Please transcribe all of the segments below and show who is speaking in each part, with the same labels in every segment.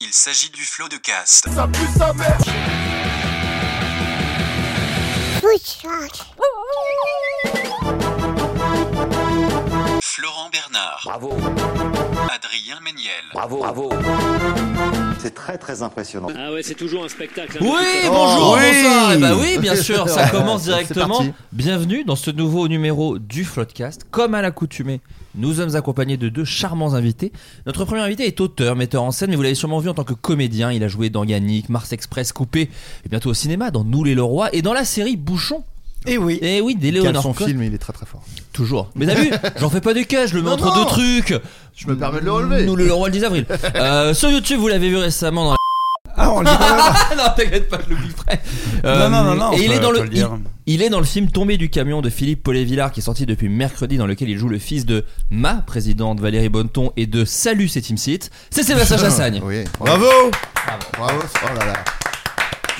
Speaker 1: Il s'agit du flot de cast. Florent Bernard,
Speaker 2: Bravo,
Speaker 1: Adrien Méniel,
Speaker 2: bravo, bravo.
Speaker 3: C'est très très impressionnant.
Speaker 4: Ah ouais, c'est toujours un spectacle. hein.
Speaker 5: Oui, bonjour,
Speaker 6: oui.
Speaker 5: bonsoir. Et bah oui, bien sûr, ça commence
Speaker 6: C'est
Speaker 5: directement.
Speaker 6: parti.
Speaker 5: Bienvenue dans ce nouveau numéro du Floodcast. Comme à l'accoutumée, nous sommes accompagnés de deux charmants invités. Notre premier invité est auteur, metteur en scène, mais vous l'avez sûrement vu en tant que comédien. Il a joué dans Yannick, Mars Express, Coupé, et bientôt au cinéma, dans Nous les Leroy, et dans la série Bouchon.
Speaker 6: Et Eh oui.
Speaker 5: Et oui,
Speaker 6: Quel
Speaker 5: d'Éléonore
Speaker 6: son
Speaker 5: Coste.
Speaker 6: film, il est très très fort.
Speaker 5: Toujours. Mais t'as vu J'en fais pas du cas, je le mets
Speaker 6: Non,
Speaker 5: entre
Speaker 6: non.
Speaker 5: deux trucs.
Speaker 6: Je me permets de le relever.
Speaker 5: Nous le Leroy le 10 avril. Euh, sur YouTube, vous l'avez vu récemment dans
Speaker 7: Ah, on le dit pas là.
Speaker 5: Ah non, t'inquiète pas, je le biperai.
Speaker 7: Non, non, non, non.
Speaker 5: Et il
Speaker 7: faut-
Speaker 5: est dans
Speaker 7: faut
Speaker 5: le, il,
Speaker 7: dire.
Speaker 5: il est dans le film Tombé du camion de Philippe Paulet-Villard qui est sorti depuis mercredi, dans lequel il joue le fils de ma présidente Valérie Bonneton et de Salut c'est Team Site. C'est Sébastien Chassagne.
Speaker 6: Oui. Bravo.
Speaker 7: Bravo
Speaker 6: Bravo. Oh là là.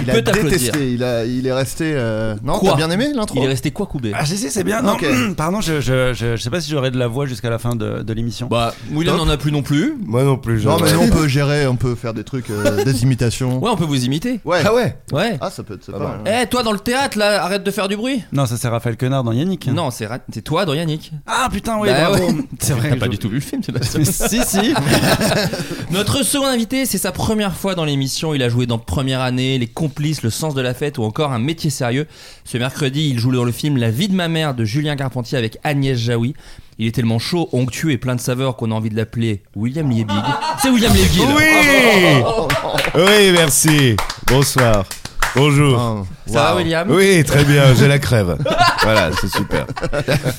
Speaker 6: Il
Speaker 5: Tu
Speaker 6: a
Speaker 5: peux t'applaudir.
Speaker 6: détesté. Il a, il est resté. euh, Non,
Speaker 5: Quoi
Speaker 6: t'as bien aimé l'intro.
Speaker 5: Il est resté quoi coubé
Speaker 7: Ah, si, si, c'est bien. Non,
Speaker 6: Ok.
Speaker 7: pardon, je, je, je, je sais pas si j'aurai de la voix jusqu'à la fin de, de l'émission.
Speaker 5: Bah, Moulian
Speaker 6: Top.
Speaker 5: n'en a plus non plus.
Speaker 7: Moi non plus.
Speaker 6: Non, mais non, on peut gérer, on peut faire des trucs, euh, des imitations.
Speaker 5: Ouais, on peut vous imiter.
Speaker 6: Ouais. Ah ouais.
Speaker 5: Ouais.
Speaker 6: Ah, ça peut être ça.
Speaker 3: mal.
Speaker 5: Eh, toi dans le théâtre là, arrête de faire du bruit.
Speaker 7: Non, ça c'est Raphaël Quenard dans Yannick.
Speaker 5: Non, c'est ra- c'est toi dans Yannick.
Speaker 7: Ah putain, oui,
Speaker 5: Bah
Speaker 7: bravo.
Speaker 5: ouais.
Speaker 7: C'est vrai.
Speaker 5: T'as pas
Speaker 7: je-
Speaker 5: du tout vu le film, Sébastien.
Speaker 7: Mais si, si.
Speaker 5: Notre second invité, c'est sa première fois dans l'émission. Il a joué dans Première année, Les complices, Le sens de la fête ou encore Un métier sérieux. Ce mercredi, il joue dans le film La vie de ma mère de Julien Carpentier avec Agnès Jaoui. Il est tellement chaud, onctueux et plein de saveurs qu'on a envie de l'appeler William Liebig. C'est William Liebig.
Speaker 2: Oui Oui, merci. Bonsoir. Bonjour.
Speaker 6: Enfin,
Speaker 5: Ça
Speaker 6: wow.
Speaker 5: va William
Speaker 2: Oui, très bien, j'ai la crève. Voilà, c'est super.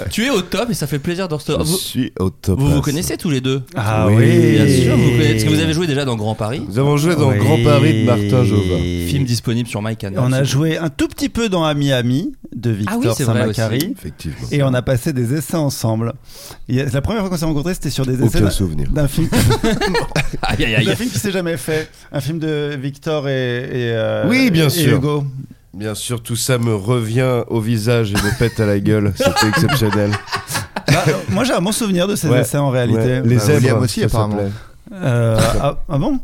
Speaker 5: Tu es au top et ça fait plaisir de recevoir.
Speaker 2: Je
Speaker 5: Vous
Speaker 2: suis au top.
Speaker 5: vous, vous connaissez tous les deux
Speaker 7: Ah
Speaker 2: Oui,
Speaker 7: oui,
Speaker 5: Bien sûr, vous connaissez. Parce que vous avez joué déjà dans Grand Paris.
Speaker 2: Nous avons joué dans
Speaker 7: Oui.
Speaker 2: Grand Paris de Martin Jova.
Speaker 5: Film disponible sur MyCanal.
Speaker 7: On a joué un tout petit peu dans Ami Ami de
Speaker 5: Ah oui,
Speaker 7: Victor
Speaker 5: c'est vrai
Speaker 7: Saint-Macary.
Speaker 2: Effectivement.
Speaker 7: Et on a passé des essais ensemble. Il y a- La première fois qu'on s'est rencontrés, c'était sur des essais
Speaker 2: Aucun
Speaker 7: d'un-
Speaker 2: souvenir.
Speaker 5: Bah,
Speaker 7: d'un film
Speaker 5: Aïe aïe
Speaker 7: Un
Speaker 5: aïe.
Speaker 7: film qui s'est jamais fait. Un film de Victor et, et, euh,
Speaker 2: Oui, bien
Speaker 7: et
Speaker 2: sûr.
Speaker 7: Hugo.
Speaker 2: Bien sûr, tout ça me revient au visage et me pète à la gueule. C'était exceptionnel.
Speaker 7: Bah, euh, moi, j'ai un bon souvenir de ces
Speaker 2: Ouais,
Speaker 7: essais en réalité.
Speaker 2: Ouais, Les
Speaker 6: Bah,
Speaker 2: zèbres,
Speaker 6: William aussi,
Speaker 2: ça
Speaker 6: apparemment.
Speaker 2: s'appelait.
Speaker 7: Euh, ah, ah bon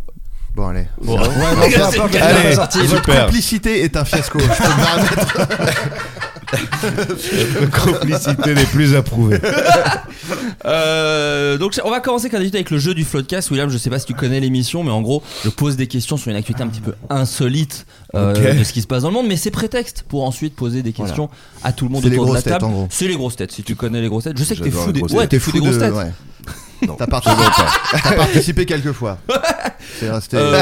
Speaker 6: Bon, allez.
Speaker 2: Bon.
Speaker 6: Ouais, non, peu importe,
Speaker 5: C'est
Speaker 6: la
Speaker 2: Allez,
Speaker 6: dernière
Speaker 5: sorti.
Speaker 6: Votre
Speaker 2: super.
Speaker 6: complicité est un fiasco. Je peux me permettre.
Speaker 2: Complicité les plus approuvées.
Speaker 5: Euh, donc on va commencer comme d'habitude avec le jeu du Floodcast. William, je sais pas si tu connais l'émission, mais en gros, je pose des questions sur une actualité un petit peu insolite euh,
Speaker 2: Ok.
Speaker 5: de ce qui se passe dans le monde, mais c'est prétexte pour ensuite poser des questions à tout le monde
Speaker 6: C'est les
Speaker 5: autour de la
Speaker 6: grosses têtes,
Speaker 5: table.
Speaker 6: en gros.
Speaker 5: C'est les grosses têtes. Si tu connais les grosses têtes, je sais que t'es
Speaker 2: J'adore
Speaker 5: fou
Speaker 2: les
Speaker 5: des
Speaker 2: grosses
Speaker 5: ouais,
Speaker 2: têtes.
Speaker 5: t'es fou des grosses
Speaker 6: de-
Speaker 5: têtes.
Speaker 6: ouais. T'as participé, t'as participé quelques fois. C'est resté.
Speaker 5: Euh,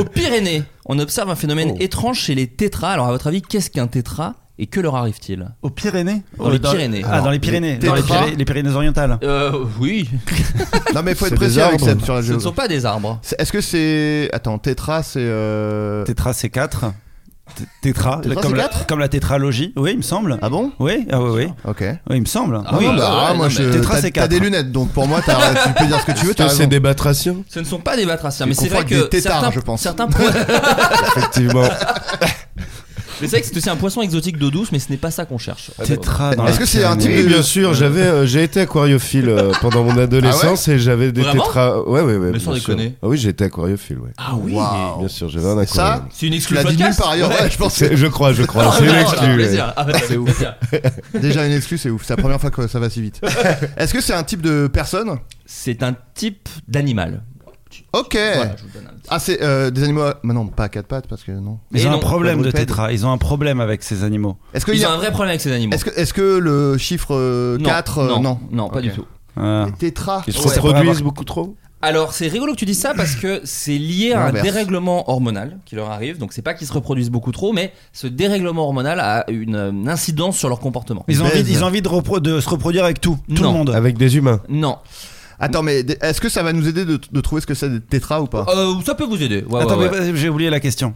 Speaker 5: aux Pyrénées, on observe un phénomène étrange chez les tétras. Alors à votre avis, qu'est-ce qu'un tétra et que leur arrive-t-il
Speaker 7: Aux Pyrénées
Speaker 5: Dans les Pyrénées.
Speaker 7: Ah, dans les Pyrénées.
Speaker 6: Les
Speaker 7: Dans les
Speaker 6: tétras.
Speaker 7: Pyrénées, les Pyrénées orientales.
Speaker 5: Euh, oui,
Speaker 6: Non mais faut être
Speaker 2: C'est
Speaker 6: précis
Speaker 2: des
Speaker 6: avec
Speaker 2: arbres.
Speaker 6: Seb sur la
Speaker 5: ce ne sont
Speaker 6: géographie.
Speaker 5: pas des arbres.
Speaker 6: C'est- Est-ce que c'est attends tétra c'est euh...
Speaker 7: Tétra, c'est 4. Tétra,
Speaker 6: Tétra,
Speaker 7: comme,
Speaker 6: c'est
Speaker 7: la,
Speaker 6: quatre
Speaker 7: comme la tétralogie. Oui, il me semble.
Speaker 6: ah bon
Speaker 7: Oui, ah oui, oui.
Speaker 6: ok
Speaker 7: Oui, il me semble.
Speaker 5: Ah oui,
Speaker 6: Non, bah,
Speaker 5: ah ouais,
Speaker 6: moi
Speaker 5: non,
Speaker 6: je
Speaker 7: mais- Tétra,
Speaker 6: t'as-
Speaker 7: c'est
Speaker 6: t'as
Speaker 7: quatre.
Speaker 6: des lunettes donc pour moi t'as- tu peux dire ce que tu
Speaker 2: Est-ce
Speaker 6: veux
Speaker 2: que
Speaker 6: t'as
Speaker 2: c'est
Speaker 6: raison.
Speaker 2: des batraciens
Speaker 5: Ce ne sont pas des batraciens, mais
Speaker 6: Je
Speaker 5: c'est vrai
Speaker 6: confonds avec
Speaker 5: que
Speaker 6: des tétards,
Speaker 5: certains,
Speaker 6: je pense.
Speaker 5: certains pro-
Speaker 2: Effectivement.
Speaker 5: Mais c'est vrai que c'est aussi un poisson exotique d'eau douce, mais ce n'est pas ça qu'on cherche.
Speaker 6: Ah,
Speaker 7: Tétra. dans
Speaker 6: Est-ce
Speaker 7: la
Speaker 6: que c'est un type
Speaker 2: Oui,
Speaker 6: de
Speaker 2: bien sûr, j'avais euh, j'ai été aquariophile euh, pendant mon adolescence
Speaker 6: Ah
Speaker 2: et j'avais des
Speaker 5: Vraiment
Speaker 2: tétras. Ouais, ouais, ouais.
Speaker 5: Mais sans
Speaker 2: bien sûr.
Speaker 5: déconner.
Speaker 2: Ah oui, j'ai été aquariophile, ouais.
Speaker 5: Ah oui,
Speaker 6: Waouh.
Speaker 2: Bien sûr, j'avais un aquarium.
Speaker 6: ça
Speaker 5: c'est une
Speaker 6: tu
Speaker 5: exclu
Speaker 6: l'as dit nulle
Speaker 5: podcast.
Speaker 6: par ailleurs ouais, je pense
Speaker 2: C'est- Je crois, je crois.
Speaker 5: Ah,
Speaker 2: C'est une
Speaker 5: non,
Speaker 2: exclu,
Speaker 5: c'est un
Speaker 2: ouais.
Speaker 5: plaisir. Ah,
Speaker 6: C'est ouf. déjà une exclue c'est ouf c'est la première fois que ça va si vite est-ce que c'est un type de personne
Speaker 5: C'est un type d'animal.
Speaker 6: Ok.
Speaker 5: Voilà, je vous donne un
Speaker 6: Ah, c'est euh, des animaux. à- Mais non, pas à quatre pattes parce que non.
Speaker 7: Ils
Speaker 5: Et
Speaker 7: ont un
Speaker 5: non,
Speaker 7: problème de
Speaker 6: quadrupède.
Speaker 7: tétra. Ils ont un problème avec ces animaux.
Speaker 6: Est-ce que,
Speaker 5: Ils
Speaker 6: y
Speaker 5: ont
Speaker 6: a-
Speaker 5: un vrai problème avec ces animaux.
Speaker 6: est-ce que, est-ce que le chiffre euh,
Speaker 5: Non,
Speaker 6: 4 euh,
Speaker 5: non,
Speaker 6: non,
Speaker 5: non, pas
Speaker 6: Ok.
Speaker 5: du tout.
Speaker 7: Ah.
Speaker 6: Les tétras.
Speaker 2: Ils se
Speaker 5: Ouais, ça
Speaker 7: pourrait
Speaker 2: reproduisent
Speaker 7: avoir-
Speaker 2: beaucoup trop
Speaker 5: Alors c'est rigolo que tu dis ça parce que c'est lié à un
Speaker 6: L'inverse.
Speaker 5: dérèglement hormonal qui leur arrive. Donc c'est pas qu'ils se reproduisent beaucoup trop, mais ce dérèglement hormonal a une euh, incidence sur leur comportement.
Speaker 7: Ils ont envie,
Speaker 6: Baise.
Speaker 7: ils ont envie de, repro- de se reproduire avec tout, tout
Speaker 5: Non.
Speaker 7: le monde.
Speaker 2: Avec des humains.
Speaker 5: Non.
Speaker 6: Attends, mais des- est-ce que ça va nous aider de, de trouver ce que c'est des tétras ou
Speaker 2: Oh,
Speaker 6: pas
Speaker 5: Euh, ça peut vous aider. Ouais,
Speaker 7: Attends,
Speaker 5: ouais, ouais.
Speaker 7: mais j'ai oublié la question.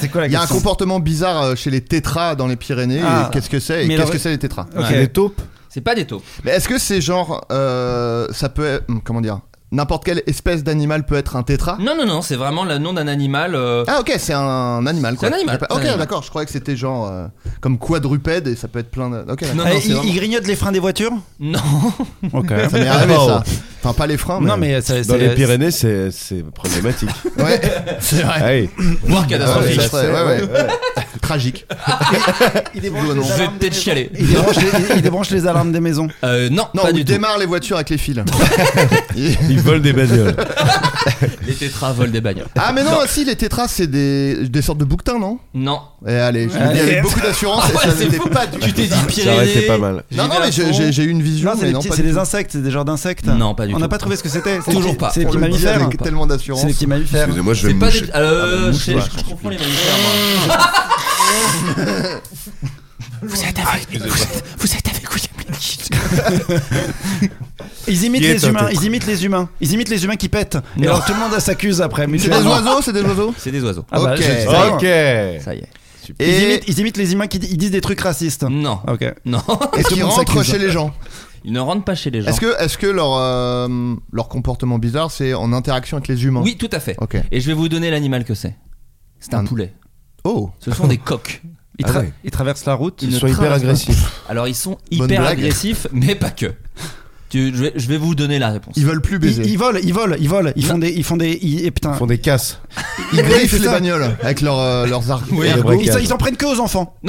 Speaker 7: c'est quoi la
Speaker 6: Il y a un
Speaker 7: question
Speaker 6: comportement bizarre euh, chez les tétras dans les Pyrénées. et
Speaker 7: Ah.
Speaker 6: Qu'est-ce que c'est et
Speaker 7: Mais
Speaker 6: Qu'est-ce
Speaker 7: le-
Speaker 6: que c'est les tétras
Speaker 7: Ok.
Speaker 2: Les taupes
Speaker 5: C'est pas des taupes.
Speaker 6: Mais est-ce que c'est genre. euh, ça peut être. hum, Comment dire N'importe quelle espèce d'animal peut être un tétra
Speaker 5: Non, non, non, c'est vraiment le nom d'un animal. euh,
Speaker 6: Ah, ok, c'est un animal quoi.
Speaker 5: C'est un animal, c'est un
Speaker 6: Ok,
Speaker 5: animal.
Speaker 6: d'accord, je croyais que c'était genre. euh, comme quadrupède et ça peut être plein de. Ok, d'accord.
Speaker 5: Non,
Speaker 7: Ah,
Speaker 5: non,
Speaker 7: ils,
Speaker 5: c'est vraiment-
Speaker 7: ils grignotent les freins des voitures
Speaker 5: Non.
Speaker 7: Ok. Ah,
Speaker 6: Ça m'est arrivé ça. Enfin, pas les freins, mais.
Speaker 7: Non, mais ça-
Speaker 2: Dans les
Speaker 7: c'est
Speaker 2: Pyrénées, c'est c'est problématique.
Speaker 6: Ouais, c'est vrai.
Speaker 2: Ah oui.
Speaker 5: Voire
Speaker 6: Ah ouais,
Speaker 5: catastrophique.
Speaker 6: ça serait- ouais, ouais. Tragique.
Speaker 7: il
Speaker 6: les
Speaker 5: Je vais peut-être chialer.
Speaker 7: Il débranche, les, il débranche les alarmes des maisons.
Speaker 5: Euh, non,
Speaker 6: Non,
Speaker 5: pas
Speaker 6: on
Speaker 5: du tout.
Speaker 6: démarre les voitures avec les fils.
Speaker 2: Ils volent des bagnoles.
Speaker 5: Les tétras volent des bagnoles.
Speaker 6: ah, mais non, si, les tétras, c'est des, des sortes de bouquetins, non
Speaker 5: Non.
Speaker 6: Et allez, je l'ai
Speaker 7: Allez.
Speaker 6: dit avec beaucoup d'assurance et
Speaker 5: Ah ouais,
Speaker 6: ça
Speaker 5: c'est
Speaker 6: n'était
Speaker 5: fou.
Speaker 6: pas du
Speaker 5: Tu t'es dit
Speaker 2: Ça aurait été
Speaker 5: Pyrénées.
Speaker 2: pas mal.
Speaker 6: Non, non, mais j'ai- j'ai j'ai eu une vision,
Speaker 7: Non, c'est
Speaker 6: mais
Speaker 7: des,
Speaker 6: non,
Speaker 7: petits-
Speaker 6: pas
Speaker 7: c'est
Speaker 6: du
Speaker 7: des
Speaker 6: tout.
Speaker 7: insectes, c'est des genres d'insectes.
Speaker 5: Non, pas du
Speaker 7: On
Speaker 5: tout.
Speaker 7: n'a pas trouvé ce que c'était. C'est-
Speaker 5: Toujours pas.
Speaker 7: C'est des
Speaker 6: On
Speaker 7: petits
Speaker 6: le dit
Speaker 7: mammifères.
Speaker 6: avec tellement d'assurance.
Speaker 7: C'est des petits mammifères.
Speaker 2: Excusez-moi, je vais
Speaker 5: C'est
Speaker 2: me
Speaker 5: pas
Speaker 2: moucher.
Speaker 5: des. Euh,
Speaker 2: mouche,
Speaker 5: je,
Speaker 2: ouais.
Speaker 5: je confonds les mammifères, moi. Vous êtes avec, vous êtes, vous êtes avec William Lynch.
Speaker 7: Ils imitent
Speaker 2: Qui est
Speaker 7: les
Speaker 2: un
Speaker 7: humains.
Speaker 2: tétra
Speaker 7: Ils imitent les humains. Ils imitent les humains qui pètent. Et
Speaker 5: Non.
Speaker 7: alors tout le monde s'accuse après.
Speaker 6: C'est des oiseaux, c'est des oiseaux.
Speaker 5: C'est des oiseaux.
Speaker 7: Ah bah,
Speaker 6: Ok.
Speaker 7: je- c'est
Speaker 6: Ah,
Speaker 7: bon.
Speaker 2: Ok.
Speaker 5: Ça y est.
Speaker 7: Ils,
Speaker 6: Et,
Speaker 7: imitent, ils imitent les humains qui ils disent des trucs racistes.
Speaker 5: Non.
Speaker 7: Ok.
Speaker 5: Non.
Speaker 6: et
Speaker 7: tout le
Speaker 6: qui
Speaker 7: monde
Speaker 6: rentrent
Speaker 7: s'accuse.
Speaker 6: chez les gens.
Speaker 5: Ils ne rentrent pas chez les gens.
Speaker 6: Ah. Est-ce que, est que leur, euh, leur comportement bizarre, c'est en interaction avec les humains
Speaker 5: Oui, tout à fait.
Speaker 6: Hein. Ok.
Speaker 5: Et je vais vous donner l'animal que c'est. C'est un
Speaker 6: Un-
Speaker 5: poulet.
Speaker 6: Oh
Speaker 5: Ce sont des coqs.
Speaker 7: Ils,
Speaker 2: Ah
Speaker 7: tra-
Speaker 2: ouais.
Speaker 7: ils traversent la route.
Speaker 2: Ils
Speaker 5: ne
Speaker 2: sont hyper
Speaker 5: traversent pas.
Speaker 2: agressifs.
Speaker 5: Alors ils sont
Speaker 6: Bonne
Speaker 5: hyper
Speaker 6: blague.
Speaker 5: agressifs, mais pas que. Tu- je, vais, je vais vous donner la réponse.
Speaker 6: Ils veulent plus
Speaker 7: Ils,
Speaker 6: baiser.
Speaker 7: ils volent, ils volent, ils volent. Ils font des, ils font des, ils, et
Speaker 2: Ils
Speaker 7: putain.
Speaker 2: font des casses.
Speaker 6: Ils griffent
Speaker 7: c'est
Speaker 6: les
Speaker 7: ça.
Speaker 6: bagnoles avec leurs euh, leurs arcs.
Speaker 2: des
Speaker 6: Ergo.
Speaker 2: braquages.
Speaker 7: Ils, s'en- ils en prennent que aux enfants.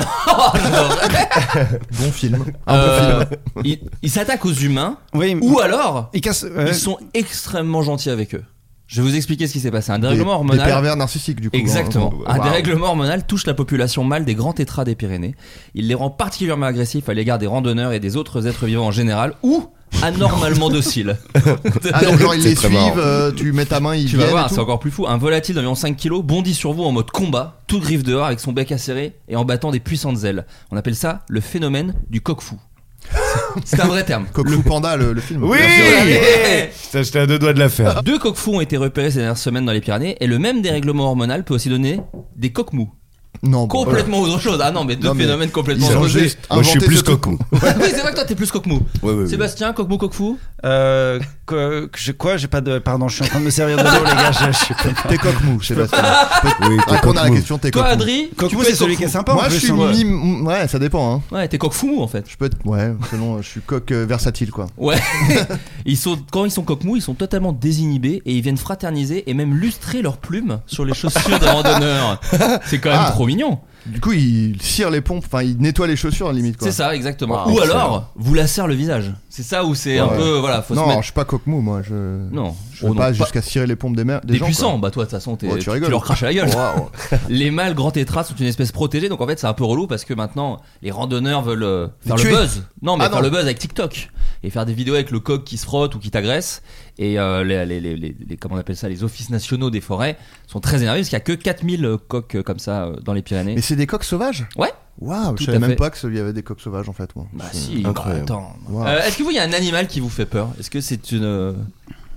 Speaker 6: Bon film.
Speaker 5: Oh, Euh, ils ils s'attaquent aux humains,
Speaker 7: Oui.
Speaker 5: ou alors
Speaker 7: ils cassent. ouais.
Speaker 5: ils sont extrêmement gentils avec eux. Je vais vous expliquer ce qui s'est passé. Un
Speaker 6: Des,
Speaker 5: dérèglement
Speaker 6: des
Speaker 5: hormonal.
Speaker 6: pervers narcissiques du coup.
Speaker 5: Exactement.
Speaker 6: hein.
Speaker 5: Un
Speaker 6: Wow.
Speaker 5: dérèglement hormonal touche la population mâle des grands tétras des Pyrénées. Il les rend particulièrement agressifs à l'égard des randonneurs et des autres êtres vivants en général ou anormalement dociles.
Speaker 6: Ah donc genre ils
Speaker 2: C'est
Speaker 6: les
Speaker 2: très
Speaker 6: suivent,
Speaker 2: marrant.
Speaker 6: euh, tu mets ta main, ils
Speaker 5: Tu vas
Speaker 6: viennent
Speaker 5: voir,
Speaker 6: et tout.
Speaker 5: c'est encore plus fou. Un volatile d'environ 5 kilos bondit sur vous en mode combat, tout griffe dehors avec son bec acéré et en battant des puissantes ailes. On appelle ça le phénomène du coq fou. C'est un vrai terme.
Speaker 6: Coq Fou Panda le, le film.
Speaker 2: Oui
Speaker 5: Ouais.
Speaker 2: Putain, J'étais à deux doigts de la faire.
Speaker 5: Deux coqs fous ont été repérés ces dernières semaines dans les Pyrénées et le même dérèglement hormonal peut aussi donner des coqs mous.
Speaker 6: Non, bon,
Speaker 5: Complètement autre chose. Ah non, mais deux
Speaker 6: Non, mais
Speaker 5: phénomènes complètement
Speaker 6: Ils ont
Speaker 5: autre chose.
Speaker 6: juste
Speaker 2: Moi, je suis
Speaker 6: inventé
Speaker 2: plus
Speaker 6: ce truc.
Speaker 2: coco.
Speaker 5: oui, c'est vrai que toi t'es plus coq mou.
Speaker 2: Ouais, ouais, ouais.
Speaker 5: Sébastien, coq mou, coq fou.
Speaker 7: Euh, que, que j'ai quoi J'ai pas de. Pardon, je suis en train de me servir de l'eau, les gars. Je, je suis pas-
Speaker 6: T'es coq mou, je sais pas.
Speaker 2: Oui, t'es
Speaker 6: Répondre à la
Speaker 2: coq mou.
Speaker 6: question, t'es coq
Speaker 5: Toi,
Speaker 6: mou.
Speaker 5: Adri,
Speaker 7: Coq
Speaker 5: tu
Speaker 7: mou,
Speaker 5: peux
Speaker 7: c'est
Speaker 5: être
Speaker 7: celui
Speaker 5: coq
Speaker 7: qui est
Speaker 5: fou.
Speaker 7: sympa. en
Speaker 6: Moi je
Speaker 7: plus,
Speaker 6: suis
Speaker 7: hein.
Speaker 6: mi- ouais ça dépend hein.
Speaker 5: Ouais, t'es coq fou mou en fait.
Speaker 6: Je peux être ouais selon je suis coq euh, versatile quoi.
Speaker 5: Ouais. ils sont, quand ils sont coq mou, ils sont totalement désinhibés et ils viennent fraterniser et même lustrer leurs plumes sur les chaussures des randonneurs. C'est quand même
Speaker 6: Ah.
Speaker 5: trop mignon.
Speaker 6: Du coup ils cirent les pompes, enfin ils nettoient les chaussures limite quoi.
Speaker 5: C'est ça, exactement.
Speaker 2: Wow.
Speaker 5: Ou
Speaker 2: Excellent.
Speaker 5: alors, vous la serre le visage. C'est ça où c'est un
Speaker 6: Ouais.
Speaker 5: peu. Voilà, faut se
Speaker 6: non
Speaker 5: mettre.
Speaker 6: je suis pas coq mou moi je.
Speaker 5: Non,
Speaker 6: Je
Speaker 5: Oh
Speaker 6: veux
Speaker 5: non,
Speaker 6: pas jusqu'à cirer les pompes des mères des
Speaker 5: T'es
Speaker 6: gens.
Speaker 5: puissant,
Speaker 6: quoi.
Speaker 5: bah toi de toute façon t'es-
Speaker 6: Oh, tu
Speaker 5: tu,
Speaker 6: rigoles.
Speaker 5: leur craches à la gueule.
Speaker 6: Waouh.
Speaker 5: Les mâles grands tétras sont une espèce protégée, donc en fait c'est un peu relou parce que maintenant les randonneurs veulent euh, faire
Speaker 6: Les
Speaker 5: le
Speaker 6: tuer.
Speaker 5: buzz. Non mais
Speaker 6: Ah,
Speaker 5: faire
Speaker 6: non.
Speaker 5: le buzz avec TikTok et faire des vidéos avec le coq qui se frotte ou qui t'agresse. Et euh, les, les, les, les- les- comment on appelle ça, les offices nationaux des forêts sont très énervés parce qu'il y a que 4000 euh, coqs euh, comme ça euh, dans les Pyrénées.
Speaker 6: Mais c'est des coqs sauvages
Speaker 5: Ouais.
Speaker 6: Waouh, je
Speaker 5: Tout à
Speaker 6: savais même
Speaker 5: fait.
Speaker 6: pas qu'il y avait des coqs sauvages en fait moi.
Speaker 5: Bah
Speaker 6: C'est-
Speaker 5: si,
Speaker 2: incroyable.
Speaker 5: bah, attends.
Speaker 6: Wow.
Speaker 5: Euh, Est-ce que vous, il y a un animal qui vous fait peur Est-ce que c'est une. euh,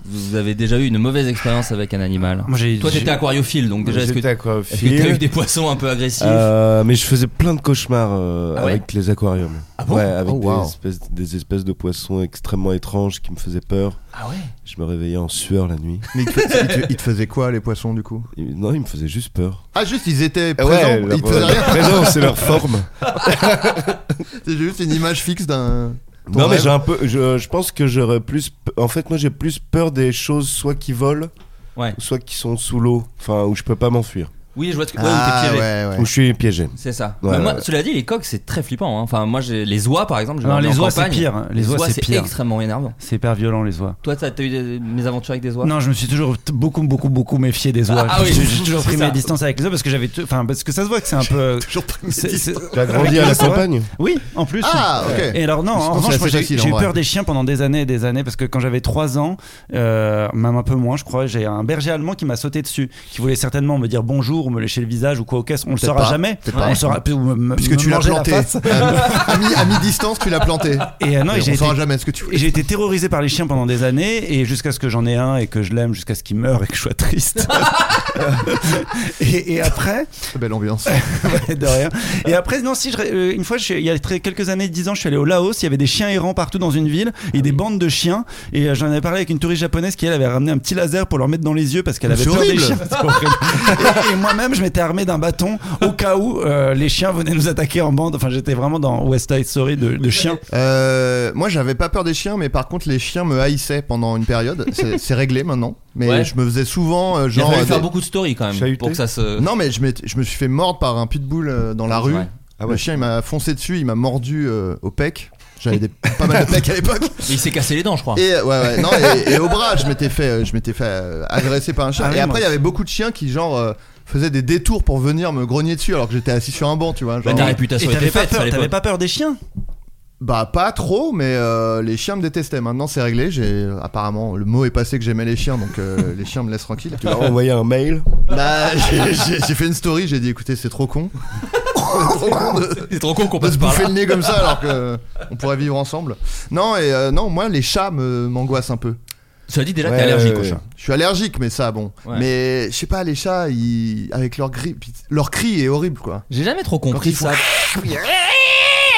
Speaker 5: Vous avez déjà eu une mauvaise expérience avec un animal
Speaker 7: Moi, j'ai-
Speaker 5: Toi
Speaker 7: j'ai-
Speaker 5: t'étais aquariophile, donc déjà est-ce que
Speaker 2: J'étais
Speaker 5: Est-ce que t'as eu
Speaker 2: aquariophile.
Speaker 5: des poissons un peu agressifs
Speaker 2: Euh, mais je faisais plein de cauchemars euh,
Speaker 5: Ah ouais
Speaker 2: avec les aquariums.
Speaker 5: Ah bon
Speaker 2: ouais, avec
Speaker 6: Oh,
Speaker 2: des,
Speaker 6: wow.
Speaker 2: espèces, des espèces de poissons extrêmement étranges qui me faisaient peur.
Speaker 5: Ah ouais
Speaker 2: Je me réveillais en sueur la nuit.
Speaker 6: Mais ils te, ils te- ils te faisaient quoi les poissons du coup
Speaker 2: Et- non, ils me faisaient juste peur.
Speaker 6: Ah euh, juste ils étaient
Speaker 2: Ah
Speaker 6: présents, ils te faisaient rien.
Speaker 2: présent, c'est leur forme.
Speaker 6: C'est juste une image fixe d'un. ton
Speaker 2: non, mais
Speaker 6: rêve.
Speaker 2: j'ai un peu. Je, je pense que j'aurais plus. pe- En fait, moi, j'ai plus peur des choses soit qui volent,
Speaker 5: Ouais.
Speaker 2: soit qui sont sous l'eau, enfin où je peux pas m'enfuir.
Speaker 5: Oui, je vois ce que. Ouais, où t'es
Speaker 6: Ah,
Speaker 5: piégé.
Speaker 6: ouais, ouais.
Speaker 2: Où je suis piégé.
Speaker 5: C'est ça.
Speaker 2: Ouais,
Speaker 5: Mais moi,
Speaker 2: ouais.
Speaker 5: cela dit, les coqs, c'est très flippant. hein. Enfin, moi, j'ai les oies, par exemple. je
Speaker 7: Non,
Speaker 5: dormais
Speaker 7: les
Speaker 5: en
Speaker 7: oies, c'est
Speaker 5: campagne.
Speaker 7: pire, hein. Les oies, c'est pire.
Speaker 5: extrêmement énervant.
Speaker 7: C'est hyper violent, les oies.
Speaker 5: Toi, t'as t'as eu des, des aventures avec des oies
Speaker 7: Non, je me suis toujours t- beaucoup, beaucoup, beaucoup méfié des oies.
Speaker 5: Ah, ah oui.
Speaker 7: J'ai- J'ai toujours
Speaker 5: C'est
Speaker 7: pris
Speaker 5: ça.
Speaker 7: mes distances avec les oies parce que j'avais, tout- enfin, parce que ça se voit que c'est un peu. c'est- c'est-
Speaker 2: T'as grandi à la
Speaker 7: Avec les oies.
Speaker 2: campagne
Speaker 7: Oui, en plus.
Speaker 6: Ah, ok.
Speaker 7: Et alors non,
Speaker 6: Je pense
Speaker 7: en
Speaker 6: que
Speaker 7: revanche,
Speaker 6: c'est
Speaker 7: moi,
Speaker 6: assez
Speaker 7: j'ai
Speaker 6: facile,
Speaker 7: j'ai
Speaker 6: en
Speaker 7: eu
Speaker 6: vrai.
Speaker 7: peur des chiens pendant des années et des années parce que quand j'avais 3 ans, euh, même un peu moins, je crois, j'ai un berger allemand qui m'a sauté dessus, qui voulait certainement me dire bonjour, ou me lécher le visage ou quoi au caisse. On le
Speaker 6: Peut-être
Speaker 7: saura
Speaker 6: pas,
Speaker 7: jamais.
Speaker 6: peut-être
Speaker 7: On
Speaker 6: pas.
Speaker 7: le saura ou me- me-
Speaker 6: Puisque
Speaker 7: me
Speaker 6: tu l'as
Speaker 7: manger la
Speaker 6: planté. Euh,
Speaker 7: face.
Speaker 6: à, mi, à mi-distance, tu l'as planté.
Speaker 7: Et euh, non,
Speaker 6: Mais
Speaker 7: et
Speaker 6: on
Speaker 7: j'ai été
Speaker 6: saura jamais ce que tu
Speaker 7: et
Speaker 6: voulais.
Speaker 7: j'ai été terrorisé par les chiens pendant des années et jusqu'à ce que j'en ai un et que je l'aime jusqu'à ce qu'il meure et que je sois triste. et, et après,
Speaker 6: Belle ambiance.
Speaker 7: ouais, de rien. Et après, non, si je ré- euh, une fois, je suis- il y a très, quelques années, 10 ans, je suis allé au Laos, il y avait des chiens errants partout dans une ville et des bandes de chiens. Et euh, j'en avais parlé avec une touriste japonaise qui elle avait ramené un petit laser pour leur mettre dans les yeux parce qu'elle
Speaker 6: Mais
Speaker 7: avait
Speaker 6: c'est
Speaker 7: peur des
Speaker 6: horrible.
Speaker 7: chiens. C'est horrible. et et moi-même, je m'étais armé d'un bâton au cas où euh, les chiens venaient nous attaquer en bande. Enfin, j'étais vraiment dans West Side Story de, de chiens.
Speaker 6: Euh, moi, j'avais pas peur des chiens, mais par contre, les chiens me haïssaient pendant une période. C'est c'est réglé maintenant. Mais
Speaker 5: Ouais.
Speaker 6: je me faisais souvent, euh,
Speaker 5: Il a
Speaker 6: genre.
Speaker 5: fallu
Speaker 6: euh,
Speaker 5: faire
Speaker 6: des-
Speaker 5: beaucoup de stories quand même
Speaker 2: Chahuté.
Speaker 5: pour que ça se.
Speaker 6: Non, mais je, m'étais- je me suis fait mordre par un pitbull euh, dans la rue.
Speaker 5: Ouais.
Speaker 2: Ah ouais.
Speaker 6: Le chien, il m'a foncé dessus, il m'a mordu euh, au pec. J'avais des- pas mal de pecs à l'époque.
Speaker 5: Mais Il s'est cassé les dents, je crois.
Speaker 6: Et euh, ouais, ouais, non, et, et au bras, je m'étais fait, euh, je m'étais fait euh, agresser par un chien.
Speaker 7: Ah oui,
Speaker 6: et
Speaker 7: moi
Speaker 6: après, il y
Speaker 7: aussi.
Speaker 6: avait beaucoup de chiens qui genre euh, faisaient des détours pour venir me grogner dessus alors que j'étais assis sur un banc, tu vois.
Speaker 5: Bah,
Speaker 6: Genre,
Speaker 5: ta
Speaker 6: bah,
Speaker 5: réputation
Speaker 7: et
Speaker 5: était
Speaker 7: t'avais pas
Speaker 5: faite.
Speaker 7: peur,
Speaker 5: fallait
Speaker 7: t'avais pas peur des chiens
Speaker 6: pas trop, mais euh, les chiens me détestaient. Maintenant, c'est réglé. J'ai apparemment le mot est passé que j'aimais les chiens, donc euh, les chiens me laissent tranquille.
Speaker 2: Tu leur as envoyé un mail
Speaker 6: Bah, j'ai- j'ai j'ai fait une story, j'ai dit écoutez, c'est trop con. C'est trop con de-
Speaker 5: C'est trop con qu'on
Speaker 6: de
Speaker 5: passe
Speaker 6: se
Speaker 5: par
Speaker 6: bouffer
Speaker 5: là.
Speaker 6: le nez comme ça alors que on pourrait vivre ensemble. Non et euh, non moi les chats me m'angoissent un peu.
Speaker 5: Cela dit, déjà, t'es
Speaker 2: Ouais,
Speaker 5: allergique
Speaker 2: ouais,
Speaker 5: aux
Speaker 2: ouais.
Speaker 5: chiens.
Speaker 6: Je suis allergique mais ça bon.
Speaker 5: Ouais.
Speaker 6: Mais je sais pas les chats ils avec leur grippe leur cri est horrible quoi.
Speaker 5: J'ai jamais trop
Speaker 6: Quand
Speaker 5: compris
Speaker 6: ils font
Speaker 5: ça.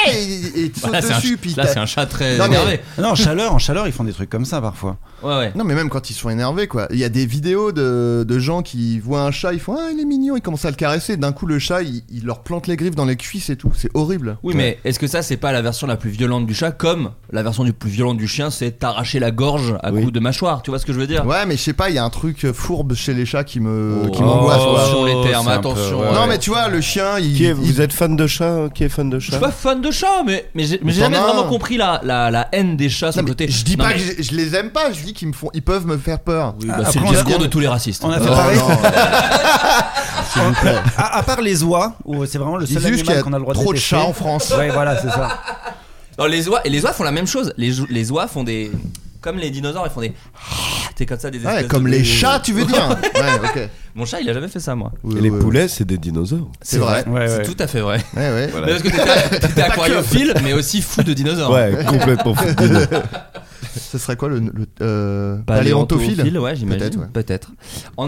Speaker 6: et ils ils te
Speaker 5: Bah, Là,
Speaker 6: sautent
Speaker 5: c'est un,
Speaker 6: dessus
Speaker 5: ch-
Speaker 6: puis
Speaker 5: là,
Speaker 6: t'as-
Speaker 5: c'est un chat très
Speaker 6: Non, mais-
Speaker 5: énervé.
Speaker 7: Non, en chaleur, en chaleur, ils font des trucs comme ça parfois.
Speaker 5: Ouais, ouais.
Speaker 6: non mais même quand ils sont énervés quoi. Il y a des vidéos de, de gens qui voient un chat ils font ah il est mignon ils commencent à le caresser d'un coup le chat il, il leur plante les griffes dans les cuisses et tout c'est horrible.
Speaker 5: Oui, mais est-ce que ça, c'est pas la version la plus violente du chat Comme la version du plus violente du chien, c'est t'arracher la gorge à
Speaker 2: Oui.
Speaker 5: coups de mâchoire. Tu vois ce que je veux dire
Speaker 6: Ouais mais je sais pas il y a un truc fourbe chez les chats qui me Euh, qui
Speaker 5: Oh,
Speaker 6: m'angoisse. quoi.
Speaker 5: attention les termes,
Speaker 7: c'est un peu-
Speaker 5: attention.
Speaker 7: ouais.
Speaker 6: Non mais tu vois le chien il,
Speaker 2: Qui est-
Speaker 6: il-
Speaker 2: Vous êtes fan de chat hein Qui est fan de
Speaker 5: Je suis
Speaker 2: chat
Speaker 5: pas fan de chat, mais, mais j'ai mais
Speaker 6: Mais
Speaker 5: j'ai
Speaker 6: t'en
Speaker 5: jamais
Speaker 6: as
Speaker 5: vraiment
Speaker 6: un.
Speaker 5: compris la, la, la haine des chats sur
Speaker 6: Non, mais
Speaker 5: le côté.
Speaker 6: Je dis
Speaker 5: Non,
Speaker 6: pas
Speaker 5: mais-
Speaker 6: que je, je les aime pas, je dis qu'ils me font, ils peuvent me faire peur.
Speaker 5: Oui, bah, c'est
Speaker 7: Après,
Speaker 5: le
Speaker 7: on a-
Speaker 5: discours
Speaker 7: on-
Speaker 5: de tous les racistes.
Speaker 7: On a fait
Speaker 6: Oh,
Speaker 7: pareil.
Speaker 6: non.
Speaker 7: À, à part les oies, où c'est vraiment le
Speaker 6: C'est
Speaker 7: seul
Speaker 6: juste qu'il y
Speaker 7: animal
Speaker 6: a
Speaker 7: qu'on a le droit de
Speaker 6: trop de
Speaker 7: détester.
Speaker 6: chats en France.
Speaker 7: Ouais, voilà, c'est ça.
Speaker 5: Non, les oies, et les oies font la même chose. Les, jou- les oies font des. Comme les dinosaures, ils font des. T'es comme ça, des espèces
Speaker 6: Ouais, comme
Speaker 5: de-
Speaker 6: les chats, tu veux dire Ouais, ok.
Speaker 5: Mon chat, il a jamais fait ça, moi.
Speaker 6: Oui,
Speaker 2: Et les
Speaker 6: oui,
Speaker 2: poulets, c'est des dinosaures.
Speaker 6: C'est vrai.
Speaker 7: Ouais,
Speaker 5: c'est
Speaker 7: ouais.
Speaker 5: tout à fait vrai.
Speaker 6: Ouais, ouais.
Speaker 5: Mais parce que t'étais- t'étais aquariophile, mais aussi fou de
Speaker 7: Oh.
Speaker 5: dinosaures.
Speaker 2: Ouais, complètement fou de dino.
Speaker 6: Ce serait quoi le, le euh,
Speaker 5: Paléontophile,
Speaker 6: paléontophile
Speaker 5: ouais,
Speaker 6: Peut-être,
Speaker 5: j'imagine.
Speaker 6: ouais.
Speaker 5: Peut-être. en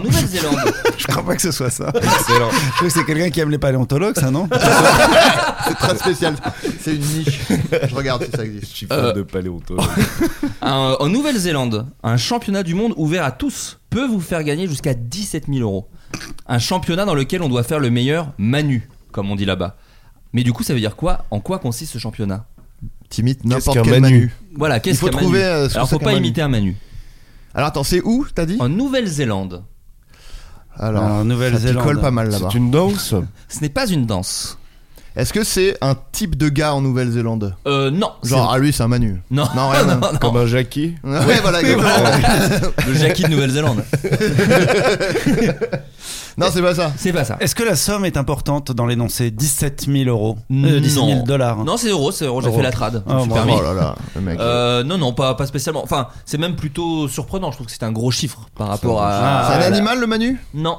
Speaker 5: Nouvelle-Zélande,
Speaker 7: Je crois pas que ce soit ça. Je
Speaker 5: euh,
Speaker 7: trouve que c'est quelqu'un qui aime les paléontologues, ça, non
Speaker 6: C'est très spécial. C'est une niche. Je regarde si ça existe.
Speaker 2: Je suis fan de paléontologue.
Speaker 5: un, en Nouvelle-Zélande, un championnat du monde ouvert à tous peut vous faire gagner jusqu'à 17 000 euros. Un championnat dans lequel on doit faire le meilleur manu, comme on dit là-bas. Mais du coup, ça veut dire quoi En quoi consiste ce championnat
Speaker 6: Timide,
Speaker 2: qu'un
Speaker 6: n'importe quel
Speaker 2: Manu
Speaker 6: manu.
Speaker 5: Voilà, qu'est-ce
Speaker 6: faut
Speaker 5: qu'un
Speaker 6: trouver,
Speaker 5: manu
Speaker 6: euh, ce
Speaker 5: Alors,
Speaker 6: que c'est
Speaker 5: faut pas
Speaker 6: qu'un manu.
Speaker 5: imiter un manu.
Speaker 6: Alors attends, c'est où t'as dit
Speaker 5: En Nouvelle-Zélande,
Speaker 7: Ah,
Speaker 6: Alors, ça
Speaker 7: Nouvelle-Zélande.
Speaker 6: picole pas mal là-bas.
Speaker 2: C'est une danse
Speaker 5: ce n'est pas une danse.
Speaker 6: Est-ce que c'est un type de gars en Nouvelle-Zélande
Speaker 5: Euh, non.
Speaker 6: Genre, ah lui, c'est un manu.
Speaker 5: c'est- non,
Speaker 6: non, rien,
Speaker 5: non,
Speaker 6: hein.
Speaker 5: non.
Speaker 2: Comme un Jackie
Speaker 6: Ouais, voilà, exactement.
Speaker 5: le Jackie de Nouvelle-Zélande.
Speaker 6: Non, c'est pas ça.
Speaker 5: C'est pas ça.
Speaker 7: Est-ce que la somme est importante dans l'énoncé 17 000 euros
Speaker 5: Non.
Speaker 7: Euh, 17 000 dollars.
Speaker 5: Non, c'est euro, c'est euro. J'ai
Speaker 7: Euro.
Speaker 5: fait la trad.
Speaker 7: Ah,
Speaker 5: je suis
Speaker 7: bon.
Speaker 5: permis.
Speaker 6: Oh là là, le mec.
Speaker 5: Euh, non, non, pas, pas spécialement. Enfin, c'est même plutôt surprenant. Je trouve que c'est un gros chiffre par rapport à.
Speaker 6: c'est un
Speaker 5: à-
Speaker 6: animal le manu
Speaker 5: Non,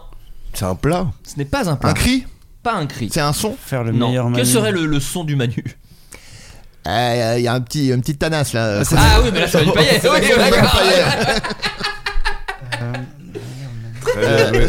Speaker 2: C'est un plat
Speaker 5: ce n'est pas un plat.
Speaker 6: Un cri
Speaker 5: Pas un cri.
Speaker 6: C'est un son
Speaker 7: Faire le
Speaker 5: Non.
Speaker 7: meilleur
Speaker 5: Quel
Speaker 7: manu.
Speaker 5: serait le, le son du Manu
Speaker 6: Il Eh, y a un petit, une petite tanasse là.
Speaker 5: Ah oui, mais là, c'est une paillette. Oui, d'accord.
Speaker 2: Très bien joué.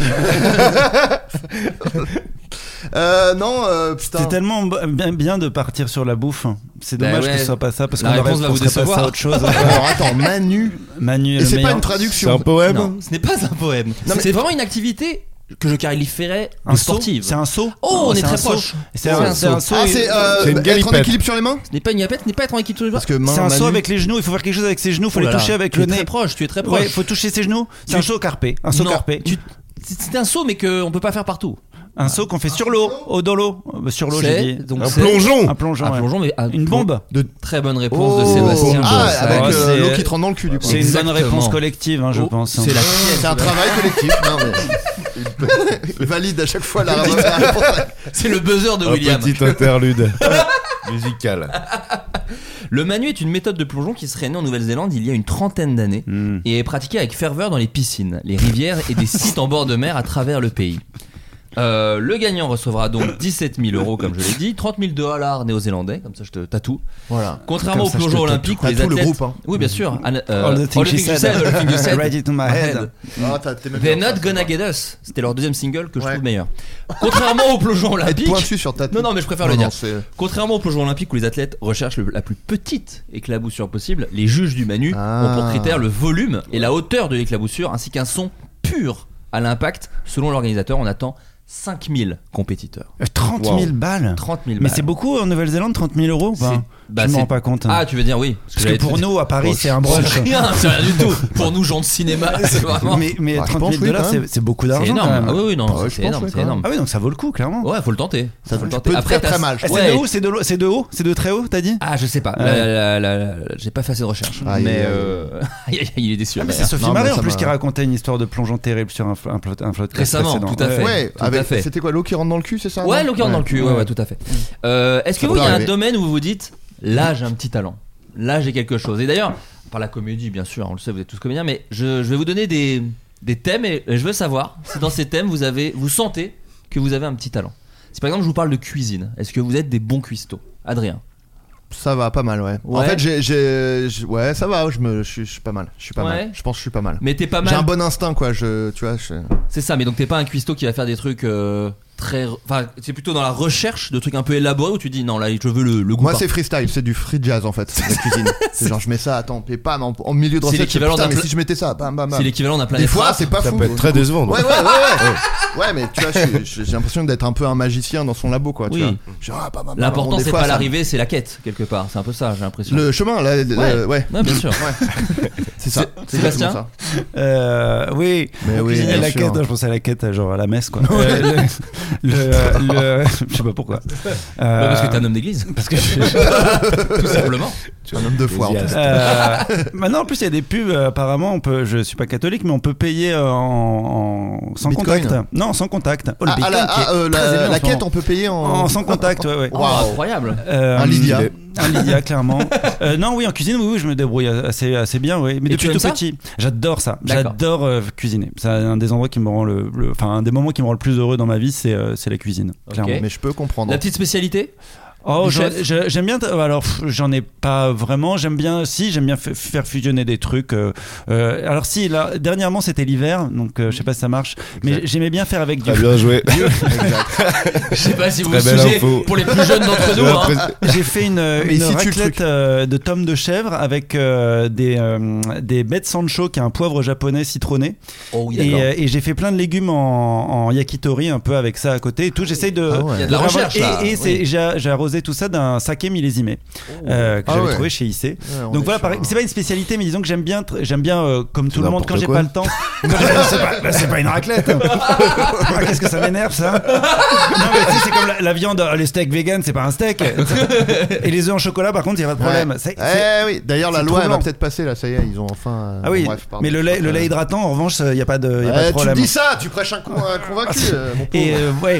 Speaker 6: euh, non, euh, putain.
Speaker 7: C'est tellement b- bien bien de partir sur la bouffe. C'est
Speaker 5: Bah
Speaker 7: dommage
Speaker 5: ouais.
Speaker 7: que ce soit pas ça parce
Speaker 5: La
Speaker 7: qu'on aurait
Speaker 5: réponse va vous
Speaker 7: on serait passé
Speaker 5: décevoir.
Speaker 7: à autre chose. hein.
Speaker 6: Alors attends, Manu.
Speaker 7: Manu est
Speaker 6: Et
Speaker 7: le
Speaker 6: c'est pas
Speaker 7: meilleur.
Speaker 6: une
Speaker 2: C'est un
Speaker 6: traduction.
Speaker 2: poème
Speaker 5: Non, ce n'est pas un poème.
Speaker 6: mais-
Speaker 5: C'est vraiment une activité que je qualifierais
Speaker 7: Un
Speaker 5: de
Speaker 7: saut
Speaker 5: sportive.
Speaker 7: C'est un saut
Speaker 5: Oh, on
Speaker 7: C'est
Speaker 5: est
Speaker 7: un
Speaker 5: très
Speaker 7: saut.
Speaker 5: proche. Oh,
Speaker 7: C'est un, c'est un saut.
Speaker 6: Ah,
Speaker 7: et-
Speaker 6: c'est euh,
Speaker 2: C'est une
Speaker 6: être en
Speaker 2: galipette.
Speaker 6: équilibre sur les mains
Speaker 5: Ce n'est pas une yapette, ce n'est pas être en équipe tous les jours.
Speaker 6: Parce que main,
Speaker 7: C'est un
Speaker 6: Manu-
Speaker 7: saut avec les genoux, il faut faire quelque chose avec ses genoux, il faut
Speaker 5: Oh là
Speaker 7: les
Speaker 5: là,
Speaker 7: toucher avec
Speaker 5: tu es
Speaker 7: le
Speaker 5: très
Speaker 7: nez.
Speaker 5: proche, tu es très
Speaker 7: Ouais,
Speaker 5: proche.
Speaker 7: faut toucher ses genoux. C'est
Speaker 5: Tu-
Speaker 7: un saut carpé. Un saut
Speaker 5: Non,
Speaker 7: carpé.
Speaker 5: tu- C'est c'est un saut, mais qu'on peut pas faire partout.
Speaker 7: Un saut qu'on fait sur l'eau, au dans l'eau, Euh, sur l'eau.
Speaker 5: C'est-
Speaker 7: j'ai dit.
Speaker 5: donc Un c'est- plongeon.
Speaker 7: un plongeon,
Speaker 5: Un
Speaker 7: ouais.
Speaker 5: plongeon, mais un
Speaker 7: une
Speaker 5: plon-
Speaker 7: bombe.
Speaker 5: de- Très bonne réponse de Sébastien.
Speaker 6: Ah,
Speaker 5: Bourassa.
Speaker 6: avec,
Speaker 5: Ouais,
Speaker 6: euh,
Speaker 5: c'est-
Speaker 6: l'eau qui te rend dans le cul, du coup. Ah,
Speaker 7: C'est une bonne
Speaker 5: Exactement.
Speaker 7: réponse collective, hein, je
Speaker 5: Oh,
Speaker 7: pense.
Speaker 5: C'est la
Speaker 6: C'est un travail collectif. Non, mais... Valide à chaque fois la
Speaker 5: C'est le buzzer de
Speaker 2: Un
Speaker 5: William.
Speaker 2: petit interlude musical.
Speaker 5: Le manu est une méthode de plongeon qui serait née en Nouvelle-Zélande il y a une trentaine d'années
Speaker 6: Hmm.
Speaker 5: et est pratiquée avec ferveur dans les piscines, les rivières et des sites en bord de mer à travers le pays. Euh, le gagnant recevra donc 17 000 euros, comme je l'ai dit, 30 000 dollars néo-zélandais, comme ça je te tatoue.
Speaker 6: Voilà.
Speaker 5: Contrairement
Speaker 6: Comme ça,
Speaker 5: aux
Speaker 6: je
Speaker 5: plongeons
Speaker 6: te tatoue.
Speaker 5: olympiques, où les
Speaker 6: Tatoue le
Speaker 5: athlètes.
Speaker 6: groupe, hein.
Speaker 5: Oui, bien sûr. An- euh,
Speaker 7: All the things she
Speaker 5: you
Speaker 7: said.
Speaker 5: said, all the things you said.
Speaker 7: Right into my head.
Speaker 6: Ah, t'as- t'es même
Speaker 5: They're
Speaker 6: pas en
Speaker 5: not
Speaker 6: face,
Speaker 5: gonna
Speaker 6: quoi.
Speaker 5: get us. C'était leur deuxième single que je
Speaker 6: Ouais.
Speaker 5: trouve meilleur. Contrairement aux plongeons
Speaker 6: Être
Speaker 5: olympiques.
Speaker 6: pointu sur ta
Speaker 5: Non, non, mais je préfère le
Speaker 6: Non,
Speaker 5: dire.
Speaker 6: non, c'est-
Speaker 5: Contrairement aux plongeons olympiques où les athlètes recherchent le- la plus petite éclaboussure possible, les juges du Manu
Speaker 6: Ah.
Speaker 5: ont pour critère le volume et la hauteur de l'éclaboussure ainsi qu'un son pur à l'impact. Selon l'organisateur, on attend 5000 compétiteurs.
Speaker 7: Euh, 30 000
Speaker 2: Wow.
Speaker 7: balles.
Speaker 5: 30 000
Speaker 7: Mais
Speaker 5: balles.
Speaker 7: c'est beaucoup en Nouvelle-Zélande, 30 000 euros ou
Speaker 5: C'est-
Speaker 7: pas
Speaker 5: bah,
Speaker 7: Je me
Speaker 5: c'est-
Speaker 7: rends pas compte. hein.
Speaker 5: Ah, tu veux dire Oh, oui.
Speaker 7: Parce que pour nous, à Paris, c'est un brunch.
Speaker 5: C'est rien, c'est rien du tout. Pour nous, gens de cinéma, c'est vraiment.
Speaker 7: Mais, mais
Speaker 6: Bah, je
Speaker 7: 30
Speaker 6: pense,
Speaker 7: 000
Speaker 6: oui,
Speaker 7: dollars,
Speaker 6: quand
Speaker 7: c'est
Speaker 6: même.
Speaker 7: c'est beaucoup
Speaker 5: C'est
Speaker 7: d'argent
Speaker 5: énorme.
Speaker 7: quand même.
Speaker 5: Ah oui, oui, non,
Speaker 6: Ouais, Bah, je
Speaker 5: c'est
Speaker 6: pense,
Speaker 5: énorme,
Speaker 6: ouais,
Speaker 5: c'est
Speaker 6: quand
Speaker 5: énorme.
Speaker 7: Ah oui, donc ça vaut le coup, clairement.
Speaker 5: Ouais, faut le tenter.
Speaker 6: Ça peut
Speaker 5: faut le
Speaker 6: te
Speaker 5: tenter.
Speaker 6: faire très,
Speaker 5: t'as-
Speaker 6: très mal, je
Speaker 7: Eh, C'est
Speaker 5: Ouais.
Speaker 7: de haut, c'est de, lo- c'est de haut, c'est de très haut, t'as dit
Speaker 5: Ah, je sais pas. La- la- la- la- la- J'ai pas fait assez de recherche.
Speaker 6: Aïe,
Speaker 5: mais
Speaker 6: aïe, aïe.
Speaker 5: euh, aïe, aïe, il est déçu.
Speaker 7: Ah, mais c'est Sophie
Speaker 6: non, mais
Speaker 7: Marais en
Speaker 6: ça
Speaker 7: plus
Speaker 6: m'a-
Speaker 7: qui racontait une histoire de plongeon terrible sur un, fl- un, plot- un flotte
Speaker 5: Récemment, tout à fait.
Speaker 6: hein. Ouais,
Speaker 5: Tout à
Speaker 6: avec.
Speaker 5: fait.
Speaker 6: C'était quoi l'eau qui rentre dans le cul, c'est ça
Speaker 5: Ouais,
Speaker 6: non
Speaker 5: l'eau qui rentre dans le cul, ouais, ouais, tout à fait. Euh, Est-ce que
Speaker 6: Ça
Speaker 5: vous,
Speaker 6: peut
Speaker 5: il y a un
Speaker 6: arriver.
Speaker 5: domaine où vous vous dites, là, j'ai un petit talent, là, j'ai quelque chose Et d'ailleurs, par la comédie, bien sûr, on le sait, vous êtes tous comédiens, mais je, je vais vous donner des, des thèmes et et je veux savoir si dans ces thèmes, vous, avez, vous sentez que vous avez un petit talent. Si par exemple, je vous parle de cuisine, est-ce que vous êtes des bons cuistots Adrien
Speaker 6: Ça va, pas mal, ouais. En
Speaker 5: Ouais.
Speaker 6: fait, j'ai- j'ai. j'ai- Ouais, ça va, je me- je suis je suis pas mal. Je suis pas
Speaker 5: Ouais.
Speaker 6: mal. Je pense que je suis pas mal.
Speaker 5: Mais t'es pas
Speaker 6: J'ai
Speaker 5: mal.
Speaker 6: un bon instinct, quoi. Je, tu vois, je-
Speaker 5: C'est ça, mais donc t'es pas un cuistot qui va faire des trucs euh, très. Enfin, c'est plutôt dans la recherche de trucs un peu élaborés où tu dis non, là, je veux le, le goût.
Speaker 6: Moi,
Speaker 5: par-
Speaker 6: c'est freestyle, c'est du free jazz en fait, la cuisine. C'est genre, je mets ça, attends, et pam, en, en milieu de recette.
Speaker 5: C'est
Speaker 6: je fais,
Speaker 5: l'équivalent
Speaker 6: putain,
Speaker 5: d'un
Speaker 6: mais
Speaker 5: cl-
Speaker 6: si je mettais ça, bam, bam,
Speaker 5: c'est
Speaker 6: bam.
Speaker 5: l'équivalent d'un planète.
Speaker 6: Des fois,
Speaker 5: rap.
Speaker 6: c'est pas
Speaker 2: Ça
Speaker 6: fou.
Speaker 2: peut être très décevant. donc.
Speaker 6: Ouais, ouais, ouais, ouais. ouais, mais tu vois, je suis- j'ai l'impression d'être un peu un magicien dans son labo, quoi. tu
Speaker 5: Oui.
Speaker 6: vois. Genre, ah, bam, bam, bam. Bon,
Speaker 5: L'important,
Speaker 6: des
Speaker 5: c'est
Speaker 6: fois,
Speaker 5: pas
Speaker 6: ça-
Speaker 5: l'arrivée, c'est la quête, quelque part. C'est un peu ça, j'ai l'impression.
Speaker 6: Le chemin, là, le-
Speaker 5: Ouais.
Speaker 6: le- ouais.
Speaker 5: Ouais, bien sûr.
Speaker 6: C'est ça. C'est
Speaker 5: Sébastien
Speaker 6: exactement ça.
Speaker 7: Euh, oui.
Speaker 6: Mais oui,
Speaker 7: Cuisiner
Speaker 6: bien
Speaker 7: la
Speaker 6: sûr.
Speaker 7: quête, je pensais à la quête, genre à la messe, quoi. Euh, le, le- le- je sais pas pourquoi. Euh,
Speaker 5: Bah, parce que t'es un homme d'église.
Speaker 7: parce que je-
Speaker 5: Tout simplement.
Speaker 6: Un homme de foi. en fait.
Speaker 7: Euh, maintenant, en plus, il y a des pubs. euh, apparemment, on peut. Je suis pas catholique, mais on peut payer euh, en, en- sans
Speaker 6: Bitcoin.
Speaker 7: contact. Non, sans contact. Oh, le
Speaker 6: Ah, ah,
Speaker 7: Bitcoin
Speaker 6: la,
Speaker 7: qui est
Speaker 6: ah, euh,
Speaker 7: très
Speaker 6: la,
Speaker 7: élevé en
Speaker 6: la
Speaker 7: ce moment.
Speaker 6: quête, on peut payer en.
Speaker 7: En- sans contact, ouais, ouais.
Speaker 5: Oh, Incroyable.
Speaker 7: Euh,
Speaker 6: Un Lydia.
Speaker 7: Un Lydia, clairement. Euh, non, oui, en cuisine, oui, oui, je me débrouille assez, assez bien, oui. Mais
Speaker 5: Et tu
Speaker 7: depuis
Speaker 5: aimes
Speaker 7: tout
Speaker 5: ça
Speaker 7: petit, j'adore ça.
Speaker 5: D'accord.
Speaker 7: J'adore euh, cuisiner. C'est un des endroits qui me rend le, le- enfin, un des moments qui me rend le plus heureux dans ma vie, c'est, euh, c'est la cuisine, clairement.
Speaker 6: Mais je peux comprendre.
Speaker 5: La petite spécialité
Speaker 7: Oh,
Speaker 5: Du
Speaker 7: j'en-
Speaker 5: chef
Speaker 7: je- j'aime bien. t- euh, Alors, pff, j'en ai pas vraiment. J'aime bien, si, j'aime bien f- faire fusionner des trucs. euh, euh, alors, si, là, dernièrement, c'était l'hiver, donc euh, je sais pas si ça marche, mais j'aimais bien faire avec du.
Speaker 5: Ah,
Speaker 2: Très bien joué.
Speaker 5: Je sais pas si vous vous
Speaker 2: Très belle
Speaker 5: souvenez,
Speaker 2: info.
Speaker 5: pour les plus jeunes d'entre nous. hein.
Speaker 7: J'ai fait une, une
Speaker 6: ici, tu le
Speaker 7: raclette euh, de tomes de chèvre avec euh, des, euh, des baies de sancho, qui est un poivre japonais citronné.
Speaker 5: Oh oui,
Speaker 7: et
Speaker 5: d'accord.
Speaker 7: euh, et j'ai fait plein de légumes en, en yakitori, un peu avec ça à côté et tout. J'essaye de.
Speaker 6: Ah ouais.
Speaker 5: Il y a de la
Speaker 7: vraiment-
Speaker 5: recherche,
Speaker 7: Et,
Speaker 5: là.
Speaker 7: et c'est-
Speaker 5: Oui. Oh.
Speaker 7: j'ai j'ai arrosé tout ça d'un saké millésimé euh, que
Speaker 6: Ah
Speaker 7: j'avais
Speaker 6: ouais.
Speaker 7: trouvé chez IC.
Speaker 6: on
Speaker 7: Donc
Speaker 6: est
Speaker 7: voilà,
Speaker 6: sur
Speaker 7: pareil,
Speaker 6: un-
Speaker 7: c'est pas une spécialité, mais disons que j'aime bien, tr- j'aime bien euh, comme tout le monde,
Speaker 2: n'importe
Speaker 7: quand j'ai
Speaker 2: quoi.
Speaker 7: pas le temps. Quand j'ai- c'est pas- bah, c'est pas une raclette. Ah, Qu'est-ce que ça m'énerve ça Non, mais tu sais, c'est comme la, la viande, euh, le steak vegan, c'est pas un steak. Et les œufs en chocolat, par contre, il y a pas de problème.
Speaker 6: Ouais.
Speaker 7: C'est- c'est-
Speaker 6: Eh oui, d'ailleurs, la
Speaker 7: c'est
Speaker 6: loi, elle va
Speaker 7: troublant.
Speaker 6: peut-être passer, là, ça y est, ils ont enfin. euh,
Speaker 7: Ah oui,
Speaker 6: bon, bref, pardon.
Speaker 7: mais le lait, le lait hydratant, en revanche, il y a pas de, y a pas de
Speaker 6: Eh, tu me
Speaker 7: problème. Ah,
Speaker 6: dis ça, tu prêches un con- un convaincu, euh, mon pauvre.
Speaker 7: Et euh, ouais.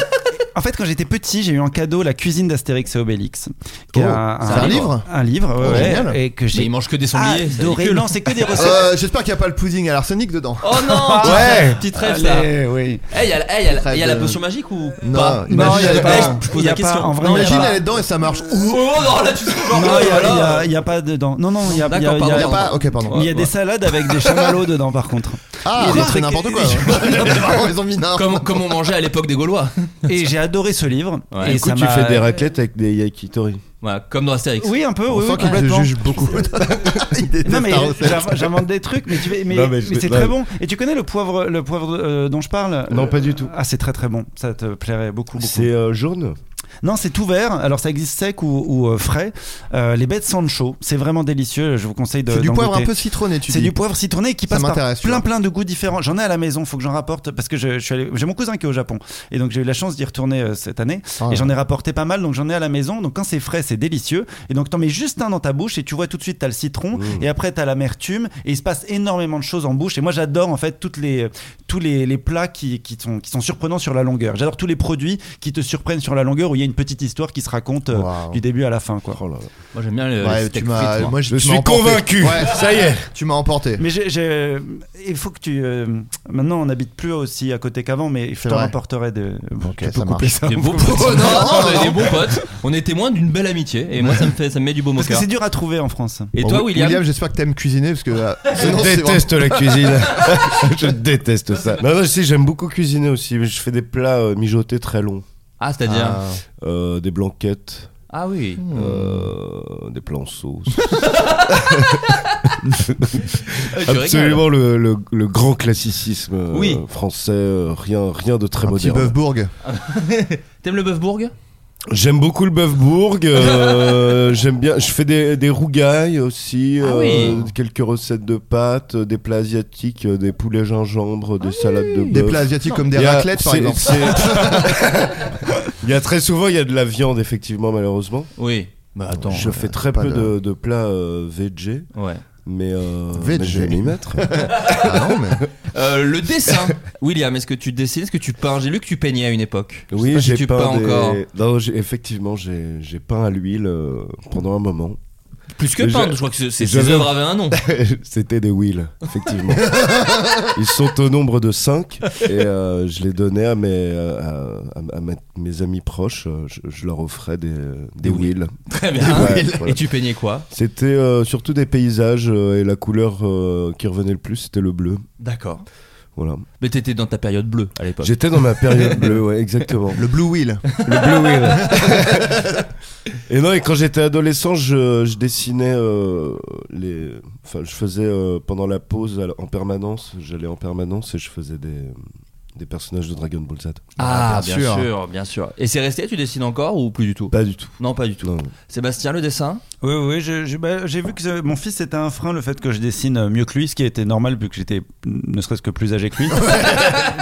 Speaker 7: En fait, quand j'étais petit, j'ai eu en cadeau la cuisine d'astérix et Obélix, qui est
Speaker 6: Oh,
Speaker 7: un,
Speaker 6: c'est un livre
Speaker 7: un livre, ouais,
Speaker 6: Oh,
Speaker 7: ouais,
Speaker 6: génial.
Speaker 7: et que
Speaker 5: Mais
Speaker 7: j'ai
Speaker 5: ils mangent que des sangliers. c'est
Speaker 7: adoré.
Speaker 5: ridicule.
Speaker 7: Non, c'est que des recettes.
Speaker 6: Euh, J'espère qu'il n'y a pas le pudding à l'arsenic dedans.
Speaker 5: Oh non
Speaker 2: Ouais.
Speaker 5: Petite rêve, ça.
Speaker 7: Ah, Allez, oui.
Speaker 5: Eh, il y a la- eh, il y a la- il y a la
Speaker 6: Trêve de-
Speaker 5: potion magique ou
Speaker 6: Non,
Speaker 5: pas
Speaker 6: imagine,
Speaker 7: Non, il y a
Speaker 6: elle est
Speaker 7: pas-
Speaker 5: Eh, Je pose
Speaker 7: il y a
Speaker 5: la
Speaker 7: pas-
Speaker 5: question.
Speaker 7: en vrai,
Speaker 5: Non,
Speaker 7: il y a
Speaker 6: Imagine,
Speaker 7: pas-
Speaker 6: elle est dedans et ça marche.
Speaker 7: Euh,
Speaker 5: Oh non, là, tu sais
Speaker 7: Non, il y a- il y
Speaker 5: pas.
Speaker 7: a- il y a pas dedans. Non, non, il y a, il y a-
Speaker 5: Ah, D'accord,
Speaker 7: il y a-
Speaker 5: pardon.
Speaker 6: Il y a pas. Ah, Ok, pardon.
Speaker 7: il y a des salades avec des chamallows dedans, par contre.
Speaker 6: Ah,
Speaker 7: il y a des
Speaker 6: c'est
Speaker 7: trucs-
Speaker 6: n'importe quoi. Vraiment, Ils ont mis n'importe
Speaker 5: Comme, comme on mangeait à l'époque des Gaulois.
Speaker 7: Et j'ai adoré ce livre.
Speaker 5: Ouais.
Speaker 7: et
Speaker 2: Du coup,
Speaker 7: ça
Speaker 2: tu
Speaker 7: m'a-
Speaker 2: fais des raclettes avec des yakitori.
Speaker 5: Voilà, comme dans Astérix.
Speaker 7: Oui, un peu,
Speaker 6: On
Speaker 7: oui,
Speaker 6: sent
Speaker 7: oui,
Speaker 6: qu'ils te
Speaker 7: complètement.
Speaker 6: jugent beaucoup. Ils détestent
Speaker 7: Non mais
Speaker 6: ta recette.
Speaker 7: j'inv- j'invente des trucs, mais, tu fais- mais,
Speaker 2: Non, mais
Speaker 7: mais
Speaker 2: je-
Speaker 7: c'est
Speaker 2: non.
Speaker 7: très bon. Et tu connais le poivre, le poivre euh, dont je parle
Speaker 2: Non, pas du tout.
Speaker 7: Ah, c'est très très bon. Ça te plairait beaucoup beaucoup.
Speaker 2: C'est euh, jaune.
Speaker 7: Non, c'est tout vert. Alors ça existe sec ou, ou, euh, frais. Euh, les baies de Sancho, c'est vraiment délicieux. Je vous conseille de.
Speaker 6: C'est du
Speaker 7: d'en
Speaker 6: poivre
Speaker 7: goûter.
Speaker 6: un peu citronné, tu
Speaker 7: C'est
Speaker 6: dis.
Speaker 7: du poivre citronné qui
Speaker 6: Ça
Speaker 7: passe par
Speaker 6: m'intéresse, tu
Speaker 7: plein
Speaker 6: vois.
Speaker 7: plein de goûts différents. J'en ai à la maison, faut que j'en rapporte parce que je, je suis allé- j'ai mon cousin qui est au Japon et donc j'ai eu la chance d'y retourner euh, cette année
Speaker 6: Ah.
Speaker 7: et j'en ai rapporté pas mal donc j'en ai à la maison. Donc quand c'est frais, c'est délicieux et donc t'en mets juste un dans ta bouche et tu vois tout de suite t'as le citron
Speaker 6: Mmh.
Speaker 7: et après t'as l'amertume et il se passe énormément de choses en bouche et moi j'adore en fait toutes les tous les, les plats qui, qui sont qui sont surprenants sur la longueur. J'adore tous les produits qui te surprennent sur la longueur où il y a une petite histoire qui se raconte euh,
Speaker 6: Waouh. Oh
Speaker 7: du début à la fin quoi.
Speaker 5: Moi j'aime bien le
Speaker 7: euh,
Speaker 6: Ouais,
Speaker 5: steak
Speaker 6: tu m'as-
Speaker 5: frites, moi.
Speaker 6: moi,
Speaker 2: Je
Speaker 6: je, tu m'as
Speaker 2: suis
Speaker 6: emporté.
Speaker 2: convaincu.
Speaker 6: Ouais,
Speaker 2: Ça y est.
Speaker 6: Tu m'as emporté.
Speaker 7: Mais j'ai- j'ai- il faut que tu. euh, maintenant, on n'habite plus aussi à côté qu'avant, mais je
Speaker 6: C'est
Speaker 7: te
Speaker 6: vrai.
Speaker 7: rapporterai de.
Speaker 6: Ok,
Speaker 7: tu peux
Speaker 6: ça
Speaker 7: couper
Speaker 6: marche.
Speaker 7: ça.
Speaker 5: Des bons potes. Non, non, on est des bons potes. On est témoins d'une belle amitié. Et moi, ça me fait, ça me met du beau
Speaker 7: Parce que
Speaker 5: moqueur.
Speaker 7: c'est dur à trouver en France.
Speaker 5: Et
Speaker 6: Bon,
Speaker 5: toi,
Speaker 6: Wi-
Speaker 5: William,
Speaker 6: j'espère que t'aimes cuisiner parce que euh,
Speaker 2: Je
Speaker 6: sinon, c'est
Speaker 2: déteste la cuisine. je déteste ça. Non, non, je sais, j'aime beaucoup cuisiner aussi. mais Je fais des plats euh, mijotés très longs.
Speaker 5: Ah, c'est-à-dire.
Speaker 6: vraiment-
Speaker 5: Ah,
Speaker 2: Euh, des blanquettes,
Speaker 5: oui.
Speaker 2: euh, des plats en sauce.
Speaker 5: Euh, tu rigoles.
Speaker 2: Absolument le, le- le grand classicisme euh,
Speaker 5: Oui.
Speaker 2: français. euh, rien, rien de très
Speaker 6: un petit
Speaker 2: moderne.
Speaker 6: bœuf bourg.
Speaker 5: T'aimes le bœuf bourg
Speaker 2: J'aime beaucoup le bœuf bourg. euh, J'aime bien. Je fais des, des rougailles aussi. euh,
Speaker 5: Ah oui.
Speaker 2: Quelques recettes de pâtes, euh, des plats asiatiques, euh, des poulets gingembre, des
Speaker 5: Ah
Speaker 2: salades de bœuf.
Speaker 6: Des plats asiatiques comme des
Speaker 2: Il y a-
Speaker 6: raclettes par
Speaker 2: euh, c'est-
Speaker 6: exemple.
Speaker 2: c'est- il y a très souvent il y a de la viande effectivement malheureusement.
Speaker 5: Oui. Bah attends.
Speaker 2: je fais très
Speaker 6: euh, pas
Speaker 2: peu
Speaker 6: de-
Speaker 2: de, de plats euh, VG,
Speaker 5: Ouais.
Speaker 2: mais, euh,
Speaker 6: VG.
Speaker 2: mais je vais m'y mettre.
Speaker 6: Ah non, mais
Speaker 5: Euh, le dessin. William, est-ce que tu dessines Est-ce que tu peins J'ai lu que tu peignais à une époque. Je sais
Speaker 2: oui,
Speaker 5: pas si
Speaker 2: j'ai
Speaker 5: tu
Speaker 2: peint,
Speaker 5: peins
Speaker 2: des-
Speaker 5: encore.
Speaker 2: Non, j'ai- effectivement, j'ai j'ai peint à l'huile euh, pendant un moment.
Speaker 5: Plus que
Speaker 2: Je-
Speaker 5: peindre, je crois que ce- ces
Speaker 2: je-
Speaker 5: ces œuvres avaient un nom.
Speaker 2: C'était des wheels, effectivement. Ils sont au nombre de 5 et euh, je les donnais à mes, euh, à, à- à ma- mes amis proches. euh, Je, je leur offrais des, des wheels.
Speaker 5: Très bien.
Speaker 2: Ouais,
Speaker 5: Et
Speaker 2: voilà.
Speaker 5: tu peignais quoi
Speaker 2: C'était euh, surtout des paysages euh, et la couleur euh, qui revenait le plus, c'était le bleu.
Speaker 5: D'accord.
Speaker 2: Voilà.
Speaker 5: Mais t'étais dans ta période bleue à l'époque.
Speaker 2: J'étais dans ma période bleue, ouais, exactement.
Speaker 6: le Blue Wheel.
Speaker 2: Le bleu, oui. ouais. et non, et quand j'étais adolescent, je, je dessinais euh, les. Enfin, je faisais euh, pendant la pause à la- en permanence, j'allais en permanence et je faisais des, des personnages de Dragon Ball Z.
Speaker 5: Ah,
Speaker 6: bien
Speaker 5: bien sûr.
Speaker 6: sûr.
Speaker 5: bien sûr. Et c'est resté Tu dessines encore ou plus du tout
Speaker 2: Pas du tout.
Speaker 5: Non, pas du tout.
Speaker 2: Non.
Speaker 5: Sébastien, le dessin
Speaker 7: Oui, oui, je- je- bah, j'ai vu que euh, mon fils était un frein le fait que je dessine euh, mieux que lui, ce qui était normal vu que j'étais euh, ne serait-ce que plus âgé que lui.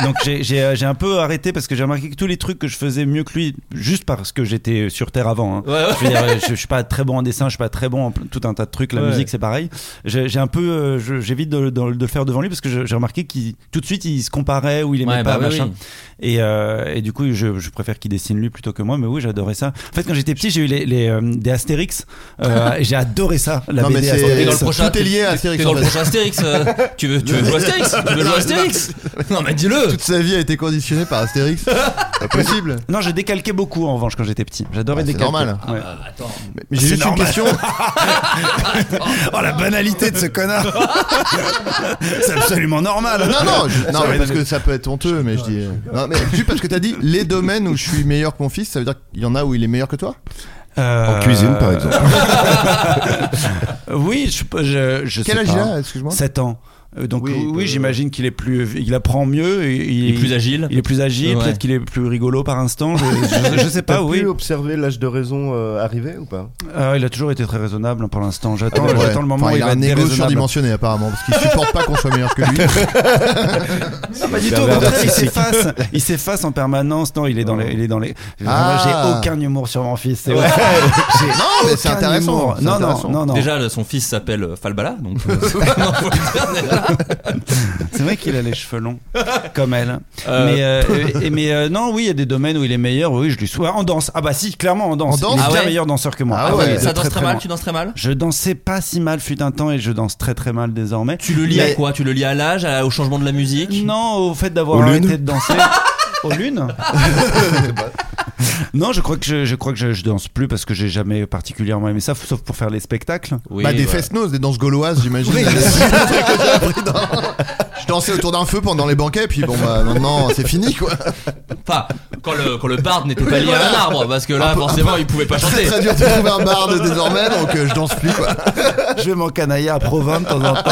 Speaker 7: Donc j'ai- j'ai euh, j'ai un peu arrêté parce que j'ai remarqué que tous les trucs que je faisais mieux que lui, juste parce que j'étais sur Terre avant. hein.
Speaker 5: Ouais, ouais.
Speaker 7: Je, veux dire, je, je suis pas très bon en dessin, je suis pas très bon en pl- tout un tas de trucs. La
Speaker 5: Ouais.
Speaker 7: musique, c'est pareil. J'ai j'ai un peu, euh, je- j'évite de, de- de le faire devant lui parce que je- j'ai remarqué qu'il tout de suite il se comparait ou il aimait
Speaker 5: Ouais,
Speaker 7: pas
Speaker 5: bah oui,
Speaker 7: machin.
Speaker 5: oui.
Speaker 7: Et, euh, et du coup, je, je préfère qu'il dessine lui plutôt que moi. Mais oui, j'adorais ça. En fait, quand j'étais petit, j'ai eu les, les, euh, des Astérix. Euh, et j'ai adoré ça. La
Speaker 6: Non, mais
Speaker 7: BD
Speaker 6: c'est-
Speaker 7: Astérix.
Speaker 5: T'es dans le
Speaker 6: ça-
Speaker 5: prochain.
Speaker 6: tout est lié à
Speaker 5: t'es-
Speaker 6: Astérix,
Speaker 5: T'es dans
Speaker 6: en
Speaker 5: le
Speaker 6: fait.
Speaker 5: prochain Astérix. euh, tu veux, tu veux jouer Astérix Tu veux jouer Astérix Non, mais dis-le.
Speaker 6: Toute sa vie a été conditionnée par Astérix. Pas possible.
Speaker 7: Non, j'ai décalqué beaucoup en revanche quand j'étais petit. J'adorais
Speaker 6: Ouais, c'est
Speaker 7: décalquer.
Speaker 6: normal. Ah
Speaker 7: Ouais.
Speaker 5: Attends.
Speaker 6: Mais J'ai juste une question. bah.
Speaker 7: Oh la banalité de ce connard C'est absolument normal
Speaker 6: Non, non, je-
Speaker 7: Ça
Speaker 6: non,
Speaker 7: va
Speaker 6: mais
Speaker 7: être-
Speaker 6: parce que ça peut être honteux, mais je dis. euh, Non, mais juste parce que t'as dit les domaines où je suis meilleur que mon fils, ça veut dire qu'il y en a où il est meilleur que toi
Speaker 7: Euh,
Speaker 2: En cuisine, par exemple.
Speaker 7: Oui, je, je, je
Speaker 6: Quel
Speaker 7: sais
Speaker 6: âge
Speaker 7: pas.
Speaker 6: il a, excuse-moi
Speaker 7: 7 ans. Euh, Donc
Speaker 6: Oui,
Speaker 7: oui,
Speaker 6: il peut-
Speaker 7: j'imagine qu'il est plus, il apprend mieux, et
Speaker 5: Il est plus agile.
Speaker 7: il est plus agile,
Speaker 5: Ouais.
Speaker 7: peut-être qu'il est plus rigolo par instant. Je, je- je sais
Speaker 2: T'as
Speaker 7: pas, oui.
Speaker 2: pu observer l'âge de raison euh, arriver ou pas
Speaker 7: Euh, il a toujours été très raisonnable pour l'instant. J'attends,
Speaker 6: Ah, Ouais.
Speaker 7: j'attends le moment
Speaker 6: Enfin,
Speaker 7: où il,
Speaker 6: il a
Speaker 7: va
Speaker 6: un
Speaker 7: être
Speaker 6: ego
Speaker 7: déraisonnable.
Speaker 6: surdimensionné apparemment parce qu'il supporte pas qu'on soit meilleur que lui.
Speaker 7: Ah, Pas du tout, au
Speaker 2: Pervers
Speaker 7: contraire, il s'efface. Il s'efface en permanence. Non, il est dans les. Il est dans les...
Speaker 6: Ah.
Speaker 7: Moi, j'ai aucun humour sur mon fils. c'est
Speaker 6: Ouais.
Speaker 7: vrai. J'ai
Speaker 6: Non, mais c'est
Speaker 7: aucun
Speaker 6: intéressant,
Speaker 7: humour.
Speaker 6: c'est
Speaker 7: Non,
Speaker 6: intéressant.
Speaker 7: non, non, non.
Speaker 5: Déjà, le- son fils s'appelle euh, Falbala, donc. euh, non, faut le dire, déjà.
Speaker 7: C'est vrai qu'il a les cheveux longs, comme elle.
Speaker 5: Euh,
Speaker 7: Mais, euh, et- et- mais euh, non, oui, il y a des domaines où il est meilleur. Oui, je lui souhaite. En danse. Ah bah si, clairement en danse.
Speaker 6: En danse
Speaker 7: il est
Speaker 5: Ah
Speaker 7: bien
Speaker 5: ouais
Speaker 7: meilleur danseur que moi.
Speaker 6: Ah
Speaker 5: Ah
Speaker 6: ouais,
Speaker 5: ouais,
Speaker 7: il est
Speaker 5: ça danse très, mal.
Speaker 7: bon.
Speaker 5: Tu danses très mal.
Speaker 7: Je dansais pas si mal fut un temps et je danse très très mal désormais.
Speaker 5: Tu le lis
Speaker 7: Mais-
Speaker 5: à quoi Tu le lis à l'âge, à- au changement de la musique
Speaker 7: Non, au fait
Speaker 2: Aux
Speaker 7: d'avoir
Speaker 2: lunes
Speaker 7: arrêté de danser. Aux lunes Non, je crois que je, je crois que je, je danse plus parce que j'ai jamais particulièrement aimé ça, sauf pour faire les spectacles.
Speaker 5: Oui,
Speaker 6: bah, des
Speaker 5: voilà.
Speaker 6: fest des danses gauloises, j'imagine.
Speaker 7: Oui.
Speaker 6: Des- des trucs que j'ai appris dans- Je dansais autour d'un feu pendant les banquets, puis bon, bah maintenant c'est fini quoi.
Speaker 5: Enfin, quand le, quand le barde n'était pas lié à un arbre, parce que là,
Speaker 6: Un peu-
Speaker 5: forcément, il pouvait pas
Speaker 6: C'est
Speaker 5: chanter.
Speaker 6: très dur de trouver un barde désormais, donc euh, je danse plus quoi.
Speaker 7: Je vais m'encanailler à Provence de temps en temps.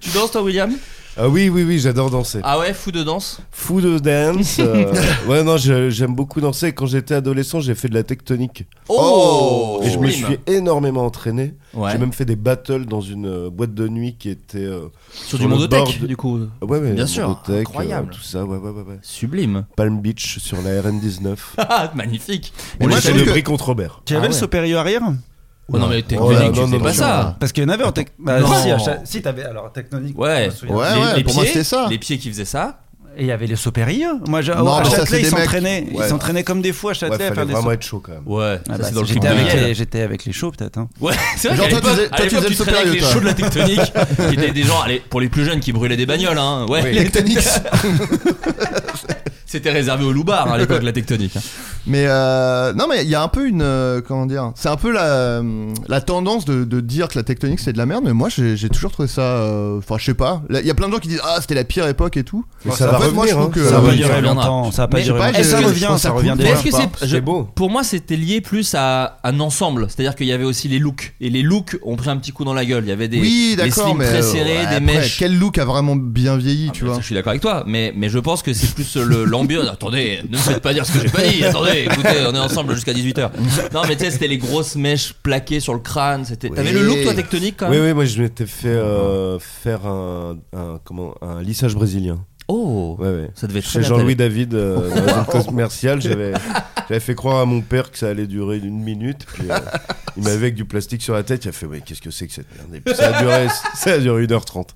Speaker 5: Tu danses, toi, William
Speaker 2: Ah oui, oui, oui, j'adore danser.
Speaker 5: Ah ouais, fou de danse
Speaker 2: Fou de dance. euh, ouais, non, je- j'aime beaucoup danser. Quand j'étais adolescent, j'ai fait de la tectonique.
Speaker 5: Oh
Speaker 2: Et je me
Speaker 5: Sublime.
Speaker 2: suis énormément entraîné.
Speaker 5: Ouais.
Speaker 2: J'ai même fait des battles dans une euh, boîte de nuit qui était euh,
Speaker 5: Sur du
Speaker 2: le
Speaker 5: Mondotech,
Speaker 2: bord de-
Speaker 5: du coup.
Speaker 2: Ouais, ouais,
Speaker 5: Bien sûr,
Speaker 2: Mondotech, euh,
Speaker 5: incroyable.
Speaker 2: tout ça, ouais, ouais, ouais, ouais.
Speaker 5: Sublime.
Speaker 2: Palm Beach sur la RN19.
Speaker 5: Ah, Magnifique.
Speaker 2: On
Speaker 7: moi,
Speaker 2: l'a
Speaker 7: je
Speaker 2: fait
Speaker 7: trouve
Speaker 2: le
Speaker 7: que-
Speaker 2: brick contre Robert.
Speaker 7: Tu avais
Speaker 5: Ah
Speaker 7: le
Speaker 5: ouais.
Speaker 7: Superior arrière
Speaker 5: Oh non, mais
Speaker 2: Oh là,
Speaker 5: technique, tu
Speaker 2: non,
Speaker 5: fais
Speaker 2: non,
Speaker 5: pas
Speaker 2: non,
Speaker 5: ça.
Speaker 7: Parce qu'il y en avait en tech. Bah,
Speaker 5: Non.
Speaker 7: si, à chaque- si, t'avais alors Technonique. je
Speaker 5: Ouais.
Speaker 7: me souviens.
Speaker 6: Ouais,
Speaker 5: les,
Speaker 6: ouais,
Speaker 5: les
Speaker 6: pour
Speaker 5: pieds,
Speaker 6: moi, c'était ça.
Speaker 5: Les pieds qui faisaient ça.
Speaker 7: Et il y avait les Superior. Moi, j'ai-
Speaker 6: Non,
Speaker 7: à
Speaker 6: mais ça, c'est
Speaker 7: Châtelet, ils
Speaker 6: des mecs.
Speaker 7: s'entraînaient.
Speaker 6: Ouais.
Speaker 7: Ils s'entraînaient comme des fous à
Speaker 2: Ouais,
Speaker 7: Châtelet à
Speaker 2: fallait
Speaker 7: faire des.
Speaker 2: vraiment
Speaker 7: so-
Speaker 2: être chaud quand même.
Speaker 5: Ouais,
Speaker 7: Ah
Speaker 5: ça
Speaker 7: bah,
Speaker 5: c'est dans le clip
Speaker 7: j'étais
Speaker 5: de
Speaker 7: avec,
Speaker 5: Miguel.
Speaker 7: les- j'étais avec les shows peut-être. hein.
Speaker 5: Ouais, c'est vrai
Speaker 6: Genre,
Speaker 5: qu'à
Speaker 6: toi, tu
Speaker 5: l'époque,
Speaker 6: faisais-
Speaker 5: à
Speaker 6: toi, tu
Speaker 5: l'époque,
Speaker 6: faisais
Speaker 5: tu
Speaker 6: le
Speaker 5: traînais avec les
Speaker 6: supérieur,
Speaker 5: shows de
Speaker 6: toi.
Speaker 5: la tectonique, qui étaient des gens, allez, pour les plus jeunes qui brûlaient des bagnoles, hein. Ouais,
Speaker 6: Les Techniques.
Speaker 5: c'était réservé aux loupards hein, à l'époque, la tectonique. hein.
Speaker 6: Mais euh, non, mais il y a un peu une euh, comment dire, c'est un peu la, euh, la tendance de, de dire que la tectonique c'est de la merde, mais moi j'ai j'ai toujours trouvé ça, euh, enfin je sais pas, Là, il y a plein de gens qui disent ah c'était la pire époque et tout.
Speaker 2: Mais
Speaker 6: Enfin,
Speaker 2: ça
Speaker 6: en
Speaker 2: va
Speaker 6: fait, moi, je
Speaker 2: revenir, hein.
Speaker 6: trouve que-
Speaker 2: Ça
Speaker 7: Ça
Speaker 2: va
Speaker 7: va pas
Speaker 5: durer
Speaker 7: durer
Speaker 5: longtemps.
Speaker 7: longtemps. Ça va pas
Speaker 5: Mais
Speaker 7: durer.
Speaker 6: je sais pas,
Speaker 7: longtemps. Ça
Speaker 6: je- je
Speaker 7: revient,
Speaker 6: pense
Speaker 7: ça
Speaker 6: à
Speaker 7: revient.
Speaker 6: Cool
Speaker 5: Mais
Speaker 6: Down.
Speaker 5: est-ce que c'est
Speaker 2: C'est
Speaker 5: je-
Speaker 2: beau.
Speaker 5: pour moi c'était lié plus à un ensemble, c'est-à-dire qu'il y avait aussi les looks et les looks ont pris un petit coup dans la gueule. Il y avait des
Speaker 6: oui
Speaker 5: des
Speaker 6: d'accord,
Speaker 5: slims
Speaker 6: mais
Speaker 5: très
Speaker 6: euh,
Speaker 5: serrés,
Speaker 6: ouais,
Speaker 5: des
Speaker 6: après,
Speaker 5: mèches.
Speaker 6: Quel look a vraiment bien vieilli,
Speaker 5: Ah,
Speaker 6: tu
Speaker 5: mais
Speaker 6: vois.
Speaker 5: ça, Je suis d'accord avec toi, mais, mais je pense que c'est plus euh, le- l'ambiance. attendez, ne me faites pas dire ce que j'ai pas dit. Attendez, écoutez, on est ensemble jusqu'à 18h. Non, mais tu sais, c'était les grosses mèches plaquées sur le crâne. c'était- T'avais
Speaker 6: Oui.
Speaker 5: le look, toi, tectonique quand
Speaker 2: Oui,
Speaker 5: même
Speaker 2: oui, moi je m'étais fait euh, faire un, un- comment, un lissage brésilien.
Speaker 5: Oh
Speaker 2: Ouais, ouais.
Speaker 5: Ça devait être très
Speaker 2: Chez
Speaker 5: bien,
Speaker 2: Jean-Louis David, euh, dans la zone commerciale, j'avais, j'avais fait croire à mon père que ça allait durer une minute. Puis, euh, il m'avait avec du plastique sur la tête. Il a fait Ouais, qu'est-ce que c'est que cette merde Et puis ça a duré, ça a duré 1h30.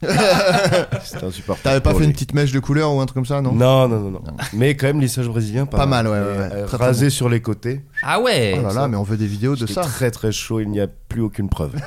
Speaker 2: C'était insupportable.
Speaker 6: T'avais pas
Speaker 2: pour
Speaker 6: fait
Speaker 2: lui.
Speaker 6: une petite mèche de couleur ou un truc comme ça, non
Speaker 2: Non, non, non, non. Mais quand même, lissage brésilien, pas,
Speaker 6: Pas mal, ouais,
Speaker 2: Et,
Speaker 6: ouais, ouais.
Speaker 2: euh,
Speaker 6: Très, très
Speaker 2: rasé
Speaker 6: bon.
Speaker 2: sur les côtés.
Speaker 5: Ah ouais
Speaker 6: Oh là là, mais on veut des vidéos de
Speaker 2: J'étais
Speaker 6: ça.
Speaker 2: très très chaud, il n'y a plus aucune preuve.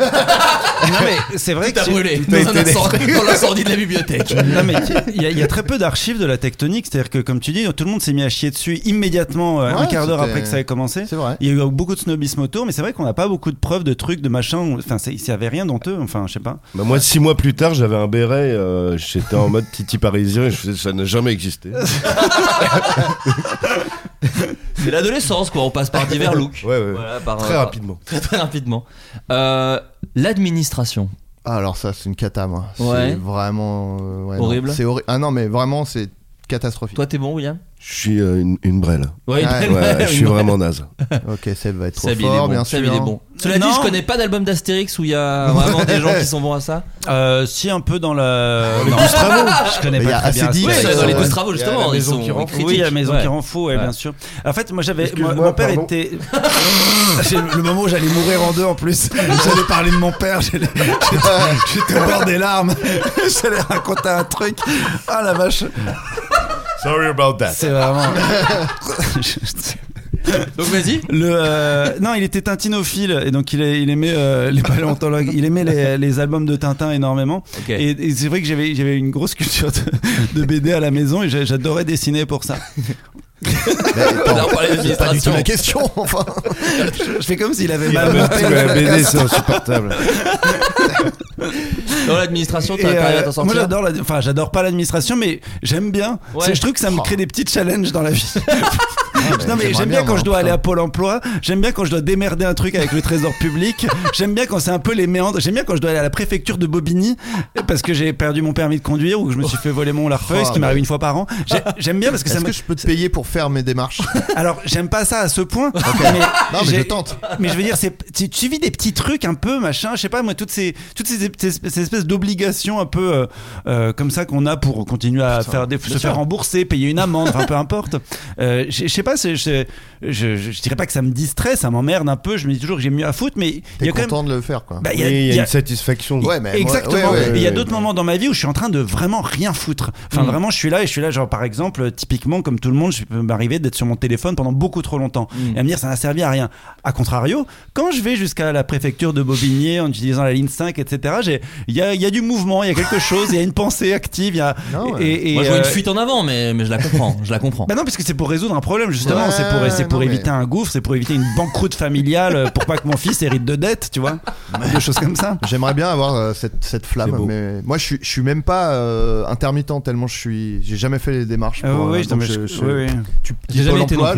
Speaker 7: Non mais c'est vrai
Speaker 5: Tout
Speaker 7: que
Speaker 5: a
Speaker 7: c'est-
Speaker 5: brûlé
Speaker 7: Mais-
Speaker 5: dans un incendie- dans l'incendie de la bibliothèque.
Speaker 7: Non, mais il y, a- il y a très peu d'archives de la tectonique, c'est-à-dire que comme tu dis, tout le monde s'est mis à chier dessus immédiatement euh, un
Speaker 6: Ouais,
Speaker 7: quart d'heure
Speaker 6: c'était-
Speaker 7: après que ça ait commencé.
Speaker 6: C'est vrai.
Speaker 7: Il y a eu beaucoup de snobisme autour, mais c'est vrai qu'on n'a pas beaucoup de preuves de trucs, de machins. Enfin, c'est- il n'y avait rien honteux. Enfin, je sais pas.
Speaker 2: Bah moi, six mois plus tard, j'avais un béret, euh, j'étais en mode titi parisien et je faisais ça n'a jamais existé.
Speaker 5: C'est l'adolescence, quoi. On passe par divers looks.
Speaker 2: Ouais, ouais, ouais.
Speaker 5: Voilà, par-
Speaker 2: Très
Speaker 5: par-
Speaker 2: rapidement.
Speaker 5: Très, très rapidement. Euh, L'administration.
Speaker 6: Ah, alors ça c'est une cata moi.
Speaker 5: Ouais.
Speaker 6: C'est vraiment euh, ouais, non.
Speaker 5: Horrible.
Speaker 6: C'est horri- Ah non mais vraiment c'est catastrophique.
Speaker 5: Toi, t'es bon, William
Speaker 2: Je suis euh, une, une brêle.
Speaker 5: Ouais,
Speaker 6: Ah,
Speaker 5: une-
Speaker 2: Ouais, je suis
Speaker 5: une-
Speaker 2: vraiment naze.
Speaker 6: ok, Seb va être trop
Speaker 5: Seb, il est
Speaker 6: fort,
Speaker 5: bon.
Speaker 6: bien sûr.
Speaker 5: Seb, il est bon. Cela dit,
Speaker 7: Non.
Speaker 5: je connais pas d'album d'Astérix où il y a vraiment des gens qui sont bons à ça.
Speaker 7: Euh, si un peu dans la. Non, je connais
Speaker 6: Mais il y
Speaker 7: pas
Speaker 6: a
Speaker 7: très bien.
Speaker 6: Acédic,
Speaker 5: Oui,
Speaker 6: Ouais,
Speaker 5: ça,
Speaker 6: ouais,
Speaker 5: euh, dans les
Speaker 6: ouais.
Speaker 5: douze travaux,
Speaker 2: Il y a
Speaker 5: justement.
Speaker 2: la
Speaker 5: Ils
Speaker 2: maison
Speaker 5: sont
Speaker 2: qui rend fou.
Speaker 5: critiques.
Speaker 7: Oui, la maison
Speaker 5: Ouais.
Speaker 7: qui rend fou, ouais,
Speaker 5: Ouais.
Speaker 7: bien sûr. En fait, moi j'avais.
Speaker 2: Excuse-moi,
Speaker 7: mon- mon père
Speaker 2: pardon.
Speaker 7: était.
Speaker 4: C'est le moment où j'allais mourir en deux en plus. J'allais parler de mon père, j'allais- j'étais j'étais au bord des larmes. J'allais raconter un truc. Ah la vache,
Speaker 2: Sorry about that.
Speaker 4: c'est vraiment.
Speaker 5: Donc, vas-y.
Speaker 7: Le euh, non, il était tintinophile et donc il, a- il aimait euh, les paléontologues, il aimait les, les albums de Tintin énormément.
Speaker 5: Ok.
Speaker 7: Et, et c'est vrai que j'avais j'avais une grosse culture de, de BD à la maison et j'a- j'adorais dessiner pour ça.
Speaker 5: On a parlé
Speaker 4: C'est pas du tout
Speaker 5: d'administration.
Speaker 4: la question. Enfin, je fais comme s'il avait
Speaker 2: Il
Speaker 4: mal
Speaker 2: m'a parti
Speaker 4: monté.
Speaker 2: avec la BD, c'est insupportable.
Speaker 5: Dans l'administration,
Speaker 7: Et,
Speaker 5: t'as arrivé à
Speaker 7: euh,
Speaker 5: t'en
Speaker 7: moi
Speaker 5: sortir.
Speaker 7: j'adore, la- enfin j'adore pas l'administration, mais j'aime bien.
Speaker 5: Ouais.
Speaker 7: C'est- Je trouve que
Speaker 6: Oh.
Speaker 7: ça me crée des petits challenges dans la vie. non mais j'aime bien, quand je
Speaker 6: hein.
Speaker 7: dois aller à Pôle Emploi, j'aime bien quand je dois démerder un truc avec le Trésor Public, j'aime bien quand c'est un peu les méandres, j'aime bien quand je dois aller à la préfecture de Bobigny parce que j'ai perdu mon permis de conduire ou que je me suis fait voler mon larfeuille, ce qui m'arrive une fois par an. J'ai- J'aime bien parce que ça
Speaker 6: Oh, Est-ce
Speaker 7: me.
Speaker 6: que je peux te payer pour faire mes démarches
Speaker 7: Alors j'aime pas ça à ce point. mais
Speaker 6: Non, mais
Speaker 7: j'ai-
Speaker 6: je tente.
Speaker 7: mais je veux dire, c'est, tu, tu vis des petits trucs un peu machin, je sais pas moi, toutes ces, toutes ces, ces- ces espèces d'obligations un peu euh, euh, comme ça qu'on a pour continuer à faire des- se faire rembourser, payer une amende, enfin peu importe. Euh, je je sais pas, c'est- je, je, je- je dirais pas que ça me distrait, ça m'emmerde un peu. Je me dis toujours que j'ai mieux à foutre, mais il y
Speaker 6: T'es
Speaker 7: a quand
Speaker 6: content
Speaker 7: même.
Speaker 6: de le faire, quoi.
Speaker 7: bah,
Speaker 2: Oui, Il y, a une satisfaction.
Speaker 6: Ouais, mais moi-
Speaker 7: Exactement.
Speaker 6: ouais,
Speaker 7: Et
Speaker 6: ouais,
Speaker 7: il y a
Speaker 2: ouais,
Speaker 7: d'autres
Speaker 2: ouais.
Speaker 7: moments dans ma vie où je suis en train de vraiment rien foutre. Enfin,
Speaker 5: Mm.
Speaker 7: vraiment, je suis là et je suis là, genre par exemple, typiquement, comme tout le monde, je peux m'arriver d'être sur mon téléphone pendant beaucoup trop longtemps
Speaker 6: Mm.
Speaker 7: et à me dire ça n'a servi à rien. A contrario, quand je vais jusqu'à la préfecture de Bobigny en utilisant la ligne 5, etc., j'ai- il y a, il y a du mouvement, il y a quelque chose, il y a une pensée active, il y a.
Speaker 6: Non, ouais.
Speaker 7: et- et-
Speaker 5: Moi, je vois une
Speaker 7: euh,
Speaker 5: fuite en avant, mais mais je la comprends. Je la comprends.
Speaker 7: bah non, parce que c'est pour résoudre un problème. Je justement.
Speaker 6: Ouais,
Speaker 7: c'est pour, c'est pour
Speaker 6: non, mais-
Speaker 7: éviter un gouffre, c'est pour éviter une banqueroute familiale, euh, pour pas que mon fils hérite de dettes, tu vois. Des choses comme ça.
Speaker 6: J'aimerais bien avoir euh, cette, cette flamme, mais moi je suis, je suis même pas euh, intermittent tellement je suis. J'ai jamais fait les démarches.
Speaker 7: Ah
Speaker 6: pour,
Speaker 7: oui,
Speaker 6: euh,
Speaker 7: je-
Speaker 6: donc
Speaker 7: mais je-
Speaker 6: je- je-
Speaker 7: oui, oui.
Speaker 6: tu- tu Pôle emploi,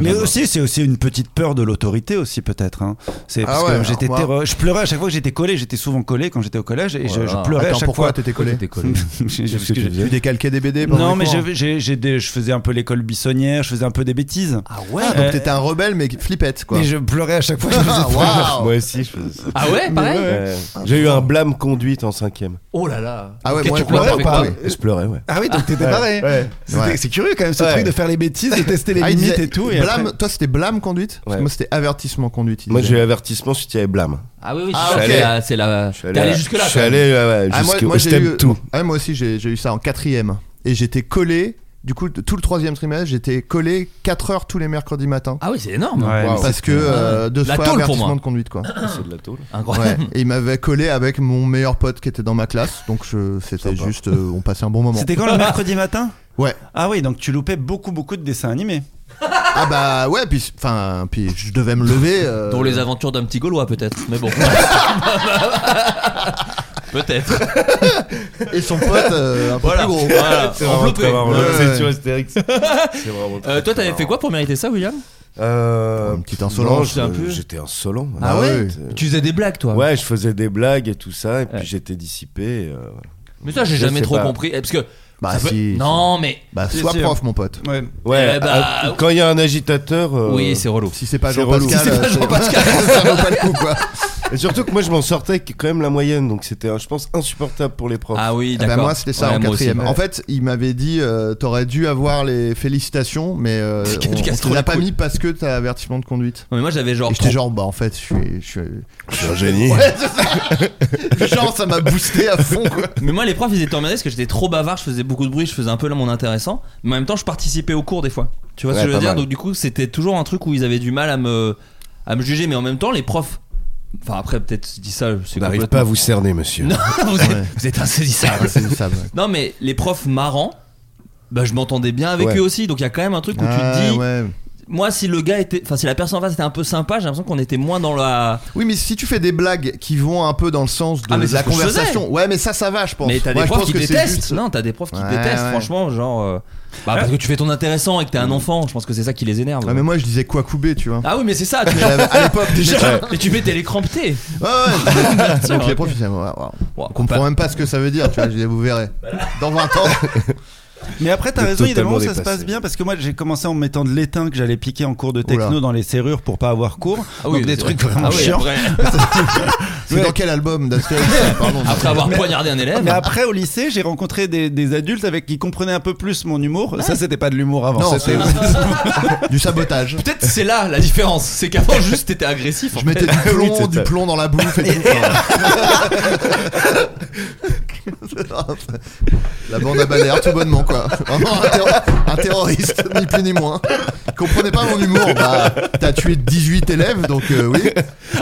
Speaker 7: Mais aussi, c'est aussi une petite peur de l'autorité aussi peut-être. hein. C'est
Speaker 6: Ah
Speaker 7: parce
Speaker 6: ouais,
Speaker 7: que j'étais
Speaker 6: alors,
Speaker 7: terreur- je pleurais à chaque fois que j'étais collé. J'étais souvent collé quand j'étais au collège et je- je,
Speaker 6: Voilà.
Speaker 7: pleurais
Speaker 6: Attends,
Speaker 7: à chaque
Speaker 6: pourquoi
Speaker 7: fois.
Speaker 6: t'étais collé Pourquoi t'étais collé
Speaker 7: J'ai-
Speaker 6: Qu'est-ce
Speaker 7: parce
Speaker 6: que
Speaker 7: que
Speaker 6: tu
Speaker 7: j'ai-
Speaker 6: faisais Tu décalquais des BD pendant
Speaker 7: Non,
Speaker 6: les
Speaker 7: mais
Speaker 6: cours hein.
Speaker 7: j'ai- j'ai- j'ai des- je faisais un peu l'école buissonnière. Je faisais un peu des bêtises. Ah
Speaker 6: Ouais, donc t'étais un rebelle mais flippette quoi.
Speaker 7: Mais je pleurais à chaque fois que je faisais ça.
Speaker 6: Waouh.
Speaker 2: Moi aussi, je faisais ça.
Speaker 5: Ah ouais, pareil
Speaker 2: Ouais. J'ai eu un blâme conduite en cinquième.
Speaker 5: Oh là là.
Speaker 6: Ah ouais,
Speaker 2: Ok,
Speaker 6: moi,
Speaker 2: tu
Speaker 6: je pleurais
Speaker 2: pleurais
Speaker 6: ou
Speaker 2: ou
Speaker 6: pas,
Speaker 2: pas
Speaker 6: oui.
Speaker 2: Je pleurais, ouais.
Speaker 7: Ah oui, donc t'étais
Speaker 2: Ouais,
Speaker 7: barré.
Speaker 2: ouais.
Speaker 7: C'était-
Speaker 2: Ouais.
Speaker 7: C'est curieux quand même ce
Speaker 2: Ouais.
Speaker 7: truc de faire les bêtises, de tester les
Speaker 6: Ah, il
Speaker 7: limites
Speaker 6: disait
Speaker 7: et tout. Et
Speaker 6: blâme-
Speaker 7: après-
Speaker 6: Toi c'était blâme conduite Parce que
Speaker 2: Ouais.
Speaker 6: Moi c'était avertissement conduite. il
Speaker 2: Moi,
Speaker 6: disait.
Speaker 2: j'ai eu avertissement, suite il y avait blâme.
Speaker 5: Ah oui, oui,
Speaker 6: Ah,
Speaker 5: c'est
Speaker 6: ok.
Speaker 5: allé la- c'est la.
Speaker 2: suis allé
Speaker 5: T'es allé
Speaker 2: à-
Speaker 5: jusque là.
Speaker 2: je suis allé, ouais, ouais,
Speaker 6: Ah, moi,
Speaker 2: jusqu'au-
Speaker 6: moi,
Speaker 2: je
Speaker 6: j'ai
Speaker 2: t'aime
Speaker 6: eu-
Speaker 2: tout.
Speaker 6: ah, moi aussi, j'ai j'ai eu ça en quatrième. Et j'étais collé. Du coup, tout le troisième trimestre, j'étais collé 4 heures tous les mercredis matins.
Speaker 5: Ah oui, c'est énorme.
Speaker 7: Ouais, mais
Speaker 6: Parce
Speaker 7: c'est-
Speaker 6: que euh, deux
Speaker 5: La
Speaker 6: fois
Speaker 5: tôle pour
Speaker 6: avertissement
Speaker 5: moi.
Speaker 6: de conduite, quoi.
Speaker 2: C'est de la tôle.
Speaker 6: Ouais.
Speaker 5: Incroyable.
Speaker 6: Et il m'avait collé avec mon meilleur pote qui était dans ma classe. Donc, je- c'était
Speaker 2: Sympa.
Speaker 6: juste. euh, on passait un bon moment.
Speaker 7: C'était quand le mercredi matin
Speaker 6: Ouais.
Speaker 7: Ah oui, donc tu loupais beaucoup beaucoup de dessins animés.
Speaker 6: Ah, bah ouais, puis, enfin, puis je devais me lever. euh,
Speaker 5: Dont les aventures d'un petit Gaulois, peut-être. Mais bon. peut-être.
Speaker 6: et son pote euh, un peu
Speaker 5: Voilà.
Speaker 6: plus gros.
Speaker 5: Voilà. Enveloppé.
Speaker 6: Ouais, ouais.
Speaker 2: C'est sur Astérix. C'est vraiment très,
Speaker 5: Euh, Toi,
Speaker 2: très
Speaker 5: t'avais fait
Speaker 2: marrant.
Speaker 5: quoi pour mériter ça, William
Speaker 2: euh,
Speaker 6: Une petite insolence,
Speaker 2: non,
Speaker 5: un
Speaker 2: je-
Speaker 5: peu.
Speaker 2: J'étais insolent.
Speaker 6: Ah ouais
Speaker 5: Tu faisais des blagues, toi.
Speaker 2: Ouais, je faisais des blagues et tout ça, et
Speaker 5: Ouais.
Speaker 2: puis j'étais dissipé. euh, voilà.
Speaker 5: Mais ça, j'ai
Speaker 2: Je
Speaker 5: jamais
Speaker 2: sais
Speaker 5: trop
Speaker 2: pas.
Speaker 5: compris. Eh, Parce que.
Speaker 6: Bah,
Speaker 5: ça peut-
Speaker 6: si.
Speaker 5: Non, mais.
Speaker 6: Bah, sois
Speaker 7: Si, si.
Speaker 6: prof, mon pote.
Speaker 7: Ouais.
Speaker 2: Ouais,
Speaker 5: Eh bah,
Speaker 2: ah, quand il y a un agitateur. euh,
Speaker 5: Oui, c'est relou. Ah
Speaker 6: Si c'est pas
Speaker 2: C'est relou.
Speaker 6: Jean-Pascal,
Speaker 2: Si c'est pas
Speaker 6: euh, ça vaut pas le coup, quoi.
Speaker 2: Et surtout que moi, je m'en sortais avec quand même la moyenne, donc c'était, euh, je pense, insupportable pour les profs.
Speaker 5: Ah oui,
Speaker 6: Eh ben
Speaker 5: d'accord.
Speaker 6: moi c'était ça
Speaker 5: Ouais,
Speaker 6: en
Speaker 5: moi aussi.
Speaker 6: quatrième. En fait, il m'avait dit euh, t'aurais dû avoir les félicitations, mais euh,
Speaker 5: C'est qu'il y
Speaker 6: on,
Speaker 5: a du
Speaker 6: on
Speaker 5: gastro
Speaker 6: te l'a
Speaker 5: la
Speaker 6: pas
Speaker 5: couille.
Speaker 6: mis parce que t'as avertissement de conduite.
Speaker 5: Non, mais moi, j'avais genre.
Speaker 6: Et j'étais genre bah en fait je suis, je suis...
Speaker 2: Je suis un génie.
Speaker 6: genre ça m'a boosté à fond. Quoi.
Speaker 5: Mais moi, les profs, ils étaient emmerdés parce que j'étais trop bavard, je faisais beaucoup de bruit, je faisais un peu là mon intéressant. Mais en même temps, je participais au cours des fois. Tu vois ce
Speaker 2: Ouais,
Speaker 5: que je veux
Speaker 2: pas
Speaker 5: dire
Speaker 2: mal.
Speaker 5: Donc, du coup, c'était toujours un truc où ils avaient du mal à me, à me juger. Mais en même temps, les profs. Enfin, après, peut-être, je dis ça,
Speaker 2: On
Speaker 5: c'est
Speaker 2: n'arrive
Speaker 5: complètement-
Speaker 2: pas à vous cerner, monsieur.
Speaker 5: Non, vous êtes,
Speaker 6: Ouais.
Speaker 5: vous êtes insaisissables.
Speaker 6: Ah, C'est ça, ouais.
Speaker 5: non, mais les profs marrants, bah, je m'entendais bien avec
Speaker 2: Ouais.
Speaker 5: eux aussi. Donc, il y a quand même un truc où tu
Speaker 6: Ah,
Speaker 5: te dis.
Speaker 6: ouais.
Speaker 5: Moi, si le gars était. Enfin, si la personne en face était un peu sympa, j'ai l'impression qu'on était moins dans la.
Speaker 6: Oui, mais si tu fais des blagues qui vont un peu dans le sens de
Speaker 5: Ah, mais c'est
Speaker 6: la
Speaker 5: ce que je
Speaker 6: conversation, ouais, mais ça, ça va, je pense.
Speaker 5: Mais t'as des
Speaker 6: Moi, je
Speaker 5: profs
Speaker 6: pense
Speaker 5: qui
Speaker 6: que c'est
Speaker 5: détestent.
Speaker 6: juste-
Speaker 5: Non, t'as des profs qui
Speaker 6: Ouais,
Speaker 5: détestent,
Speaker 6: ouais.
Speaker 5: franchement, genre. euh, Bah, parce que tu fais ton intéressant et que t'es un enfant, je pense que c'est ça qui les énerve.
Speaker 6: Ah, mais moi, je disais quoi couper, tu vois.
Speaker 5: Ah oui, mais c'est ça, tu
Speaker 6: À l'époque, déjà.
Speaker 5: Mais tu- mais tu mets tes les crampetés.
Speaker 6: Ouais, ouais.
Speaker 5: sûr,
Speaker 6: Donc
Speaker 5: ouais.
Speaker 6: les profs, ils disaient, ouais, ouais.
Speaker 5: Bon,
Speaker 6: On comprend
Speaker 5: pas-
Speaker 6: même pas ce que ça veut dire, tu vois. Je disais, vous verrez. Dans 20 ans.
Speaker 7: Mais après, t'as
Speaker 2: De
Speaker 7: raison, il y a des moments où ça
Speaker 2: totalement
Speaker 7: se passe
Speaker 2: dépassé.
Speaker 7: bien parce que moi j'ai commencé en mettant de l'étain que j'allais piquer en cours de techno
Speaker 6: Oula.
Speaker 7: dans les serrures pour pas avoir cours.
Speaker 5: Ah oui,
Speaker 7: Donc des
Speaker 5: c'est vrai.
Speaker 7: trucs vraiment
Speaker 5: Ah oui,
Speaker 7: chiants.
Speaker 5: après,
Speaker 6: C'est dans quel album d'Astérix Pardon.
Speaker 5: après avoir poignardé un élève.
Speaker 7: Mais après, au lycée, j'ai rencontré des, des adultes avec qui comprenaient un peu plus mon humour. Ça, c'était pas de l'humour avant.
Speaker 6: Non,
Speaker 7: c'était-
Speaker 6: Du sabotage.
Speaker 5: Peut-être c'est là la différence, c'est qu'avant juste t'étais agressif. en
Speaker 6: Je mettais
Speaker 5: fait.
Speaker 6: du plomb,
Speaker 2: c'est
Speaker 6: du
Speaker 2: ça.
Speaker 6: plomb dans la bouffe et tout. enfin. la bande à Bader, tout bonnement, quoi. Vraiment un, terro- un terroriste, ni plus ni moins. Il comprenait pas mon humour. Bah, t'as tué 18 élèves, donc euh, oui.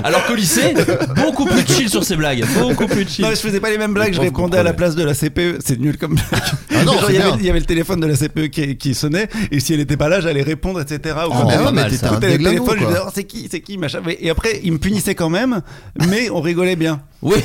Speaker 5: Alors qu'au lycée, beaucoup plus de chill sur ses blagues. Beaucoup plus de chill.
Speaker 7: Non, mais je faisais pas les mêmes blagues, je
Speaker 2: profs
Speaker 7: répondais à la
Speaker 2: comprenaient.
Speaker 7: place de la CPE. C'est nul comme blague.
Speaker 6: Ah non,
Speaker 7: Genre,
Speaker 6: c'est
Speaker 7: il, y avait,
Speaker 6: bien.
Speaker 7: il y avait le téléphone de la CPE qui, qui sonnait, et si elle était pas là, j'allais répondre, etc. Au
Speaker 6: Ah,
Speaker 5: mais
Speaker 7: téléphone,
Speaker 5: ouais, mais
Speaker 7: j'écoutais
Speaker 5: t'étais
Speaker 6: un
Speaker 7: le
Speaker 6: déglano,
Speaker 7: téléphone, je
Speaker 6: quoi.
Speaker 7: disais, Oh, c'est qui, c'est qui, machin. Mais- Et après, il me punissait quand même, mais on rigolait bien.
Speaker 5: Oui.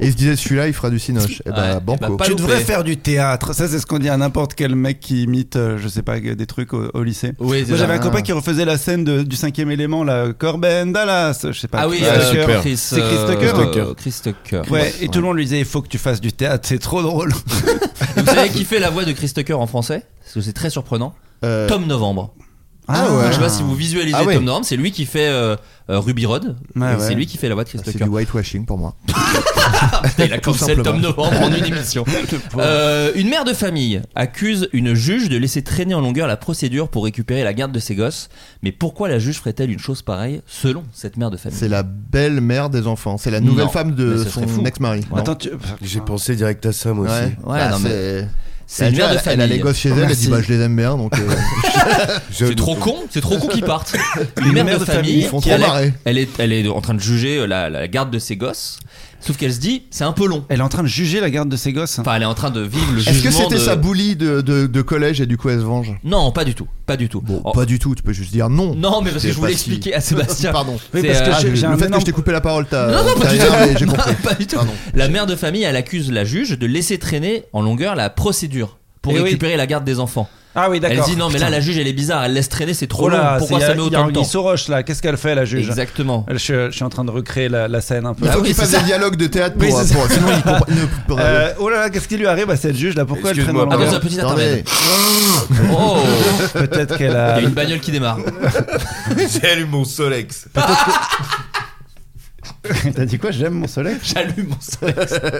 Speaker 6: Et il se disait, celui-là, il fera du cinoche. Et
Speaker 5: Ouais,
Speaker 6: bah,
Speaker 5: eh
Speaker 6: banco.
Speaker 5: bah, pas
Speaker 7: tu
Speaker 5: loupé.
Speaker 7: devrais faire du théâtre. Ça, c'est ce qu'on dit à n'importe quel mec qui imite, euh, je sais pas, des trucs au, au lycée.
Speaker 5: Oui, c'est
Speaker 7: Moi, j'avais
Speaker 5: ça.
Speaker 7: un copain qui refaisait la scène de- du cinquième élément, là, Corben Dallas, je sais pas.
Speaker 5: Ah oui,
Speaker 7: Chris
Speaker 5: euh,
Speaker 7: Tucker.
Speaker 2: super.
Speaker 5: Chris,
Speaker 7: C'est Chris
Speaker 5: euh,
Speaker 7: Tucker.
Speaker 5: euh, Chris Tucker.
Speaker 7: Ouais, et tout le monde lui disait, il faut que tu fasses du théâtre, c'est trop drôle.
Speaker 5: Vous savez qui fait la voix de Chris Tucker en français Parce que c'est très surprenant.
Speaker 6: Euh,
Speaker 5: Tom Novembre.
Speaker 6: Ah ouais.
Speaker 5: Je sais pas si vous visualisez
Speaker 2: Ah ouais.
Speaker 5: Tom Novembre, c'est lui qui fait euh, euh, Ruby Rod.
Speaker 7: Ouais,
Speaker 5: Et C'est
Speaker 7: ouais.
Speaker 5: lui qui fait la voix de Chris
Speaker 6: Ah, C'est
Speaker 5: Tucker.
Speaker 6: du whitewashing pour moi.
Speaker 5: Ah, putain, il a cancel
Speaker 6: simplement.
Speaker 5: Tom Novembre en une émission. Euh, une mère de famille accuse une juge de laisser traîner en longueur la procédure pour récupérer la garde de ses gosses. Mais pourquoi la juge ferait-elle une chose pareille selon cette mère de famille
Speaker 6: C'est la belle-mère des enfants. C'est la nouvelle
Speaker 5: Non,
Speaker 6: femme
Speaker 5: mais
Speaker 6: de
Speaker 5: ce serait
Speaker 6: son
Speaker 5: fou.
Speaker 6: ex-mari.
Speaker 5: Ouais.
Speaker 7: Attends, tu-
Speaker 2: J'ai pensé direct à ça, moi
Speaker 6: Ouais. Bah,
Speaker 2: aussi.
Speaker 5: Ouais, non, mais-
Speaker 6: c'est-
Speaker 5: C'est
Speaker 6: elle,
Speaker 5: une
Speaker 6: tu vois,
Speaker 5: mère de
Speaker 6: elle-
Speaker 5: famille.
Speaker 6: Elle a les gosses chez elle, elle dit
Speaker 5: C'est-
Speaker 6: bah je les aime bien donc. euh,
Speaker 5: C'est trop con, c'est trop con qu'ils partent. Une mère de famille,
Speaker 6: Ils font
Speaker 5: qui
Speaker 6: trop
Speaker 5: elle, est-
Speaker 6: marrer.
Speaker 5: euh, elle est, elle est en train de juger la, la garde de ses gosses Sauf qu'elle se dit, c'est un peu long.
Speaker 7: Elle est en train de juger la garde de ses gosses.
Speaker 5: Enfin, elle est en train de vivre le jugement.
Speaker 6: Est-ce que c'était
Speaker 5: de-
Speaker 6: sa boulie de, de- de collège et du coup elle se venge
Speaker 5: Non, pas du tout. Pas du tout. Oh.
Speaker 6: Pas du tout, tu peux juste dire non.
Speaker 5: Non, mais parce que
Speaker 6: C'est
Speaker 5: je voulais
Speaker 6: pas si-
Speaker 5: expliquer à Sébastien.
Speaker 6: Pardon.
Speaker 5: Oui, parce euh, que
Speaker 6: Ah,
Speaker 5: j'ai-
Speaker 6: le
Speaker 5: j'ai un
Speaker 6: fait que
Speaker 5: énorme-
Speaker 6: je t'ai coupé la parole, t'as.
Speaker 5: Non, non,
Speaker 6: t'as
Speaker 5: pas du
Speaker 6: rien, mais J'ai
Speaker 5: tout.
Speaker 6: compris.
Speaker 5: Pas du tout. La mère de famille, elle accuse la juge de laisser traîner en longueur la procédure pour
Speaker 7: Eh oui.
Speaker 5: récupérer la garde des enfants.
Speaker 7: Ah oui, d'accord.
Speaker 5: Elle dit non, mais là,
Speaker 7: Putain.
Speaker 5: la juge, elle est bizarre. Elle laisse traîner, c'est trop
Speaker 7: Oh là,
Speaker 5: long. Pourquoi
Speaker 7: c'est-
Speaker 5: ça
Speaker 7: il y
Speaker 5: met
Speaker 7: a-
Speaker 5: autant
Speaker 7: Il
Speaker 5: de
Speaker 7: y a
Speaker 5: temps
Speaker 7: Anguille Soroche, là, qu'est-ce qu'elle fait la juge
Speaker 5: Exactement. Ah
Speaker 7: Elle- je, je suis en train de recréer la, la scène un peu.
Speaker 6: Il faut qu'il fasse des dialogues de théâtre pour.
Speaker 7: Oui, c'est ça.
Speaker 6: pour- Sinon, il comprend. ne- pour-
Speaker 7: Euh, oh là là, qu'est-ce qui lui arrive à cette juge là Pourquoi elle traîne
Speaker 6: Excuse-moi,
Speaker 5: Ah,
Speaker 7: en
Speaker 6: pardon.
Speaker 7: longueur
Speaker 6: Attendez.
Speaker 5: Oh
Speaker 7: Peut-être qu'elle
Speaker 5: Il y
Speaker 7: a.
Speaker 5: a une bagnole qui démarre.
Speaker 2: Salut mon Solex.
Speaker 7: T'as dit quoi J'aime mon soleil
Speaker 5: J'allume mon Solex.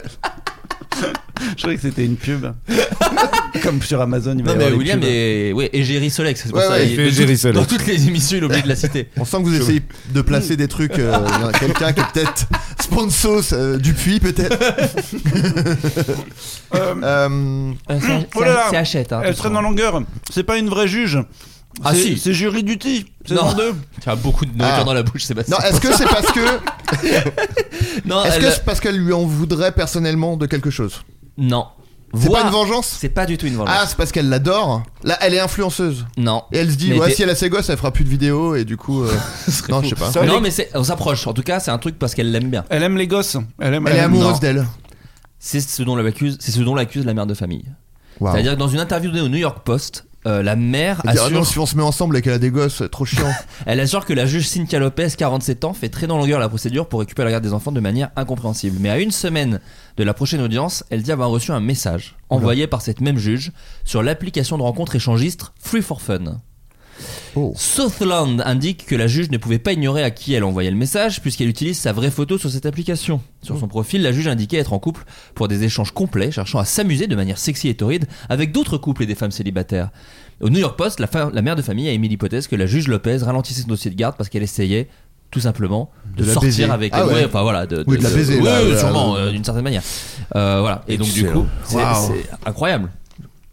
Speaker 7: Je croyais que c'était une pub. Comme sur Amazon, il va
Speaker 5: Non,
Speaker 7: y
Speaker 5: mais
Speaker 7: avoir des
Speaker 5: William
Speaker 7: pubs.
Speaker 5: est. Ouais, et Jerry Solex. c'est pour
Speaker 6: Ouais,
Speaker 5: ça,
Speaker 6: ouais, il
Speaker 2: fait
Speaker 5: dans
Speaker 2: Jerry
Speaker 5: toutes-
Speaker 2: Solex.
Speaker 5: Dans toutes les émissions, il est obligé de la citer.
Speaker 6: On sent que vous essayez de placer des trucs. euh, il y a Quelqu'un qui est peut-être sponsor euh, du puits, peut-être. Euh,
Speaker 7: Oh là là.
Speaker 5: C'est Hachette. hein,
Speaker 7: Elle traîne en longueur. C'est pas une vraie juge.
Speaker 5: Ah,
Speaker 7: C'est-
Speaker 5: si.
Speaker 7: C'est jury duty.
Speaker 5: Non.
Speaker 7: Saison 2.
Speaker 5: Tu as beaucoup de nourriture
Speaker 6: Ah.
Speaker 5: dans la bouche, Sébastien.
Speaker 6: Non, est-ce que c'est parce que
Speaker 5: Non,
Speaker 6: est-ce
Speaker 5: Ah, elle-
Speaker 6: que c'est parce qu'elle lui en voudrait personnellement de quelque chose
Speaker 5: Non.
Speaker 6: C'est pas
Speaker 5: Voir-
Speaker 6: une vengeance
Speaker 5: C'est pas du tout une vengeance.
Speaker 6: Ah, c'est parce qu'elle l'adore. Là, elle est influenceuse.
Speaker 5: non.
Speaker 6: Et elle se dit,
Speaker 5: Mais
Speaker 6: ouais,
Speaker 5: t'es-
Speaker 6: si elle a ses gosses, elle fera plus de vidéos et du coup. euh, non, je sais pas.
Speaker 5: Mais Non, mais c'est- on s'approche. En tout cas, c'est un truc parce qu'elle l'aime bien.
Speaker 7: Elle aime les gosses. Elle aime.
Speaker 6: Elle est
Speaker 7: aime-
Speaker 6: amoureuse
Speaker 7: Non.
Speaker 6: d'elle.
Speaker 5: C'est ce dont l'accuse. C'est ce dont l'accuse la mère de famille.
Speaker 6: Waouh.
Speaker 5: C'est-à-dire que dans une interview donnée au New York Post, euh, la mère
Speaker 6: Elle dit, ah non,
Speaker 5: assure,
Speaker 6: si on se met ensemble et qu'elle a des gosses, c'est trop chiant.
Speaker 5: elle assure que la juge Cynthia Lopez, 47 ans, fait très dans longueur la procédure pour récupérer la garde des enfants de manière incompréhensible. Mais à une semaine de la prochaine audience, elle dit avoir reçu un message envoyé par cette même juge sur l'application de rencontre échangiste Free for Fun.
Speaker 6: Oh.
Speaker 5: Southland indique que la juge ne pouvait pas ignorer à qui elle envoyait le message puisqu'elle utilise sa vraie photo sur cette application. Sur
Speaker 6: Hmm.
Speaker 5: son profil, la juge indiquait être en couple pour des échanges complets, cherchant à s'amuser de manière sexy et torride avec d'autres couples et des femmes célibataires. Au New York Post, la, fa- la mère de famille a émis l'hypothèse que la juge Lopez ralentissait son dossier de garde parce qu'elle essayait tout simplement de,
Speaker 6: De la
Speaker 5: sortir
Speaker 6: baiser.
Speaker 5: avec
Speaker 6: Ah
Speaker 5: elle.
Speaker 6: ouais.
Speaker 5: Ouais, enfin voilà de,
Speaker 6: Oui, de la baiser,
Speaker 5: oui,
Speaker 6: là,
Speaker 5: oui,
Speaker 6: là,
Speaker 5: sûrement
Speaker 6: là.
Speaker 5: euh, d'une certaine manière Euh, voilà et donc du
Speaker 2: Excellent.
Speaker 5: coup c'est
Speaker 6: Waouh.
Speaker 5: c'est incroyable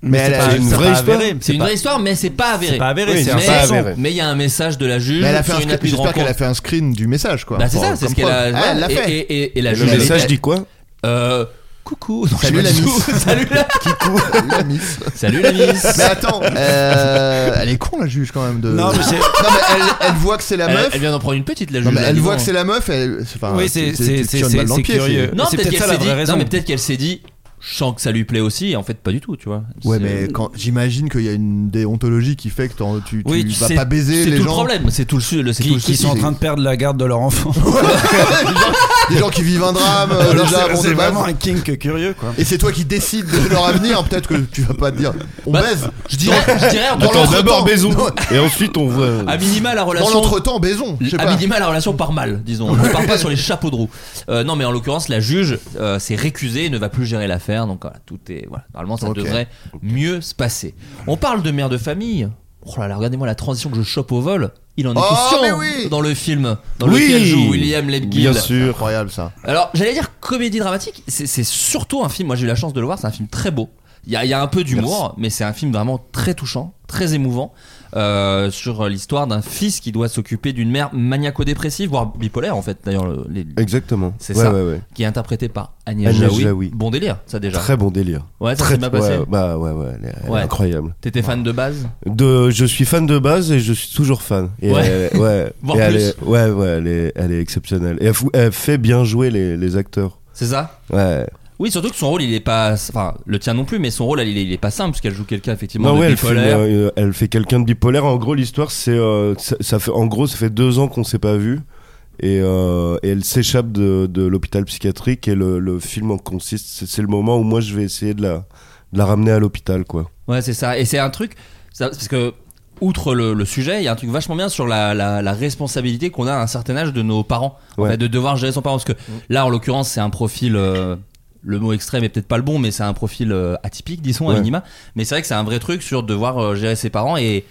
Speaker 6: Mais elle
Speaker 7: c'est
Speaker 6: a-
Speaker 7: pas-
Speaker 6: c'est une
Speaker 7: c'est
Speaker 2: vraie
Speaker 7: pas
Speaker 2: histoire.
Speaker 7: avéré.
Speaker 5: c'est une
Speaker 7: pas-
Speaker 5: vraie histoire mais c'est pas avéré
Speaker 7: C'est pas avéré,
Speaker 2: Oui,
Speaker 7: c'est
Speaker 2: c'est
Speaker 7: un
Speaker 2: pas
Speaker 7: façon.
Speaker 2: avéré.
Speaker 5: mais il y a un message de la juge
Speaker 6: Mais elle a fait
Speaker 5: sur
Speaker 6: un
Speaker 5: une
Speaker 6: screen-
Speaker 5: appli de
Speaker 6: J'espère
Speaker 5: rencontre.
Speaker 6: qu'elle a fait un screen du message, quoi.
Speaker 5: Bah, c'est
Speaker 6: Pour-
Speaker 5: ça, c'est
Speaker 6: comme
Speaker 5: ce qu'elle a.
Speaker 6: preuve. Ah, elle l'a
Speaker 5: et,
Speaker 6: fait.
Speaker 5: et- et- et la
Speaker 2: Le
Speaker 5: juge.
Speaker 2: message
Speaker 5: elle-
Speaker 2: dit quoi
Speaker 5: euh, Coucou.
Speaker 6: Salut
Speaker 5: Non, je sais pas
Speaker 6: la
Speaker 5: du
Speaker 6: miss.
Speaker 5: tout. Salut la.
Speaker 6: Coucou, la miss.
Speaker 5: Salut la miss.
Speaker 6: Mais attends, euh, elle est con la juge quand même de.
Speaker 7: Non, mais c'est-
Speaker 6: Non, mais elle, elle voit que c'est la
Speaker 5: Elle,
Speaker 6: meuf.
Speaker 5: elle vient d'en prendre une petite la juge.
Speaker 6: Non, mais
Speaker 5: là,
Speaker 6: elle
Speaker 5: dis
Speaker 6: voit
Speaker 5: donc.
Speaker 6: que c'est la meuf. Elle... Enfin,
Speaker 7: Oui, c'est-
Speaker 6: tu- tu-
Speaker 7: c'est-
Speaker 6: tu
Speaker 7: c'est-
Speaker 6: tires une balle
Speaker 7: c'est-
Speaker 6: dans le
Speaker 7: c'est
Speaker 6: pied,
Speaker 7: curieux.
Speaker 5: Non,
Speaker 7: C'est
Speaker 5: peut-être
Speaker 7: peut-être
Speaker 5: qu'elle
Speaker 7: ça, la
Speaker 5: s'est
Speaker 7: vraie
Speaker 5: dit.
Speaker 7: raison.
Speaker 5: Non, mais peut-être qu'elle s'est dit. Je sens que ça lui plaît aussi. et En fait, pas du tout, tu vois.
Speaker 6: Ouais,
Speaker 5: C'est-
Speaker 6: mais quand j'imagine qu'il y a une déontologie qui fait que t'en- tu, tu
Speaker 5: Oui, tu
Speaker 6: vas
Speaker 5: sais-
Speaker 6: pas baiser
Speaker 5: C'est
Speaker 6: les
Speaker 5: tout le
Speaker 6: gens.
Speaker 5: problème. C'est tout le su- le. C'est tout
Speaker 7: Qui,
Speaker 5: le
Speaker 7: qui
Speaker 5: souci.
Speaker 7: sont en train de perdre la garde de leur enfant.
Speaker 6: les, gens, les gens qui vivent un drame. euh,
Speaker 7: Alors,
Speaker 6: déjà,
Speaker 7: c'est-
Speaker 6: bon,
Speaker 7: c'est
Speaker 6: de base.
Speaker 7: vraiment un kink curieux, quoi.
Speaker 6: Et c'est toi qui décides de leur avenir. Peut-être que tu vas pas te dire. On
Speaker 5: Bah,
Speaker 6: baise.
Speaker 5: Je dirais, je dirais, en tout
Speaker 6: Dans
Speaker 5: cas,
Speaker 2: Attends,
Speaker 6: l'entretemps.
Speaker 2: d'abord baisons
Speaker 6: Non.
Speaker 2: et ensuite on voit. euh,
Speaker 5: à minima la
Speaker 6: Dans
Speaker 5: relation.
Speaker 6: l'entretemps, baisons. Je sais
Speaker 5: À
Speaker 6: pas.
Speaker 5: minima, la relation part mal, disons. On ne part pas sur les chapeaux de roue. Euh, non, mais en l'occurrence, la juge euh, s'est récusée et ne va plus gérer l'affaire. Donc voilà, tout est. Voilà, normalement, ça
Speaker 6: Ok.
Speaker 5: devrait mieux se passer. On parle de mère de famille. Oh là là, regardez-moi la transition que je chope au vol. Il en est
Speaker 6: Oh, mais
Speaker 5: question
Speaker 6: oui
Speaker 5: dans le film dans
Speaker 2: Oui
Speaker 5: lequel joue William Ledgill.
Speaker 2: Bien sûr.
Speaker 6: Incroyable ça.
Speaker 5: Alors, j'allais dire comédie dramatique. C'est c'est surtout un film. Moi, j'ai eu la chance de le voir. C'est un film très beau. Il y a, il y a un peu d'humour, mais c'est un film vraiment très touchant, très émouvant euh, sur l'histoire d'un fils qui doit s'occuper d'une mère maniaco-dépressive, voire bipolaire en fait. D'ailleurs, le- les-
Speaker 2: Exactement.
Speaker 5: C'est
Speaker 2: Ouais,
Speaker 5: ça.
Speaker 2: ouais, ouais.
Speaker 5: qui est interprété par Agnès
Speaker 2: Agnès
Speaker 5: Jaoui.
Speaker 2: Jaoui.
Speaker 5: Bon délire, ça déjà.
Speaker 2: Très bon délire.
Speaker 5: Ouais, ça
Speaker 2: Très
Speaker 5: s'est bien passé.
Speaker 2: ouais, bah ouais ouais, elle est- elle est
Speaker 5: Ouais.
Speaker 2: incroyable.
Speaker 5: T'étais fan de base
Speaker 2: De, je suis fan de base et je suis toujours fan. Et
Speaker 5: Ouais.
Speaker 2: elle- ouais.
Speaker 5: Voire
Speaker 2: Et elle
Speaker 5: plus.
Speaker 2: est, ouais, ouais, elle est, elle est exceptionnelle. Et elle, fou- elle fait bien jouer les, les acteurs.
Speaker 5: C'est ça
Speaker 2: Ouais.
Speaker 5: Oui, surtout que son rôle, il est pas, enfin, le tien non plus, mais son rôle, il est, il est pas simple parce qu'elle joue quelqu'un effectivement
Speaker 2: Non,
Speaker 5: de
Speaker 2: ouais, elle fait,
Speaker 5: bipolaire.
Speaker 2: euh, elle fait quelqu'un de bipolaire. En gros, l'histoire, c'est, euh, ça, ça fait, en gros, ça fait deux ans qu'on s'est pas vu. Et, euh, et elle s'échappe de, de l'hôpital psychiatrique et le, le film en consiste. C'est, c'est le moment où moi je vais essayer de la, de la ramener à l'hôpital, quoi.
Speaker 5: Ouais, c'est ça. Et c'est un truc, ça- parce que outre le, le sujet, il y a un truc vachement bien sur la, la- la responsabilité qu'on a à un certain âge de nos parents, En
Speaker 2: Ouais.
Speaker 5: fait, de devoir gérer son parent. Parce que là, en l'occurrence, c'est un profil. euh, le mot extrême est peut-être pas le bon, mais c'est un profil euh, atypique, disons, à
Speaker 2: Ouais.
Speaker 5: minima. Mais c'est vrai que c'est un vrai truc sur devoir euh, gérer ses parents et,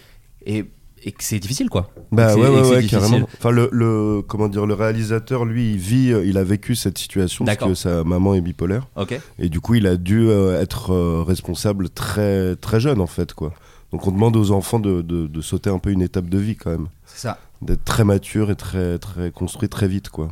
Speaker 5: et, et que c'est difficile, quoi. Et
Speaker 2: Bah
Speaker 5: que
Speaker 2: ouais,
Speaker 5: c'est- et que
Speaker 2: ouais,
Speaker 5: c'est
Speaker 2: ouais,
Speaker 5: difficile.
Speaker 2: carrément. Enfin, le, le, comment dire, le réalisateur, lui, il vit, euh, il a vécu cette situation parce
Speaker 5: D'accord.
Speaker 2: que sa maman est bipolaire.
Speaker 5: Ok.
Speaker 2: Et du coup, il a dû euh, être euh, responsable très, très jeune, en fait, quoi. Donc, on demande aux enfants de, de, de sauter un peu une étape de vie, quand même.
Speaker 5: C'est ça.
Speaker 2: D'être très mature et très, très construit très vite, quoi.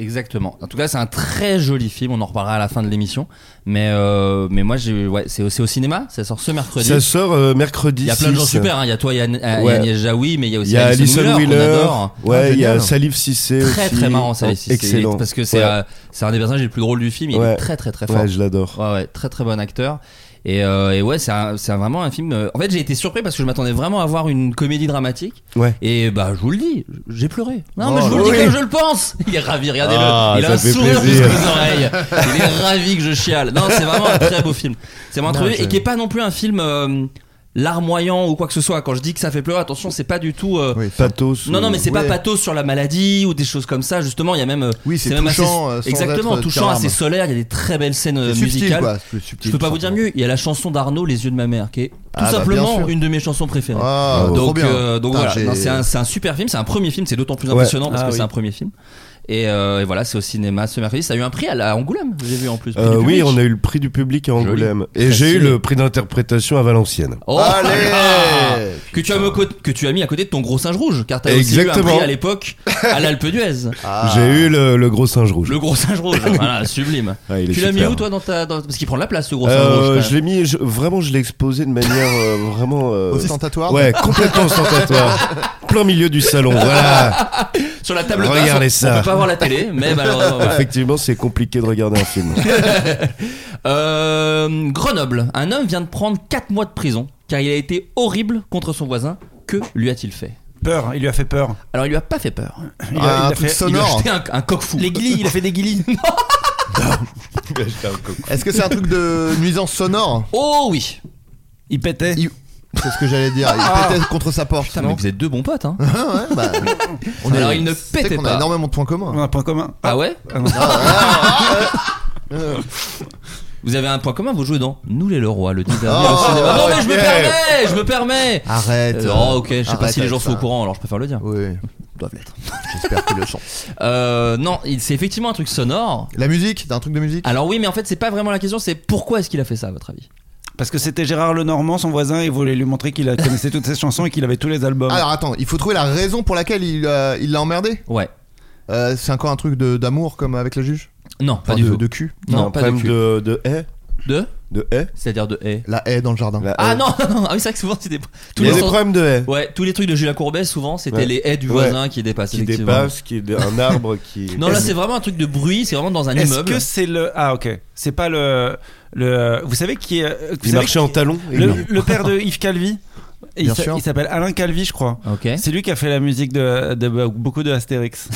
Speaker 5: Exactement. En tout cas, c'est un très joli film. On en reparlera à la fin de l'émission. Mais, euh, mais moi, j'ai, ouais, c'est, c'est au cinéma. Ça sort ce mercredi.
Speaker 2: Ça sort euh, mercredi.
Speaker 5: Il y a plein de gens
Speaker 2: 6.
Speaker 5: super. hein. Il y a toi, il y a, An-
Speaker 2: Ouais.
Speaker 5: euh, il y a Agnès Jaoui, mais il y a aussi
Speaker 2: Il y a
Speaker 5: Alison
Speaker 2: Alison
Speaker 5: Wheeler. qu'on
Speaker 2: Wheeler.
Speaker 5: adore.
Speaker 2: Ouais, Ah, il y a génial. Salif Sissé
Speaker 5: Très
Speaker 2: aussi. Oh,
Speaker 5: très marrant Salif Sissé.
Speaker 2: Excellent.
Speaker 5: Parce que c'est
Speaker 2: Ouais.
Speaker 5: euh, c'est un des personnages les plus drôles du film. Il
Speaker 2: Ouais.
Speaker 5: est très très très fort.
Speaker 2: Ouais, je l'adore.
Speaker 5: Ouais, ouais, très très bon acteur. Et, euh, et ouais, c'est un- c'est un- vraiment un film. euh, En fait, j'ai été surpris parce que je m'attendais vraiment à voir une comédie dramatique.
Speaker 2: Ouais.
Speaker 5: Et bah, je vous le dis, j'ai pleuré. Non,
Speaker 2: Oh,
Speaker 5: mais je vous le
Speaker 2: oui.
Speaker 5: dis comme je le pense. Il est ravi, regardez-le.
Speaker 2: Ah,
Speaker 5: il a
Speaker 2: ça
Speaker 5: un
Speaker 2: fait
Speaker 5: sourire
Speaker 2: plaisir.
Speaker 5: jusqu'aux oreilles. Il est ravi que je chiale. Non, c'est vraiment un très beau film. C'est vraiment un
Speaker 7: Non,
Speaker 5: très beau film.
Speaker 7: c'est-
Speaker 5: et qui est pas non plus un film euh, larmoyant ou quoi que ce soit. Quand je dis que ça fait pleurer, attention, c'est pas du tout. euh,
Speaker 2: Pathos.
Speaker 5: non, non, mais c'est pas
Speaker 2: Ouais.
Speaker 5: pathos sur la maladie ou des choses comme ça. Justement, il y a même. euh,
Speaker 6: Oui, c'est
Speaker 5: même
Speaker 6: touchant, euh,
Speaker 5: assez,
Speaker 6: sans
Speaker 5: exactement,
Speaker 6: être
Speaker 5: touchant,
Speaker 6: carme.
Speaker 5: assez solaire. Il y a des très belles scènes euh,
Speaker 6: C'est subtil,
Speaker 5: musicales.
Speaker 6: quoi, c'est plus subtil,
Speaker 5: Je peux pas vous dire mieux. Il y a la chanson d'Arnaud, Les yeux de ma mère, qui est tout simplement une de mes chansons préférées.
Speaker 6: Ah,
Speaker 5: donc, euh, donc voilà, Non, c'est un, c'est un super film, c'est un premier film, c'est d'autant plus
Speaker 7: Ouais.
Speaker 5: impressionnant parce
Speaker 7: Ah
Speaker 5: que
Speaker 7: oui.
Speaker 5: c'est un premier film. Et, euh, et voilà, c'est au cinéma ce mercredi. Ça a eu un prix à, la- à Angoulême, j'ai vu en plus. prix
Speaker 2: Euh,
Speaker 5: du
Speaker 2: oui,
Speaker 5: public.
Speaker 2: on a eu le prix du public à Angoulême. Et
Speaker 5: Très
Speaker 2: j'ai eu
Speaker 5: stylé.
Speaker 2: le prix d'interprétation à Valenciennes.
Speaker 5: Oh,
Speaker 6: Allez
Speaker 5: que, tu as mis au côté- que tu as mis à côté de ton gros singe rouge, car t'as aussi eu un
Speaker 2: Exactement. Ah.
Speaker 5: prix à l'époque à l'Alpe d'Huez.
Speaker 2: J'ai eu le, le gros singe rouge.
Speaker 5: Ah. Le gros singe rouge, voilà, sublime.
Speaker 2: Ah, il est
Speaker 5: tu l'as mis
Speaker 2: super.
Speaker 5: où toi dans ta. dans- Parce qu'il prend de la place ce gros singe rouge.
Speaker 2: Euh,
Speaker 5: quand même.
Speaker 2: je l'ai mis, je- vraiment, je l'ai exposé de manière euh, vraiment
Speaker 5: Ah.
Speaker 2: euh,
Speaker 6: Ostentatoire
Speaker 2: Ouais, complètement ostentatoire. Plein milieu du salon, voilà.
Speaker 5: Sur la table basse,
Speaker 2: Regardez
Speaker 5: On
Speaker 2: ça.
Speaker 5: peut pas voir la télé, mais malheureusement. voilà.
Speaker 2: Effectivement, c'est compliqué de regarder un film.
Speaker 5: Euh, Grenoble, un homme vient de prendre 4 mois de prison car il a été horrible contre son voisin. Que lui a-t-il fait
Speaker 7: Peur, il lui a fait peur.
Speaker 5: Alors il lui a pas fait peur.
Speaker 7: Il a- Ah, il un a truc fait-
Speaker 5: il lui
Speaker 7: sonore.
Speaker 5: a jeté un, un coq fou.
Speaker 7: Les guillis, il a fait des guillis.
Speaker 6: Est-ce que c'est un truc de nuisance sonore
Speaker 5: Oh oui
Speaker 7: Il pétait.
Speaker 6: C'est ce que j'allais dire. Il
Speaker 5: Ah.
Speaker 6: pétait contre sa porte.
Speaker 5: Putain, mais
Speaker 6: non
Speaker 5: vous êtes deux bons potes, hein.
Speaker 6: Ah ouais, bah, on
Speaker 5: Alors
Speaker 6: est-
Speaker 5: il ne
Speaker 6: c'est vrai
Speaker 5: pétait
Speaker 6: qu'on a
Speaker 5: pas.
Speaker 6: énormément de points communs.
Speaker 7: On a un point commun.
Speaker 5: Ah ouais
Speaker 7: Ah non.
Speaker 5: Vous avez un point commun, vous jouez dans Nous les Leroy le 10 avril
Speaker 6: Oh,
Speaker 5: au cinéma. Non mais je me
Speaker 6: ok.
Speaker 5: permets, je me permets.
Speaker 6: Arrête.
Speaker 5: Euh, oh, ok, je sais pas
Speaker 6: Arrête
Speaker 5: si les gens
Speaker 6: avec
Speaker 5: sont au
Speaker 6: ça.
Speaker 5: courant, alors je préfère le dire.
Speaker 6: Oui,
Speaker 5: Ils doivent l'être.
Speaker 6: j'espère qu'ils le sont.
Speaker 5: Euh, non, il- c'est effectivement un truc sonore.
Speaker 6: La musique T'as un truc de musique
Speaker 5: Alors oui, mais en fait, c'est pas vraiment la question, c'est pourquoi est-ce qu'il a fait ça à votre avis
Speaker 7: Parce que c'était Gérard Lenormand, son voisin, et voulait lui montrer qu'il a- connaissait toutes ses chansons et qu'il avait tous les albums.
Speaker 6: Alors attends, il faut trouver la raison pour laquelle il euh, il l'a emmerdé.
Speaker 5: Ouais.
Speaker 6: Euh, c'est encore un truc de- d'amour comme avec la juge
Speaker 5: Non,
Speaker 6: Enfin,
Speaker 5: pas du
Speaker 6: de,
Speaker 5: tout.
Speaker 6: de cul
Speaker 5: Non,
Speaker 2: un
Speaker 5: pas
Speaker 2: problème
Speaker 5: de cul.
Speaker 2: de, de haie
Speaker 5: De
Speaker 2: De haie
Speaker 5: C'est-à-dire de haie.
Speaker 6: La haie dans le jardin.
Speaker 2: La euh,
Speaker 5: Ah
Speaker 2: haie.
Speaker 5: non, non, non, ah oui, c'est vrai que souvent c'était.
Speaker 2: Il y a des problaies de haie.
Speaker 5: Ouais, tous les trucs de Julien Courbet, souvent, c'était
Speaker 2: Ouais.
Speaker 5: les haies du
Speaker 2: Ouais.
Speaker 5: voisin qui dépassent.
Speaker 2: Qui
Speaker 5: effectivement.
Speaker 2: dépasse, qui est de- un arbre qui.
Speaker 5: Non, là, c'est vraiment un truc de bruit, c'est vraiment dans un
Speaker 7: Est-ce
Speaker 5: immeuble.
Speaker 7: que c'est le. Ah, ok. C'est pas le. le... Vous savez qui est. vous
Speaker 2: Il
Speaker 7: savez
Speaker 2: marchait
Speaker 7: qui-
Speaker 2: en talons. et
Speaker 7: Le,
Speaker 2: il-
Speaker 7: le père de Yves Calvi. Il
Speaker 6: Bien
Speaker 7: s'a-
Speaker 6: sûr.
Speaker 7: il s'appelle Alain Calvi, je crois.
Speaker 5: Ok.
Speaker 7: C'est lui qui a fait la musique de, de beaucoup de Astérix.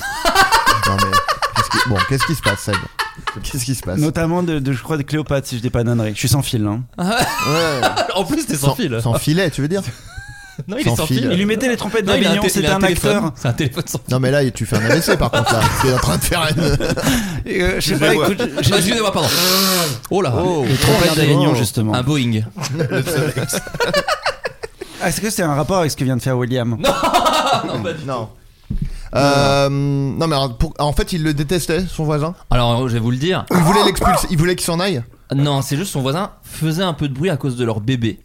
Speaker 6: Non, mais qu'est-ce qui- Bon, qu'est-ce qui se passe, Seb Qu'est-ce qui se passe
Speaker 7: Notamment de, de- je crois, de Cléopâtre, si je dis pas d'annerie. Je suis sans fil. Hein.
Speaker 6: Ouais.
Speaker 5: En plus, t'es sans, fil.
Speaker 6: Sans filet, tu veux dire
Speaker 5: Non, il est sans
Speaker 6: sans
Speaker 5: fil.
Speaker 6: fil.
Speaker 7: Il lui mettait les trompettes
Speaker 5: Non, il a un
Speaker 7: d'Avignon,
Speaker 5: té- il
Speaker 7: c'était
Speaker 5: a
Speaker 7: un,
Speaker 5: téléphone.
Speaker 7: acteur.
Speaker 5: C'est un téléphone sans fil.
Speaker 6: Non, mais là, tu fais un AVC par contre, là. T'es en train de faire une.
Speaker 7: Et, euh, je sais pas, écoute,
Speaker 5: Ah,
Speaker 7: j'ai-
Speaker 5: Excusez-moi, pardon. Oh là.
Speaker 7: les trompettes d'Avignon, justement.
Speaker 5: Un Boeing.
Speaker 7: Ah, Est-ce que c'est un rapport avec ce que vient de faire William
Speaker 5: Ah,
Speaker 6: Non. Euh, non, mais alors, pour- en fait, il le détestait, son voisin.
Speaker 5: Alors, je vais vous le dire.
Speaker 6: Il voulait l'expulser, il voulait qu'il s'en aille.
Speaker 5: Non, c'est juste son voisin faisait un peu de bruit à cause de leur bébé.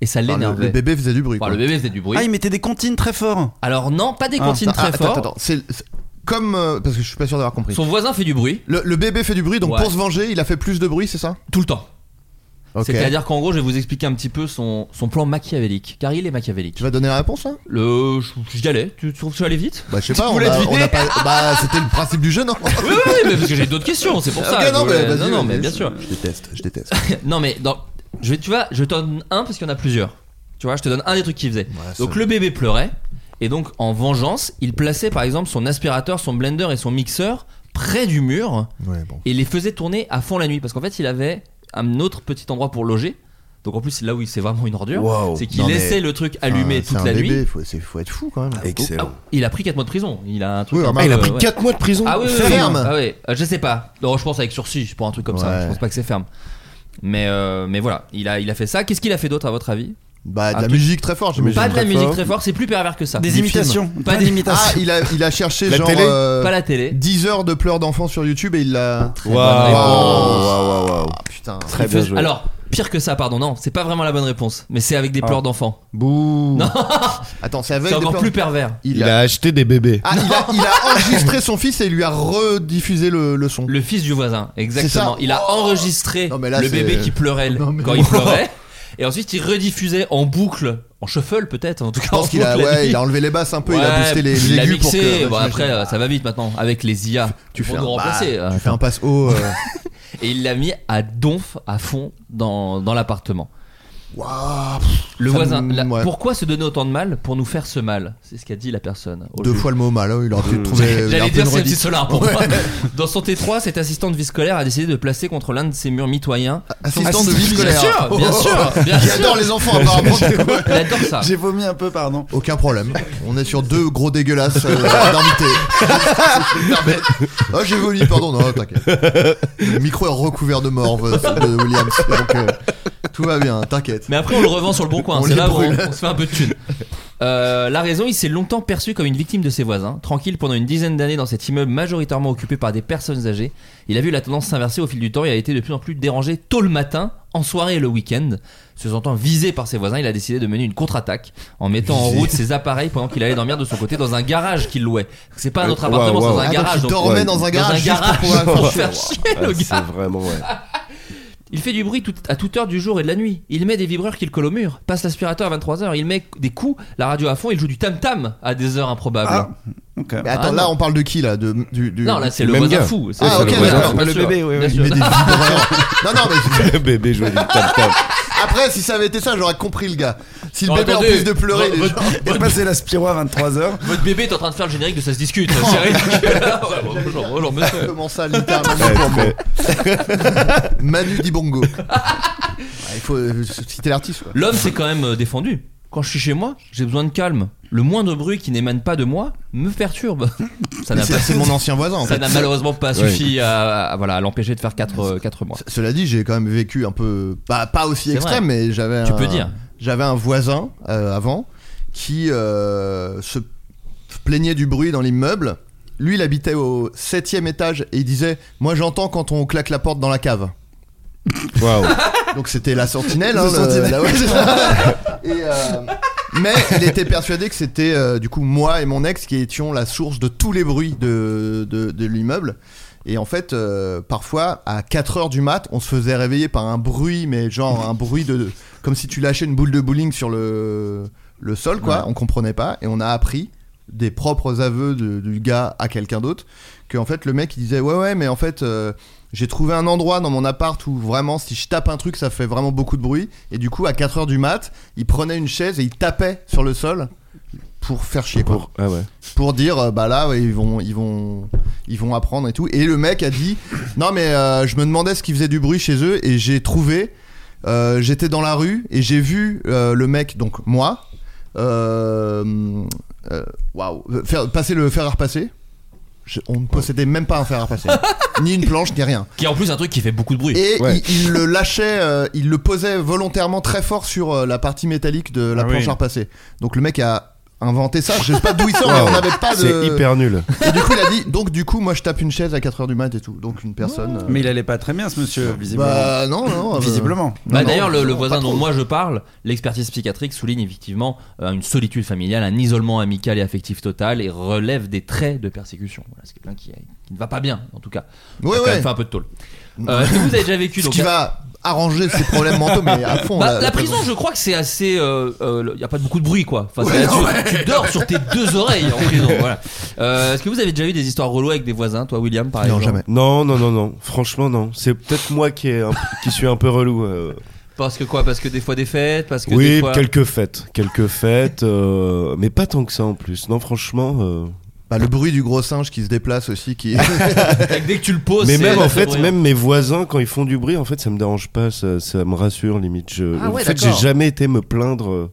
Speaker 5: Et ça
Speaker 6: Enfin, le,
Speaker 5: l'énervait.
Speaker 6: le bébé faisait du bruit.
Speaker 5: Enfin,
Speaker 6: quoi.
Speaker 5: le bébé faisait du bruit.
Speaker 7: Ah, il mettait des comptines très fort.
Speaker 5: Alors, non, pas des
Speaker 7: Ah,
Speaker 5: comptines
Speaker 6: Ah,
Speaker 5: très
Speaker 6: attends,
Speaker 5: fortes.
Speaker 6: attends, c'est c'est comme. euh, parce que je suis pas sûr d'avoir compris.
Speaker 5: Son voisin fait du bruit
Speaker 6: Le, le bébé fait du bruit, donc
Speaker 5: Ouais.
Speaker 6: pour se venger, il a fait plus de bruit, c'est ça
Speaker 5: tout le temps.
Speaker 6: Ok.
Speaker 5: C'est-à-dire qu'en gros, je vais vous expliquer un petit peu son, son plan machiavélique, car il est machiavélique.
Speaker 6: Tu vas donner la réponse hein. là
Speaker 5: Le, je, je y allais. Tu, tu trouves que je suis allé vite
Speaker 6: Bah, je sais
Speaker 5: Tu
Speaker 6: pas, on
Speaker 5: voulais
Speaker 6: a,
Speaker 5: deviner
Speaker 6: on a pas. Bah, c'était le principe du jeu, non
Speaker 5: Oui, oui, oui, mais parce que j'ai d'autres questions, c'est pour ça.
Speaker 6: Ok, non,
Speaker 5: Je voulais-
Speaker 6: mais vas-y,
Speaker 5: non, non,
Speaker 6: vas-y,
Speaker 5: mais bien
Speaker 6: vas-y.
Speaker 5: sûr.
Speaker 6: Je déteste, je déteste.
Speaker 5: Non, mais dans, je vais, tu vois, je t'en donne un parce qu'il y en a plusieurs. Tu vois, je te donne un des trucs qu'il faisait. donc le bébé pleurait, et donc en vengeance, il plaçait par exemple son aspirateur, son blender et son mixeur près du mur
Speaker 6: Ouais, bon.
Speaker 5: et les faisait tourner à fond la nuit parce qu'en fait, il avait un autre petit endroit pour loger. Donc en plus, là où il- c'est vraiment une ordure,
Speaker 2: Wow.
Speaker 5: c'est qu'il
Speaker 6: Non, mais-
Speaker 5: laissait le truc allumé
Speaker 6: Enfin,
Speaker 5: toute
Speaker 6: bah, c'est
Speaker 5: la
Speaker 6: un
Speaker 5: nuit.
Speaker 6: bébé, Faut, c'est- faut être fou quand même.
Speaker 5: Ah,
Speaker 2: Excellent.
Speaker 5: il a pris 4 mois de prison. ah, Il a un truc.
Speaker 6: Oui,
Speaker 5: un
Speaker 6: remarque,
Speaker 5: peu,
Speaker 6: il a pris
Speaker 5: ouais.
Speaker 2: 4 mois de prison.
Speaker 5: Ah oui, oui, oui.
Speaker 6: Ferme.
Speaker 5: Ah oui. Euh, Je sais pas. Non, je pense avec sursis pour un truc comme ça.
Speaker 6: Ouais.
Speaker 5: Je pense pas que c'est ferme. Mais, euh, mais voilà, il a, il a fait ça. Qu'est-ce qu'il a fait d'autre à votre avis
Speaker 6: Bah,
Speaker 5: Un
Speaker 6: de la
Speaker 5: truc-
Speaker 6: musique très forte, j'imagine.
Speaker 5: Ah, Pas de la
Speaker 2: très
Speaker 5: musique
Speaker 2: fort.
Speaker 5: très fort, c'est plus pervers que ça.
Speaker 7: Des
Speaker 5: Du
Speaker 7: imitations.
Speaker 5: film.
Speaker 7: Plein
Speaker 5: Ah, Pas des
Speaker 6: Ah,
Speaker 7: d'imitations.
Speaker 6: il a, il a cherché
Speaker 2: La
Speaker 6: genre.
Speaker 2: télé
Speaker 6: euh,
Speaker 5: Pas la télé.
Speaker 6: 10 heures de pleurs d'enfants sur YouTube et Eh ben, il l'a. Ah,
Speaker 2: Waouh,
Speaker 5: bonne réponse.
Speaker 2: waouh, waouh, waouh.
Speaker 6: Putain.
Speaker 2: Très
Speaker 5: Il
Speaker 2: bien
Speaker 5: faisait-
Speaker 2: joué.
Speaker 5: Alors, Pire que ça, pardon. Non, c'est pas vraiment la bonne réponse. Mais c'est avec des
Speaker 6: Ah.
Speaker 5: pleurs d'enfants.
Speaker 2: Bouh.
Speaker 5: Non.
Speaker 6: Attends, c'est avec
Speaker 5: C'est
Speaker 6: des
Speaker 5: encore
Speaker 6: plans-
Speaker 5: plus pervers.
Speaker 2: Il, a... acheté des bébés.
Speaker 6: Ah, il a, il a enregistré son fils et il lui a rediffusé le, le son.
Speaker 5: Le fils du voisin,
Speaker 6: C'est
Speaker 5: Exactement.
Speaker 6: ça.
Speaker 5: Il a enregistré
Speaker 6: là,
Speaker 5: le
Speaker 6: c'est-
Speaker 5: bébé qui pleurait quand il pleurait. Et ensuite, il rediffusait en boucle, en shuffle peut-être, en tout cas.
Speaker 6: pense
Speaker 5: en
Speaker 6: qu'il a-
Speaker 5: boucle la
Speaker 6: Ah ouais,
Speaker 5: nuit.
Speaker 6: il a enlevé les basses un peu, il a
Speaker 5: Ouais,
Speaker 6: boosté les-
Speaker 5: il
Speaker 6: les
Speaker 5: a
Speaker 6: aigus pour
Speaker 5: mixé.
Speaker 6: que-
Speaker 5: Bon, après,
Speaker 6: j'imagine.
Speaker 5: euh, ça va vite maintenant avec les IA. Tu
Speaker 6: fais
Speaker 5: nous
Speaker 6: un- bah,
Speaker 5: remplacer.
Speaker 6: tu
Speaker 5: euh,
Speaker 6: fais un passe haut. euh.
Speaker 5: Et il l'a mis à donf, à fond, dans, dans l'appartement. Le
Speaker 6: Ça
Speaker 5: voisin.
Speaker 6: me-
Speaker 5: la-
Speaker 6: ouais.
Speaker 5: Pourquoi se donner autant de mal pour nous faire ce mal C'est ce qu'a dit la personne. au
Speaker 6: Deux
Speaker 5: juge.
Speaker 6: fois le mot mal, hein, il aurait pu
Speaker 5: Mmh.
Speaker 6: trouver. un
Speaker 5: J'allais
Speaker 6: peu
Speaker 5: dire
Speaker 6: une
Speaker 5: c'est
Speaker 6: redite.
Speaker 5: Solar pour
Speaker 6: Ouais.
Speaker 5: moi. Dans son T3, cette assistante vie scolaire a décidé de placer contre l'un de ses murs mitoyens.
Speaker 6: Assistante de vie scolaire.
Speaker 5: Bien sûr, bien
Speaker 6: Oh.
Speaker 5: sûr, bien
Speaker 6: Il
Speaker 5: sûr.
Speaker 6: adore les enfants, apparemment.
Speaker 5: Il adore ça.
Speaker 6: J'ai
Speaker 7: vomi un peu, pardon.
Speaker 6: Aucun problème. On est sur deux gros dégueulasses euh, d'invités. Je me permets. Ah, j'ai vomi, pardon, non, t'inquiète. Le micro est recouvert de morve euh, de Williams. Donc, euh, tout va bien, t'inquiète.
Speaker 5: Mais après, on le revend sur le bon coin.
Speaker 6: On
Speaker 5: C'est
Speaker 6: les
Speaker 5: là où on,
Speaker 6: brûle.
Speaker 5: on se fait un peu de thune. Euh, la raison, il s'est longtemps perçu comme une victime de ses voisins. Tranquille pendant une dizaine d'années dans cet immeuble majoritairement occupé par des personnes âgées, il a vu la tendance s'inverser au fil du temps et a été de plus en plus dérangé tôt le matin, en soirée et le week-end. Se sentant visé par ses voisins, il a décidé de mener une contre-attaque en mettant en
Speaker 6: Visé.
Speaker 5: route ses appareils pendant qu'il allait dormir de son côté dans un garage qu'il louait. C'est pas un autre
Speaker 2: Ouais,
Speaker 5: appartement, c'est dans
Speaker 2: ouais,
Speaker 5: un
Speaker 2: ouais.
Speaker 5: garage.
Speaker 6: Euh, Ah, donc il dormait dans un garage juste pour pouvoir
Speaker 5: pour
Speaker 6: sortir.
Speaker 5: faire chier le
Speaker 2: Ouais,
Speaker 5: gars.
Speaker 2: C'est Ah, vraiment, ouais.
Speaker 5: Il fait du bruit tout- à toute heure du jour et de la nuit. Il met des vibreurs qu'il colle au mur, passe l'aspirateur à 23h, il met des coups, la radio à fond, il joue du tam-tam à des heures
Speaker 7: Ah,
Speaker 5: improbables.
Speaker 6: Ah.
Speaker 7: Bah,
Speaker 6: Mais attends,
Speaker 5: Ah,
Speaker 6: là,
Speaker 5: non.
Speaker 6: on parle de qui là de, du, du-
Speaker 5: Non, là, c'est
Speaker 6: du
Speaker 5: le
Speaker 6: même
Speaker 5: voisin
Speaker 6: gars.
Speaker 5: fou. C'est-
Speaker 6: Ah,
Speaker 5: c'est
Speaker 6: ok,
Speaker 5: le voisin
Speaker 6: d'accord.
Speaker 5: fou, pas le
Speaker 6: Bien
Speaker 5: bébé,
Speaker 6: sûr.
Speaker 5: oui, oui.
Speaker 6: Il met des vibreurs. non, non, mais
Speaker 2: Le bébé jouait du tam-tam.
Speaker 6: après, si ça avait été ça, j'aurais compris le gars. Si le
Speaker 5: Non,
Speaker 6: bébé, en
Speaker 5: attendez,
Speaker 6: plus de pleurer, il est
Speaker 5: votre-
Speaker 6: genre-
Speaker 7: Et passer la spiro à 23h.
Speaker 5: Votre bébé est en train de faire le générique de ça se discute. C'est ridicule. Ouais, bon, Bonjour, bonjour, monsieur.
Speaker 6: Comment ça, littéralement pour moi Manu Dibongo. Ah, il faut euh, citer l'artiste. quoi.
Speaker 5: L'homme s'est quand même euh, défendu. Quand je suis chez moi, j'ai besoin de calme. Le moindre bruit qui n'émane pas de moi me perturbe. Ça n'a
Speaker 6: C'est
Speaker 5: pas-
Speaker 6: c'est mon ancien voisin en
Speaker 5: ça
Speaker 6: fait.
Speaker 5: n'a malheureusement pas
Speaker 2: Ouais.
Speaker 5: suffi à, à- voilà, à l'empêcher de faire 4 mois.
Speaker 6: Cela dit, j'ai quand même vécu un peu. Bah, pas aussi
Speaker 5: C'est
Speaker 6: extrême, mais j'avais
Speaker 5: Tu
Speaker 6: un-
Speaker 5: peux dire.
Speaker 6: J'avais un voisin euh, avant qui euh, se plaignait du bruit dans l'immeuble. Lui, il habitait au septième étage et il disait Moi, j'entends quand on claque la porte dans la cave.
Speaker 2: Waouh.
Speaker 6: Donc c'était la sentinelle.
Speaker 7: Le
Speaker 6: hein, le-
Speaker 7: sentinelle.
Speaker 6: la- ouais, c'est ça. Et, euh, mais il était persuadé que c'était euh, du coup moi et mon ex qui étions la source de tous les bruits de, de, de l'immeuble. Et en fait, euh, parfois, à 4 heures du mat, on se faisait réveiller par un bruit, mais genre un bruit de. de- comme si tu lâchais une boule de bowling sur le, le sol, quoi. On comprenait pas. Et on a appris des propres aveux de- du gars à quelqu'un d'autre que en fait le mec il disait ouais ouais mais en fait euh, j'ai trouvé un endroit dans mon appart où vraiment si je tape un truc ça fait vraiment beaucoup de bruit et du coup à 4h du mat il prenait une chaise et il tapait sur le sol pour faire chier quoi.
Speaker 2: Pour- Ah ouais.
Speaker 6: pour dire euh, bah là ouais, ils vont ils vont ils vont apprendre et tout et le mec a dit non mais euh, je me demandais ce qui faisait du bruit chez eux et j'ai trouvé euh, j'étais dans la rue et j'ai vu euh, le mec donc moi euh, euh, waouh faire passer le fer à repasser Je- on ne possédait même pas un fer à repasser ni une planche ni rien
Speaker 5: Qui est en plus un truc qui fait beaucoup de bruit.
Speaker 6: et
Speaker 2: Ouais.
Speaker 6: il, il le lâchait, euh, il le posait volontairement très fort sur euh, la partie métallique de la
Speaker 7: Ah oui.
Speaker 6: planche à repasser. Donc le mec a inventé ça, je sais pas d'où il sort, mais on
Speaker 2: Waouh.
Speaker 6: n'avait pas de.
Speaker 2: C'est hyper nul.
Speaker 6: Et du coup, il a dit donc, du coup, moi je tape une chaise à 4h du mat et tout. Donc une personne. euh,
Speaker 7: Mais il allait pas très bien, ce monsieur, visiblement.
Speaker 6: Bah non, non. euh,
Speaker 7: visiblement.
Speaker 5: Bah,
Speaker 6: non,
Speaker 5: D'ailleurs, le, le
Speaker 6: non, pas
Speaker 5: voisin
Speaker 6: trop.
Speaker 5: dont moi je parle, l'expertise psychiatrique souligne effectivement euh, une solitude familiale, un isolement amical et affectif total et relève des traits de persécution. Voilà, c'est quelqu'un qui, euh, qui ne va pas bien, en tout cas.
Speaker 6: Ouais,
Speaker 5: Il a quand
Speaker 6: ouais.
Speaker 5: même fait un peu de tôle. Euh, vous avez déjà vécu
Speaker 6: Ce
Speaker 5: donc,
Speaker 6: qui va euh, arranger ses problèmes mentaux, mais à fond.
Speaker 5: Bah,
Speaker 6: là,
Speaker 5: la prison, je crois que c'est assez. euh, Il n'y a pas beaucoup de bruit, quoi. Enfin, c'est
Speaker 6: Ouais,
Speaker 5: là-dessus.
Speaker 6: ouais.
Speaker 5: tu, dors sur tes deux oreilles en prison. Voilà. Euh, Est-ce que vous avez déjà eu des histoires reloues avec des voisins, toi, William, par
Speaker 6: Non,
Speaker 5: exemple
Speaker 6: jamais.
Speaker 2: Non, non, non, non. Franchement, non. C'est peut-être moi qui, est un- qui suis un peu relou. euh.
Speaker 5: Parce que quoi Parce que des fois des fêtes parce que des
Speaker 2: Oui,
Speaker 5: fois...
Speaker 2: quelques fêtes. Quelques fêtes. euh, Mais pas tant que ça en plus. Non, franchement. euh,
Speaker 6: Bah, le bruit du gros singe qui se déplace aussi, qui.
Speaker 5: Dès que tu le poses,
Speaker 2: mais
Speaker 5: c'est-
Speaker 2: même en
Speaker 5: c'est
Speaker 2: fait,
Speaker 5: bruyant.
Speaker 2: même mes voisins quand ils font du bruit, en fait, ça me dérange pas, ça, ça me rassure limite. Je,
Speaker 5: Ah
Speaker 2: en
Speaker 5: ouais,
Speaker 2: fait, j'ai
Speaker 5: d'accord.
Speaker 2: jamais été me plaindre euh,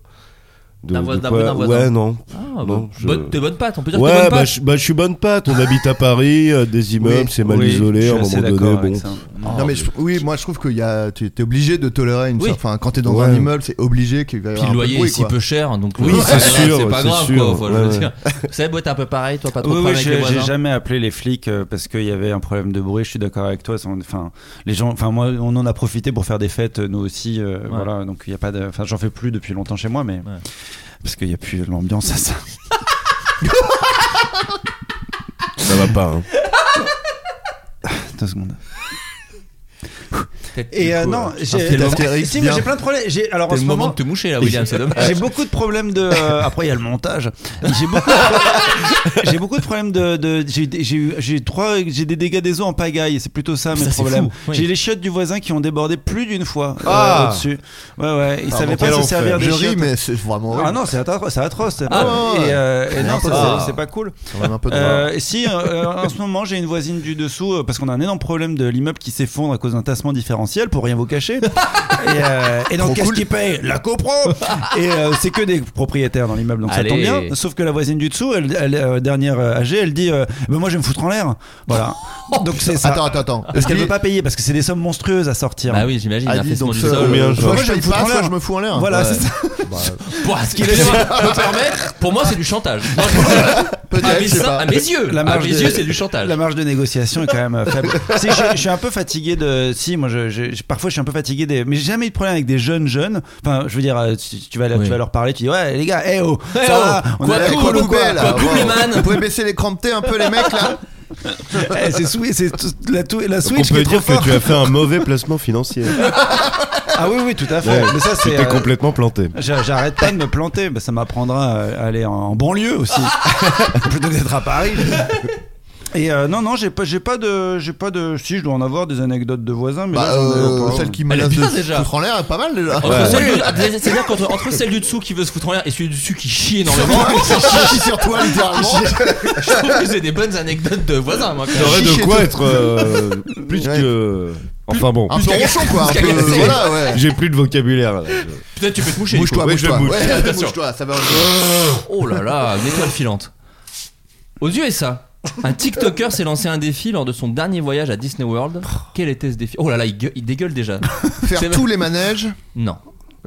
Speaker 2: de,
Speaker 5: D'un voi-
Speaker 2: de
Speaker 5: d'un
Speaker 2: quoi-
Speaker 5: voisin,
Speaker 2: Ouais,
Speaker 5: voisin.
Speaker 2: non.
Speaker 5: bah,
Speaker 2: Non, je-
Speaker 5: bonne- t'es bonne patte, on peut dire que
Speaker 2: ouais,
Speaker 5: t'es bonne
Speaker 2: bah,
Speaker 5: patte.
Speaker 2: je, bah, je suis bonne patte. On habite à Paris, euh, des immeubles, c'est mal
Speaker 6: oui,
Speaker 2: isolé
Speaker 6: je
Speaker 2: à un
Speaker 6: suis assez
Speaker 2: moment donné.
Speaker 6: d'accord avec
Speaker 2: Bon.
Speaker 6: ça. non mais je- oui, moi je trouve que y a, tu es obligé de tolérer une.
Speaker 5: Oui.
Speaker 6: cer- Enfin, quand t'es dans un
Speaker 2: Ouais.
Speaker 6: immeuble, c'est obligé qu'il va y
Speaker 5: Puis
Speaker 6: avoir
Speaker 5: le
Speaker 6: un peu de
Speaker 5: loyer
Speaker 6: bruit,
Speaker 5: est si
Speaker 6: quoi.
Speaker 5: peu cher, donc
Speaker 6: Oui,
Speaker 5: euh,
Speaker 6: c'est sûr,
Speaker 5: c'est pas
Speaker 6: c'est
Speaker 5: grave
Speaker 6: sûr,
Speaker 5: quoi. faut- je veux
Speaker 6: ouais.
Speaker 5: dire. Seb, ouais, t'es un peu pareil, toi, pas trop
Speaker 7: Oui,
Speaker 5: de
Speaker 7: oui,
Speaker 5: problème avec les
Speaker 7: j'ai j'ai
Speaker 5: voisins.
Speaker 7: jamais appelé les flics euh, parce qu'il y avait un problème de bruit. Je suis d'accord avec toi. c'est- Enfin, les gens, enfin moi, on en a profité pour faire des fêtes, euh, nous aussi. euh, Voilà, donc il y a pas. de- Enfin, j'en fais plus depuis longtemps chez moi, mais parce qu'il y a plus l'ambiance à ça.
Speaker 2: Ça va pas. hein.
Speaker 7: Deux secondes.
Speaker 5: Du
Speaker 7: Et euh,
Speaker 5: coup,
Speaker 7: non,
Speaker 5: euh,
Speaker 7: j'ai
Speaker 5: Astérix,
Speaker 7: si, moi,
Speaker 5: bien.
Speaker 7: j'ai plein de problèmes. J'ai alors en
Speaker 5: T'as
Speaker 7: ce
Speaker 5: le moment
Speaker 7: moment
Speaker 5: de te moucher, là, William, c'est
Speaker 6: Euh,
Speaker 5: dommage.
Speaker 7: J'ai beaucoup de problèmes de. euh, après, il y a le montage. J'ai beaucoup. de- J'ai beaucoup de problèmes de. de- j'ai eu des- j'ai eu- j'ai trois. J'ai des dégâts des eaux en pagaille. C'est plutôt ça mes
Speaker 5: c'est
Speaker 7: problèmes.
Speaker 5: fou, oui.
Speaker 7: J'ai les chiottes du voisin qui ont débordé plus d'une fois euh,
Speaker 6: Ah.
Speaker 7: au-dessus. Ouais, ouais. Ils
Speaker 6: Ah,
Speaker 7: savaient
Speaker 6: bon,
Speaker 7: pas
Speaker 6: quel
Speaker 7: se
Speaker 6: enfer.
Speaker 7: servir des
Speaker 6: Je ris,
Speaker 7: chiottes.
Speaker 6: mais c'est vraiment.
Speaker 7: Ah
Speaker 6: horrible.
Speaker 7: non, c'est atro- c'est atroce.
Speaker 6: Ah ouais, ouais.
Speaker 7: Et, euh, et
Speaker 6: Il y a
Speaker 7: non,
Speaker 6: un peu
Speaker 7: c'est
Speaker 6: de ça.
Speaker 7: c'est pas cool.
Speaker 6: Quand même un peu de
Speaker 7: Euh,
Speaker 6: ça.
Speaker 7: et si, euh, euh, en ce moment, j'ai une voisine du dessous, euh, parce qu'on a un énorme problème de l'immeuble qui s'effondre à cause d'un tassement différentiel, pour rien vous cacher. et, euh, et donc,
Speaker 6: Trop
Speaker 7: qu'est-ce
Speaker 6: cool.
Speaker 7: qui paye La copro Et euh, c'est que des propriétaires dans l'immeuble, donc
Speaker 5: Allez.
Speaker 7: ça tombe bien. Sauf que la voisine du dessous, elle, elle, euh, dernière euh, âgée, elle dit euh, Ben, Moi, je vais me foutre en l'air. Voilà. donc, c'est ça.
Speaker 6: Attends, attends, attends.
Speaker 7: Parce qu'elle veut pas payer, parce que c'est des sommes monstrueuses à sortir.
Speaker 5: Bah oui, j'imagine,
Speaker 6: Ah,
Speaker 5: un
Speaker 6: dis
Speaker 5: fessement
Speaker 6: donc,
Speaker 5: du
Speaker 6: ça,
Speaker 5: sol.
Speaker 2: combien,
Speaker 5: euh,
Speaker 2: genre
Speaker 6: Soit
Speaker 7: moi,
Speaker 6: je
Speaker 7: je
Speaker 6: paye
Speaker 7: me fous
Speaker 6: pas,
Speaker 7: en
Speaker 6: soit
Speaker 7: l'air.
Speaker 6: je me fous en l'air.
Speaker 7: Voilà,
Speaker 5: Ouais.
Speaker 7: c'est ça.
Speaker 5: Pouah, ce qu'il est- me permettre, pour moi, c'est du chantage. Non, je- à,
Speaker 6: Peut-être,
Speaker 5: mes,
Speaker 6: je sais pas.
Speaker 5: à mes yeux,
Speaker 7: La
Speaker 5: à
Speaker 7: marge
Speaker 5: mes
Speaker 7: de-
Speaker 5: yeux, c'est du chantage.
Speaker 7: La marge de négociation est quand même euh, faible. si, je, je suis un peu fatigué de. Si, moi, je, je- je- parfois, je suis un peu fatigué des. Mais j'ai jamais eu de problème avec des jeunes jeunes. Enfin, je veux dire, euh, tu, tu vas, leur-
Speaker 5: Oui.
Speaker 7: tu vas leur parler, tu dis ouais, les gars, eh oh, ça
Speaker 5: Eh oh,
Speaker 7: va, on
Speaker 5: quoi
Speaker 7: a la
Speaker 5: cool,
Speaker 7: cool ou
Speaker 5: quoi,
Speaker 7: quoi
Speaker 5: quoi cool, les
Speaker 7: Wow.
Speaker 5: man
Speaker 6: Vous pouvez baisser les crampetées un peu les mecs là
Speaker 7: Eh, C'est sou- c'est tout- la, tou- la
Speaker 2: Donc, on
Speaker 7: Switch qui
Speaker 2: peut
Speaker 7: est trop
Speaker 2: dire que
Speaker 7: forte.
Speaker 2: tu as fait un mauvais placement financier.
Speaker 7: Ah oui, oui, tout à fait.
Speaker 2: Ouais,
Speaker 7: Mais ça,
Speaker 2: tu
Speaker 7: c'est.
Speaker 2: t'es
Speaker 7: euh,
Speaker 2: complètement planté.
Speaker 7: j'a- J'arrête pas de me planter, Bah, ça m'apprendra à aller en- en banlieue aussi, plutôt que d'être à Paris. Et euh, non, non, j'ai pas, j'ai pas de, j'ai pas de. Si, je dois en avoir des anecdotes de voisins, mais
Speaker 6: Bah,
Speaker 7: là, j'en ai
Speaker 6: euh,
Speaker 7: pas.
Speaker 6: celle qui
Speaker 5: Elle
Speaker 6: menace
Speaker 5: est bien,
Speaker 6: de
Speaker 5: déjà.
Speaker 6: se foutre en l'air est pas mal déjà.
Speaker 5: Entre celle du- ah, C'est-à-dire qu'entre entre celle du dessous qui veut se foutre en l'air et celui du dessus qui chie énormément,
Speaker 6: Chie sur toi littéralement.
Speaker 5: je trouve que c'est des bonnes anecdotes de voisins, moi. quand même.
Speaker 2: T'aurais de
Speaker 6: chier
Speaker 2: quoi
Speaker 6: tout.
Speaker 2: être euh, plus
Speaker 6: Ouais.
Speaker 2: que. Enfin bon.
Speaker 6: Un peu ronchon quoi. Un
Speaker 5: Jusqu'à
Speaker 6: peu.
Speaker 5: casser.
Speaker 6: Voilà ouais.
Speaker 2: J'ai plus de vocabulaire. là.
Speaker 5: Peut-être tu peux te moucher. du
Speaker 6: Bouge-toi,
Speaker 5: coup.
Speaker 2: je
Speaker 6: bouge-toi.
Speaker 2: bouge.
Speaker 6: Ouais,
Speaker 5: Bien sûr.
Speaker 6: bouge-toi, ça va.
Speaker 5: Oh là là, une étoile filante. Aux USA, un TikToker s'est lancé un défi lors de son dernier voyage à Disney World. Quel était ce défi Oh là là, il, gueule- il dégueule déjà. C'est
Speaker 6: Faire
Speaker 5: vrai.
Speaker 6: tous les manèges.
Speaker 5: Non.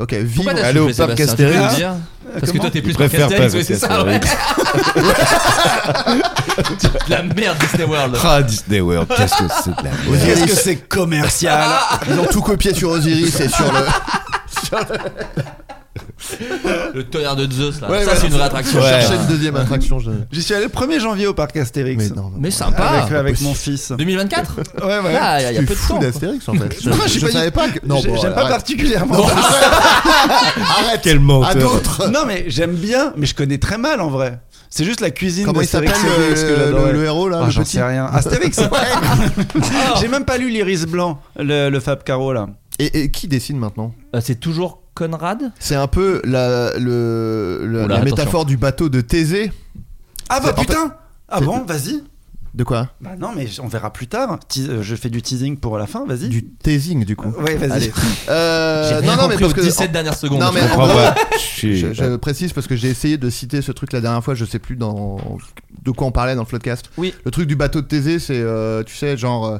Speaker 6: Ok, vivre.
Speaker 5: Pourquoi t'as
Speaker 2: Aller au
Speaker 5: soufflé,
Speaker 2: parc
Speaker 5: Sébastien Tu peux
Speaker 2: Astérix.
Speaker 5: le dire Parce que
Speaker 6: Ah, Comment
Speaker 5: toi t'es plus
Speaker 2: Je
Speaker 5: parc
Speaker 2: préfère
Speaker 5: Astérix,
Speaker 2: pas
Speaker 5: oui, c'est
Speaker 2: parce
Speaker 5: ça, ouais. La merde Disney World.
Speaker 2: Ah, Disney World, qu'est-ce que c'est de la merde.
Speaker 7: Qu'est-ce que c'est commercial
Speaker 6: Ils ont tout copié sur Osiris et sur le.
Speaker 5: Le tonnerre de Zeus là.
Speaker 6: Ouais,
Speaker 5: ça
Speaker 6: ouais,
Speaker 5: c'est une
Speaker 6: non,
Speaker 5: vraie attraction.
Speaker 6: Je
Speaker 5: Ouais.
Speaker 6: cherchais une deuxième attraction. je-
Speaker 7: J'y suis allé le 1er janvier au parc Astérix.
Speaker 6: Mais non.
Speaker 5: Mais sympa.
Speaker 7: Avec, euh, avec
Speaker 6: possible.
Speaker 7: mon fils.
Speaker 5: 2024
Speaker 7: Ouais, ouais.
Speaker 5: Ah, il y a
Speaker 6: Tu es
Speaker 5: peu de
Speaker 6: fou
Speaker 5: temps. quoi.
Speaker 6: d'Astérix en fait.
Speaker 7: Non, je suis
Speaker 6: je
Speaker 7: pas-
Speaker 6: savais pas que.
Speaker 7: J'ai-
Speaker 6: bon,
Speaker 7: j'aime pas
Speaker 6: arrête.
Speaker 7: particulièrement.
Speaker 6: Arrête.
Speaker 2: Quel menteur.
Speaker 6: À d'autres.
Speaker 7: Non, mais j'aime bien, mais je connais très mal en vrai. Ah, C'est juste la cuisine
Speaker 6: Comment il
Speaker 7: d'Astérix
Speaker 6: s'appelle,
Speaker 7: Obélix
Speaker 6: le-
Speaker 7: que j'adorais.
Speaker 6: le- le héros, là,
Speaker 7: Ah,
Speaker 6: le
Speaker 7: J'en
Speaker 6: petit
Speaker 7: sais rien. Astérix
Speaker 5: Ah.
Speaker 7: J'ai même pas lu l'Iris Blanc, le, le Fab Caro là.
Speaker 6: Et, et qui dessine maintenant
Speaker 5: Euh, C'est toujours Conrad
Speaker 6: C'est un peu la, le, le-
Speaker 5: Oula,
Speaker 6: la
Speaker 5: attention.
Speaker 6: métaphore du bateau de Thésée.
Speaker 7: Ah bah
Speaker 6: C'est- en fait-
Speaker 7: putain Ah
Speaker 6: c'est-
Speaker 7: bon, vas-y.
Speaker 6: De quoi
Speaker 7: Bah non, mais on verra plus tard. Teas- euh, Je fais du teasing pour la fin, vas-y.
Speaker 6: Du teasing du coup.
Speaker 7: Ouais, vas-y.
Speaker 6: Allez. Euh,
Speaker 5: J'ai rien
Speaker 6: non, non, mais
Speaker 5: compris
Speaker 6: parce
Speaker 5: aux
Speaker 6: que
Speaker 5: 17 dernières secondes.
Speaker 6: Non, mais
Speaker 2: Je
Speaker 6: en
Speaker 2: comprends
Speaker 6: gros,
Speaker 2: pas. Je suis-
Speaker 6: je, je précise parce que j'ai essayé de citer ce truc la dernière fois, je sais plus dans de quoi on parlait dans le floodcast.
Speaker 5: Oui.
Speaker 6: Le truc du bateau de Thésée, c'est euh, tu sais genre euh,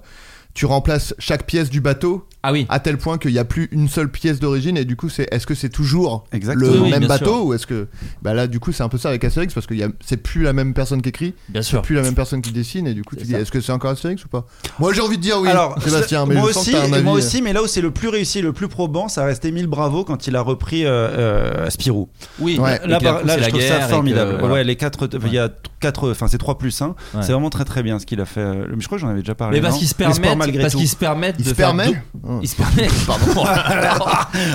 Speaker 6: tu remplaces chaque pièce du bateau
Speaker 5: Ah oui.
Speaker 6: à tel point qu'il n'y a plus une seule pièce d'origine et du coup c'est est-ce que c'est toujours
Speaker 7: Exactement.
Speaker 6: le
Speaker 5: Oui, oui,
Speaker 6: même
Speaker 5: bien
Speaker 6: bateau
Speaker 5: sûr.
Speaker 6: ou est-ce que bah là du coup c'est un peu ça avec Astérix parce que y a- c'est plus la même personne qui écrit,
Speaker 5: Bien sûr.
Speaker 6: plus la même personne qui dessine et du coup tu dis est-ce que c'est encore Astérix ou pas Moi j'ai envie de dire oui.
Speaker 7: Alors,
Speaker 6: Sébastien,
Speaker 7: ça-
Speaker 6: mais
Speaker 7: moi,
Speaker 6: je sens
Speaker 7: aussi,
Speaker 6: que t'as un avis. euh,
Speaker 7: moi aussi, mais là où c'est le plus réussi, le plus probant, ça reste Émile Bravo quand il a repris euh, euh, Spirou.
Speaker 5: Oui.
Speaker 6: Ouais.
Speaker 5: et puis
Speaker 7: Là,
Speaker 5: d'un
Speaker 7: par-
Speaker 5: coup,
Speaker 7: là,
Speaker 5: c'est
Speaker 7: je
Speaker 5: la
Speaker 7: trouve
Speaker 5: guerre et
Speaker 7: ça
Speaker 5: que, euh,
Speaker 7: formidable.
Speaker 5: voilà.
Speaker 7: Ouais, les quatre, il y a t- quatre, enfin c'est trois plus 1
Speaker 5: Ouais.
Speaker 7: C'est vraiment très très bien ce qu'il a fait. Euh, Mais je crois que j'en avais déjà parlé.
Speaker 5: Mais parce
Speaker 7: non
Speaker 5: qu'ils se
Speaker 7: Les sports
Speaker 5: permettent,
Speaker 7: malgré
Speaker 5: parce
Speaker 7: tout.
Speaker 5: qu'ils se permettent
Speaker 6: Il
Speaker 5: de
Speaker 6: se Ah.
Speaker 5: faire
Speaker 6: permet
Speaker 5: deux- Ils se permettent, pardon.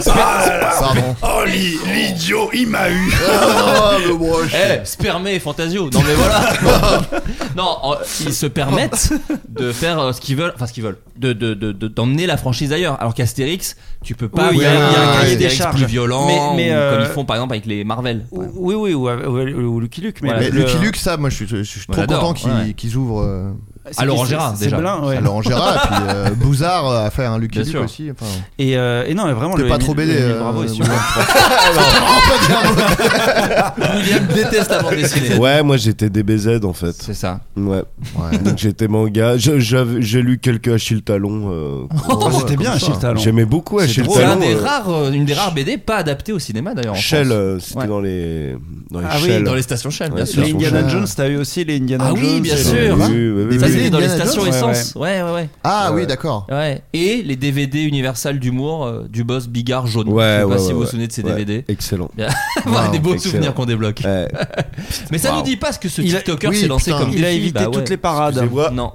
Speaker 6: Pardon.
Speaker 7: Oh l'i- l'idiot, il m'a eu.
Speaker 6: Ah, le broche.
Speaker 5: Eh, spermé et fantasio. Non mais voilà. non, en- ils se permettent de faire euh, ce qu'ils veulent, enfin ce qu'ils veulent, de de- de- de- d'emmener la franchise ailleurs. Alors qu'Astérix, tu peux pas.
Speaker 7: Oui,
Speaker 5: il y a,
Speaker 6: oui,
Speaker 5: il y a
Speaker 6: oui,
Speaker 5: un
Speaker 6: oui.
Speaker 5: cahier des
Speaker 7: Astérix
Speaker 5: charges
Speaker 7: plus
Speaker 5: plus violent,
Speaker 7: Mais- mais,
Speaker 5: ou
Speaker 7: euh,
Speaker 5: comme ils font par exemple avec les Marvel. par exemple.
Speaker 7: Oui, oui, ou, ou, ou Lucky Luke. Mais
Speaker 5: Voilà.
Speaker 6: Mais
Speaker 7: le-
Speaker 6: Lucky Luke, ça, moi je suis, je suis
Speaker 5: Moi,
Speaker 6: trop
Speaker 5: j'adore,
Speaker 6: content qu'ils
Speaker 5: ouais.
Speaker 6: qu'ils ouvrent euh,
Speaker 7: c'est-
Speaker 5: À Laurent
Speaker 7: c'est-
Speaker 5: Gérard,
Speaker 7: c'est
Speaker 5: déjà.
Speaker 7: Blin, ouais.
Speaker 6: À Laurent Gérard, et puis euh, Bouzard euh, à faire un Lucky
Speaker 7: Bien
Speaker 6: Luke
Speaker 7: sûr.
Speaker 6: aussi. enfin.
Speaker 7: Et, euh, et non, mais vraiment,
Speaker 6: T'es
Speaker 7: le
Speaker 6: pas
Speaker 7: Émile-
Speaker 6: trop BD,
Speaker 7: le Émile
Speaker 6: euh,
Speaker 7: Bravo est
Speaker 6: Bouzard.
Speaker 7: super.
Speaker 5: William déteste la bande dessinée.
Speaker 2: Ouais, moi j'étais DBZ en fait. C'est
Speaker 5: ça.
Speaker 2: Ouais. Donc j'étais manga. Je- j'avais- J'ai lu quelques Achille Talon. euh,
Speaker 7: Oh, c'était
Speaker 2: comme
Speaker 7: bien,
Speaker 2: ça.
Speaker 7: Achille Talon.
Speaker 2: J'aimais beaucoup
Speaker 5: C'est
Speaker 2: Achille
Speaker 5: drôle. C'est
Speaker 2: Talon.
Speaker 5: un des
Speaker 2: euh,
Speaker 5: rares, euh, une des rares BD pas adaptée au cinéma d'ailleurs. en
Speaker 2: Shell,
Speaker 5: France.
Speaker 2: euh, c'était dans les dans les
Speaker 5: Ah oui,
Speaker 2: Shell.
Speaker 5: dans les stations Shell, bien
Speaker 2: Ouais,
Speaker 5: sûr.
Speaker 7: Les
Speaker 2: stations Shell.
Speaker 7: Indiana Jones, t'as eu aussi les Indiana
Speaker 5: Ah
Speaker 7: Jones.
Speaker 5: oui, bien
Speaker 7: et-
Speaker 5: sûr.
Speaker 2: Oui, oui, oui,
Speaker 5: Des
Speaker 2: oui.
Speaker 5: dans les
Speaker 6: Indiana
Speaker 5: stations
Speaker 6: Jones,
Speaker 7: ouais,
Speaker 5: essence. Ouais, ouais, ouais.
Speaker 6: Ah oui, d'accord.
Speaker 5: Ouais. Et les DVD universal d'humour euh, du boss Bigard jaune. Je
Speaker 2: Ouais,
Speaker 5: sais pas
Speaker 2: ouais,
Speaker 5: si
Speaker 2: ouais,
Speaker 5: vous vous
Speaker 2: ouais.
Speaker 5: souvenez de ces
Speaker 2: Ouais,
Speaker 5: DVD.
Speaker 2: Excellent. Euh,
Speaker 5: Bien. Voilà, des beaux
Speaker 2: Excellent.
Speaker 5: souvenirs qu'on débloque.
Speaker 2: Ouais.
Speaker 5: Mais ça
Speaker 2: Wow.
Speaker 5: nous dit pas ce que ce
Speaker 7: Il a-
Speaker 5: TikToker
Speaker 6: oui,
Speaker 5: s'est lancé
Speaker 6: putain.
Speaker 5: comme
Speaker 7: Il a
Speaker 5: défi,
Speaker 7: évité
Speaker 5: bah ouais.
Speaker 7: toutes les parades.
Speaker 2: Excusez-moi.
Speaker 5: Non.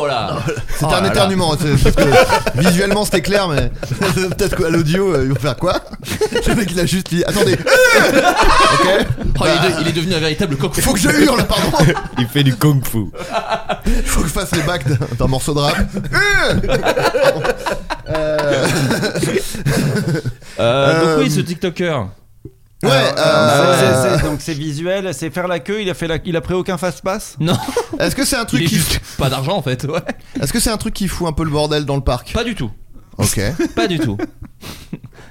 Speaker 5: Oh là
Speaker 6: C'était un éternuement, c'est- parce que visuellement c'était clair, mais peut-être qu'à l'audio euh, ils vont faire quoi Le mec il a juste dit attendez, ok,
Speaker 5: Oh, il, est de- il est devenu un véritable coq.
Speaker 6: faut que je hurle, pardon,
Speaker 2: Il fait du kung fu.
Speaker 6: faut que je fasse les bacs d'un d'un morceau de rap. Euh,
Speaker 5: Euh, donc oui, ce TikToker.
Speaker 6: ouais, euh,
Speaker 7: C'est- c'est- c'est- donc c'est visuel, c'est faire la queue. Il a fait la- il a pris aucun fast pass.
Speaker 5: Non,
Speaker 6: est-ce que c'est un
Speaker 5: il
Speaker 6: truc
Speaker 5: est
Speaker 6: qui,
Speaker 5: juste pas d'argent en fait. Ouais.
Speaker 6: est-ce que c'est un truc qui fout un peu le bordel dans le parc
Speaker 5: Pas du tout.
Speaker 6: Ok.
Speaker 5: Pas du tout.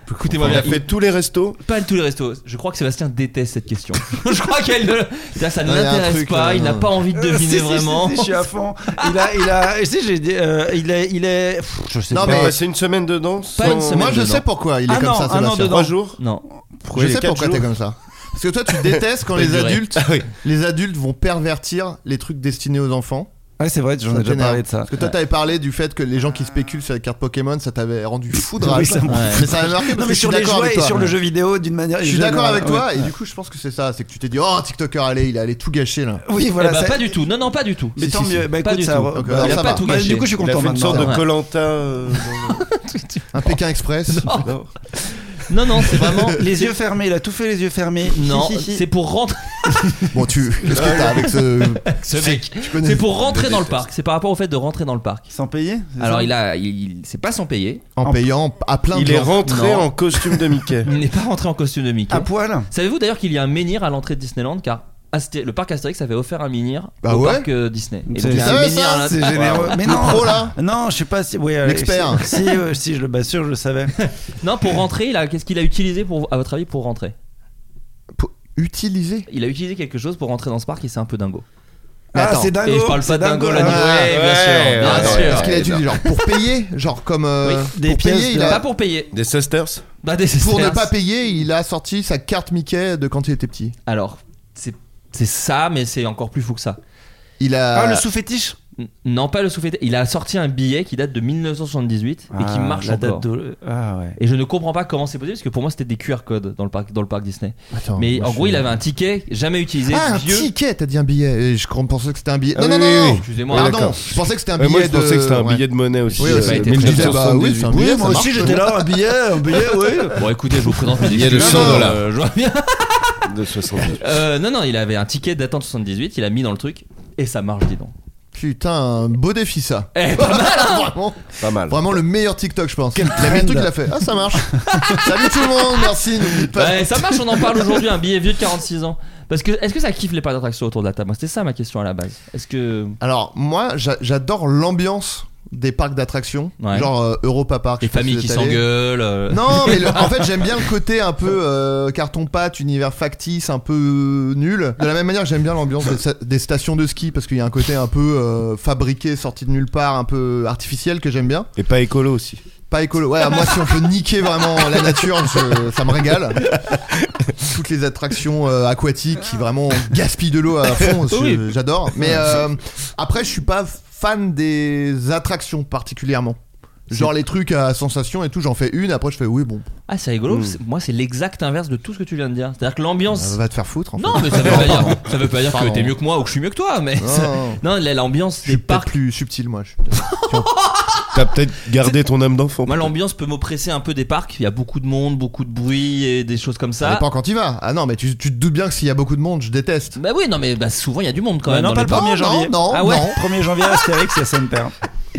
Speaker 5: Écoutez-moi
Speaker 2: Il
Speaker 5: bien.
Speaker 2: a fait tous les restos.
Speaker 5: Pas tous les restos. Je crois que Sébastien déteste cette question. je crois qu'elle ne. Ça, ça ne
Speaker 6: Ouais, y a un
Speaker 5: l'intéresse
Speaker 6: truc,
Speaker 5: pas.
Speaker 6: là,
Speaker 5: il n'a
Speaker 6: non.
Speaker 5: pas envie de
Speaker 7: Euh, si, si, si,
Speaker 5: deviner vraiment.
Speaker 7: si, je suis à fond. Il a, il a, et si, j'ai dit, euh, il est, il est. pff, Je sais
Speaker 6: Non,
Speaker 7: pas.
Speaker 6: mais-
Speaker 2: Ouais, c'est une semaine de danse.
Speaker 5: Pas une
Speaker 2: sans-
Speaker 5: semaine
Speaker 6: Moi je
Speaker 5: dedans.
Speaker 6: sais pourquoi il est
Speaker 7: Un
Speaker 6: comme
Speaker 7: an,
Speaker 6: ça,
Speaker 7: un an
Speaker 6: Sébastien.
Speaker 7: dedans.
Speaker 2: Trois jours.
Speaker 5: Non.
Speaker 6: Je sais pourquoi t'es comme ça. Parce que toi tu détestes quand
Speaker 5: Bonne
Speaker 6: les
Speaker 5: durée.
Speaker 6: adultes,
Speaker 2: Ah oui.
Speaker 6: les adultes vont pervertir les trucs destinés aux enfants.
Speaker 7: Ouais, c'est vrai, j'en ai
Speaker 6: Ça
Speaker 7: déjà
Speaker 6: t'énerve.
Speaker 7: parlé de ça.
Speaker 6: Parce que toi, t'avais parlé du fait que les gens qui spéculent sur les cartes Pokémon, ça t'avait rendu fou de
Speaker 7: Oui,
Speaker 6: rage.
Speaker 7: ça me-
Speaker 6: Mais ça m'a marqué parce
Speaker 7: Non,
Speaker 6: que
Speaker 7: mais
Speaker 6: je suis
Speaker 7: sur les
Speaker 6: d'accord
Speaker 7: jouets
Speaker 6: avec
Speaker 7: et
Speaker 6: toi.
Speaker 7: sur le jeu vidéo, d'une manière.
Speaker 6: Je suis d'accord avec toi,
Speaker 7: Ouais.
Speaker 6: et du coup, je pense que c'est ça. C'est que tu t'es dit, oh, TikToker, allez, il allait tout gâcher là.
Speaker 7: Oui,
Speaker 5: Eh
Speaker 7: voilà.
Speaker 5: ben,
Speaker 7: ça-
Speaker 5: pas du tout. Non, non, pas du tout.
Speaker 7: Mais
Speaker 5: Si,
Speaker 7: tant
Speaker 5: si, si.
Speaker 7: mieux. Bah,
Speaker 5: Pas
Speaker 7: écoute,
Speaker 5: du
Speaker 7: ça.
Speaker 5: tout.
Speaker 6: Ok,
Speaker 7: bah,
Speaker 6: alors
Speaker 7: il a
Speaker 6: ça
Speaker 7: pas
Speaker 6: va.
Speaker 7: tout
Speaker 5: Bah,
Speaker 7: gâché.
Speaker 5: du coup, je
Speaker 7: suis
Speaker 2: Il a fait une sorte
Speaker 5: maintenant.
Speaker 2: de euh,
Speaker 5: Ouais.
Speaker 2: Colanta.
Speaker 6: Un Pékin Express.
Speaker 5: Non, non, c'est vraiment.
Speaker 7: Les yeux fermés, il a tout fait les yeux fermés.
Speaker 5: Non,
Speaker 7: Si, si, si.
Speaker 5: c'est pour rentrer.
Speaker 6: Bon, tu. Qu'est-ce que t'as avec ce.
Speaker 5: Ce mec.
Speaker 6: Tu connais-
Speaker 5: C'est pour rentrer dans le parc. C'est par rapport au fait de rentrer dans le parc.
Speaker 7: Sans payer c'est
Speaker 5: Alors
Speaker 7: ça
Speaker 5: il a, il, il- c'est pas sans payer.
Speaker 6: En payant à plein de
Speaker 2: Il est
Speaker 6: gens.
Speaker 2: rentré
Speaker 5: Non.
Speaker 2: en costume de Mickey.
Speaker 5: Il n'est pas rentré en costume de Mickey.
Speaker 7: À poil
Speaker 5: Savez-vous d'ailleurs qu'il y a un menhir à l'entrée de Disneyland car Asté- le parc Astérix avait offert un menhir
Speaker 6: Bah
Speaker 5: au
Speaker 6: ouais.
Speaker 5: parc euh, Disney. Et
Speaker 7: C'est-
Speaker 5: donc, il y a
Speaker 6: Ça
Speaker 5: un
Speaker 6: va,
Speaker 5: menhir
Speaker 6: ça
Speaker 5: à l'int-
Speaker 7: C'est
Speaker 5: Voilà.
Speaker 7: généreux. Mais
Speaker 6: Le
Speaker 7: non
Speaker 6: pro, là
Speaker 7: Non, je sais pas si. ouais, euh,
Speaker 6: L'expert.
Speaker 7: Si, si, euh, si, je le bien sûr, je le savais.
Speaker 5: Non, pour rentrer, il a- qu'est-ce qu'il a utilisé pour, à votre avis pour rentrer
Speaker 6: Pour Utiliser.
Speaker 5: Il a utilisé quelque chose pour rentrer dans ce parc et c'est un peu dingo.
Speaker 6: Mais
Speaker 7: Ah,
Speaker 6: attends.
Speaker 7: c'est dingo. Ah,
Speaker 5: et je parle pas
Speaker 7: c'est
Speaker 5: de dingo là.
Speaker 6: Ah,
Speaker 7: là.
Speaker 5: du- ouais, bien sûr, bien
Speaker 6: Attends,
Speaker 5: sûr.
Speaker 6: Est-ce qu'il a utilisé, genre, pour payer Genre, comme. euh,
Speaker 5: Oui,
Speaker 7: des
Speaker 6: pour payer,
Speaker 7: pièces de-
Speaker 6: il
Speaker 5: Pas
Speaker 6: a-
Speaker 5: pour payer.
Speaker 2: Des sisters.
Speaker 5: Bah, des
Speaker 6: Pour ne
Speaker 5: sisters.
Speaker 6: pas payer, il a sorti sa carte Mickey de quand il était petit.
Speaker 5: Alors, c'est c'est ça, mais c'est encore plus fou que ça.
Speaker 6: Il a.
Speaker 7: Ah, le sous-fétiche
Speaker 5: N- Non, pas le sous Il a sorti un billet qui date de 1978 et qui
Speaker 7: Ah,
Speaker 5: marche
Speaker 7: la
Speaker 5: encore.
Speaker 7: date de- Ah ouais.
Speaker 5: Et je ne comprends pas comment c'est possible parce que pour moi c'était des QR codes dans le parc, dans le parc Disney.
Speaker 6: Attends,
Speaker 5: Mais
Speaker 6: moi,
Speaker 5: en
Speaker 6: je
Speaker 5: gros,
Speaker 6: suis-
Speaker 5: il avait un ticket jamais utilisé,
Speaker 6: Ah, un
Speaker 5: vieux.
Speaker 6: ticket, t'as dit un billet. Et je com- pensais que c'était un billet.
Speaker 2: Ah
Speaker 6: Non,
Speaker 2: oui,
Speaker 6: non,
Speaker 2: oui,
Speaker 6: non,
Speaker 2: oui.
Speaker 6: non.
Speaker 2: Oui,
Speaker 5: Excusez-moi.
Speaker 6: Pardon, je pensais que c'était un billet.
Speaker 2: moi je pensais que c'était un
Speaker 6: ouais.
Speaker 2: billet de monnaie aussi.
Speaker 6: Oui,
Speaker 2: euh,
Speaker 6: aussi.
Speaker 5: Je me
Speaker 6: disais, bah oui,
Speaker 2: 1978.
Speaker 6: c'est un billet,
Speaker 7: Oui, moi
Speaker 6: ça
Speaker 7: aussi
Speaker 6: marche,
Speaker 7: j'étais
Speaker 6: ça
Speaker 7: là, un billet, un billet, oui.
Speaker 5: Bon, écoutez, je vous présente mes
Speaker 2: Il y a le
Speaker 5: excuses.
Speaker 2: 100 dollars.
Speaker 5: Euh, je vois bien. Ah
Speaker 2: de 78.
Speaker 5: Euh, non, non, il avait un ticket datant de 78, il a mis dans le truc et ça marche, dis donc.
Speaker 6: Putain, un beau défi ça.
Speaker 5: Eh, pas mal.
Speaker 6: Vraiment,
Speaker 2: Pas mal.
Speaker 6: vraiment le meilleur TikTok, je pense.
Speaker 7: Quel
Speaker 6: la meilleure
Speaker 7: trend.
Speaker 6: truc qu'il a fait. Ah, ça marche. Salut tout le monde, merci. n'oubliez pas.
Speaker 5: Bah, ça marche, on en parle aujourd'hui, un billet vieux de 46 ans. Parce que, est-ce que ça kiffe les parcs d'attractions autour de la table Moi, C'était ça ma question à la base. Est-ce que.
Speaker 6: Alors, moi, j'a- j'adore l'ambiance des parcs d'attractions,
Speaker 5: Ouais.
Speaker 6: genre euh, Europa Park.
Speaker 5: Les
Speaker 6: je sais pas si
Speaker 5: familles
Speaker 6: vous
Speaker 5: qui
Speaker 6: êtes allés.
Speaker 5: s'engueulent. euh,
Speaker 6: Non, mais le- en fait, j'aime bien le côté un peu carton-pâte, univers factice, un peu euh, nul. De la même manière, j'aime bien l'ambiance des, sa- des stations de ski parce qu'il y a un côté un peu euh, fabriqué, sorti de nulle part, un peu artificiel que j'aime bien.
Speaker 2: Et pas écolo aussi.
Speaker 6: Pas écolo. Ouais, moi, si on peut niquer vraiment la nature, je- ça me régale. Toutes les attractions euh, aquatiques qui vraiment gaspillent de l'eau à fond, je-
Speaker 5: Oui.
Speaker 6: j'adore. Mais euh, après, je suis pas fan des attractions particulièrement. Genre les trucs à sensation et tout, j'en fais une, après je fais oui, bon,
Speaker 5: Ah, c'est rigolo. c'est- Moi, c'est l'exact inverse de tout ce que tu viens de dire. C'est-à-dire que l'ambiance.
Speaker 6: euh, va te faire foutre en
Speaker 5: Non,
Speaker 6: fait.
Speaker 5: mais ça veut pas dire, ça veut pas dire que
Speaker 6: Pardon.
Speaker 5: t'es mieux que moi ou que je suis mieux que toi, mais.
Speaker 6: Non,
Speaker 5: ça-
Speaker 6: non.
Speaker 5: Non, la- l'ambiance
Speaker 6: Je suis
Speaker 5: des
Speaker 6: peut-être
Speaker 5: parcs.
Speaker 6: plus subtil, moi. Je suis peut-être-
Speaker 2: T'as peut-être gardé ton âme d'enfant.
Speaker 5: Moi, l'ambiance peut m'oppresser un peu des parcs. Il y a beaucoup de monde, beaucoup de bruit et des choses comme
Speaker 6: Ça
Speaker 5: ça.
Speaker 6: dépend quand il va. Ah non, mais tu, tu te doutes bien que s'il y a beaucoup de monde, je déteste.
Speaker 5: Bah oui, non, mais bah, souvent il y a du monde quand
Speaker 7: Bah
Speaker 5: même.
Speaker 7: non,
Speaker 5: dans
Speaker 7: pas
Speaker 5: les
Speaker 7: le
Speaker 5: parcs.
Speaker 6: Non,
Speaker 7: 1er janvier.
Speaker 6: non,
Speaker 5: Ah ouais.
Speaker 6: non.
Speaker 7: 1er janvier, Astérix, il y a Sainte-Père.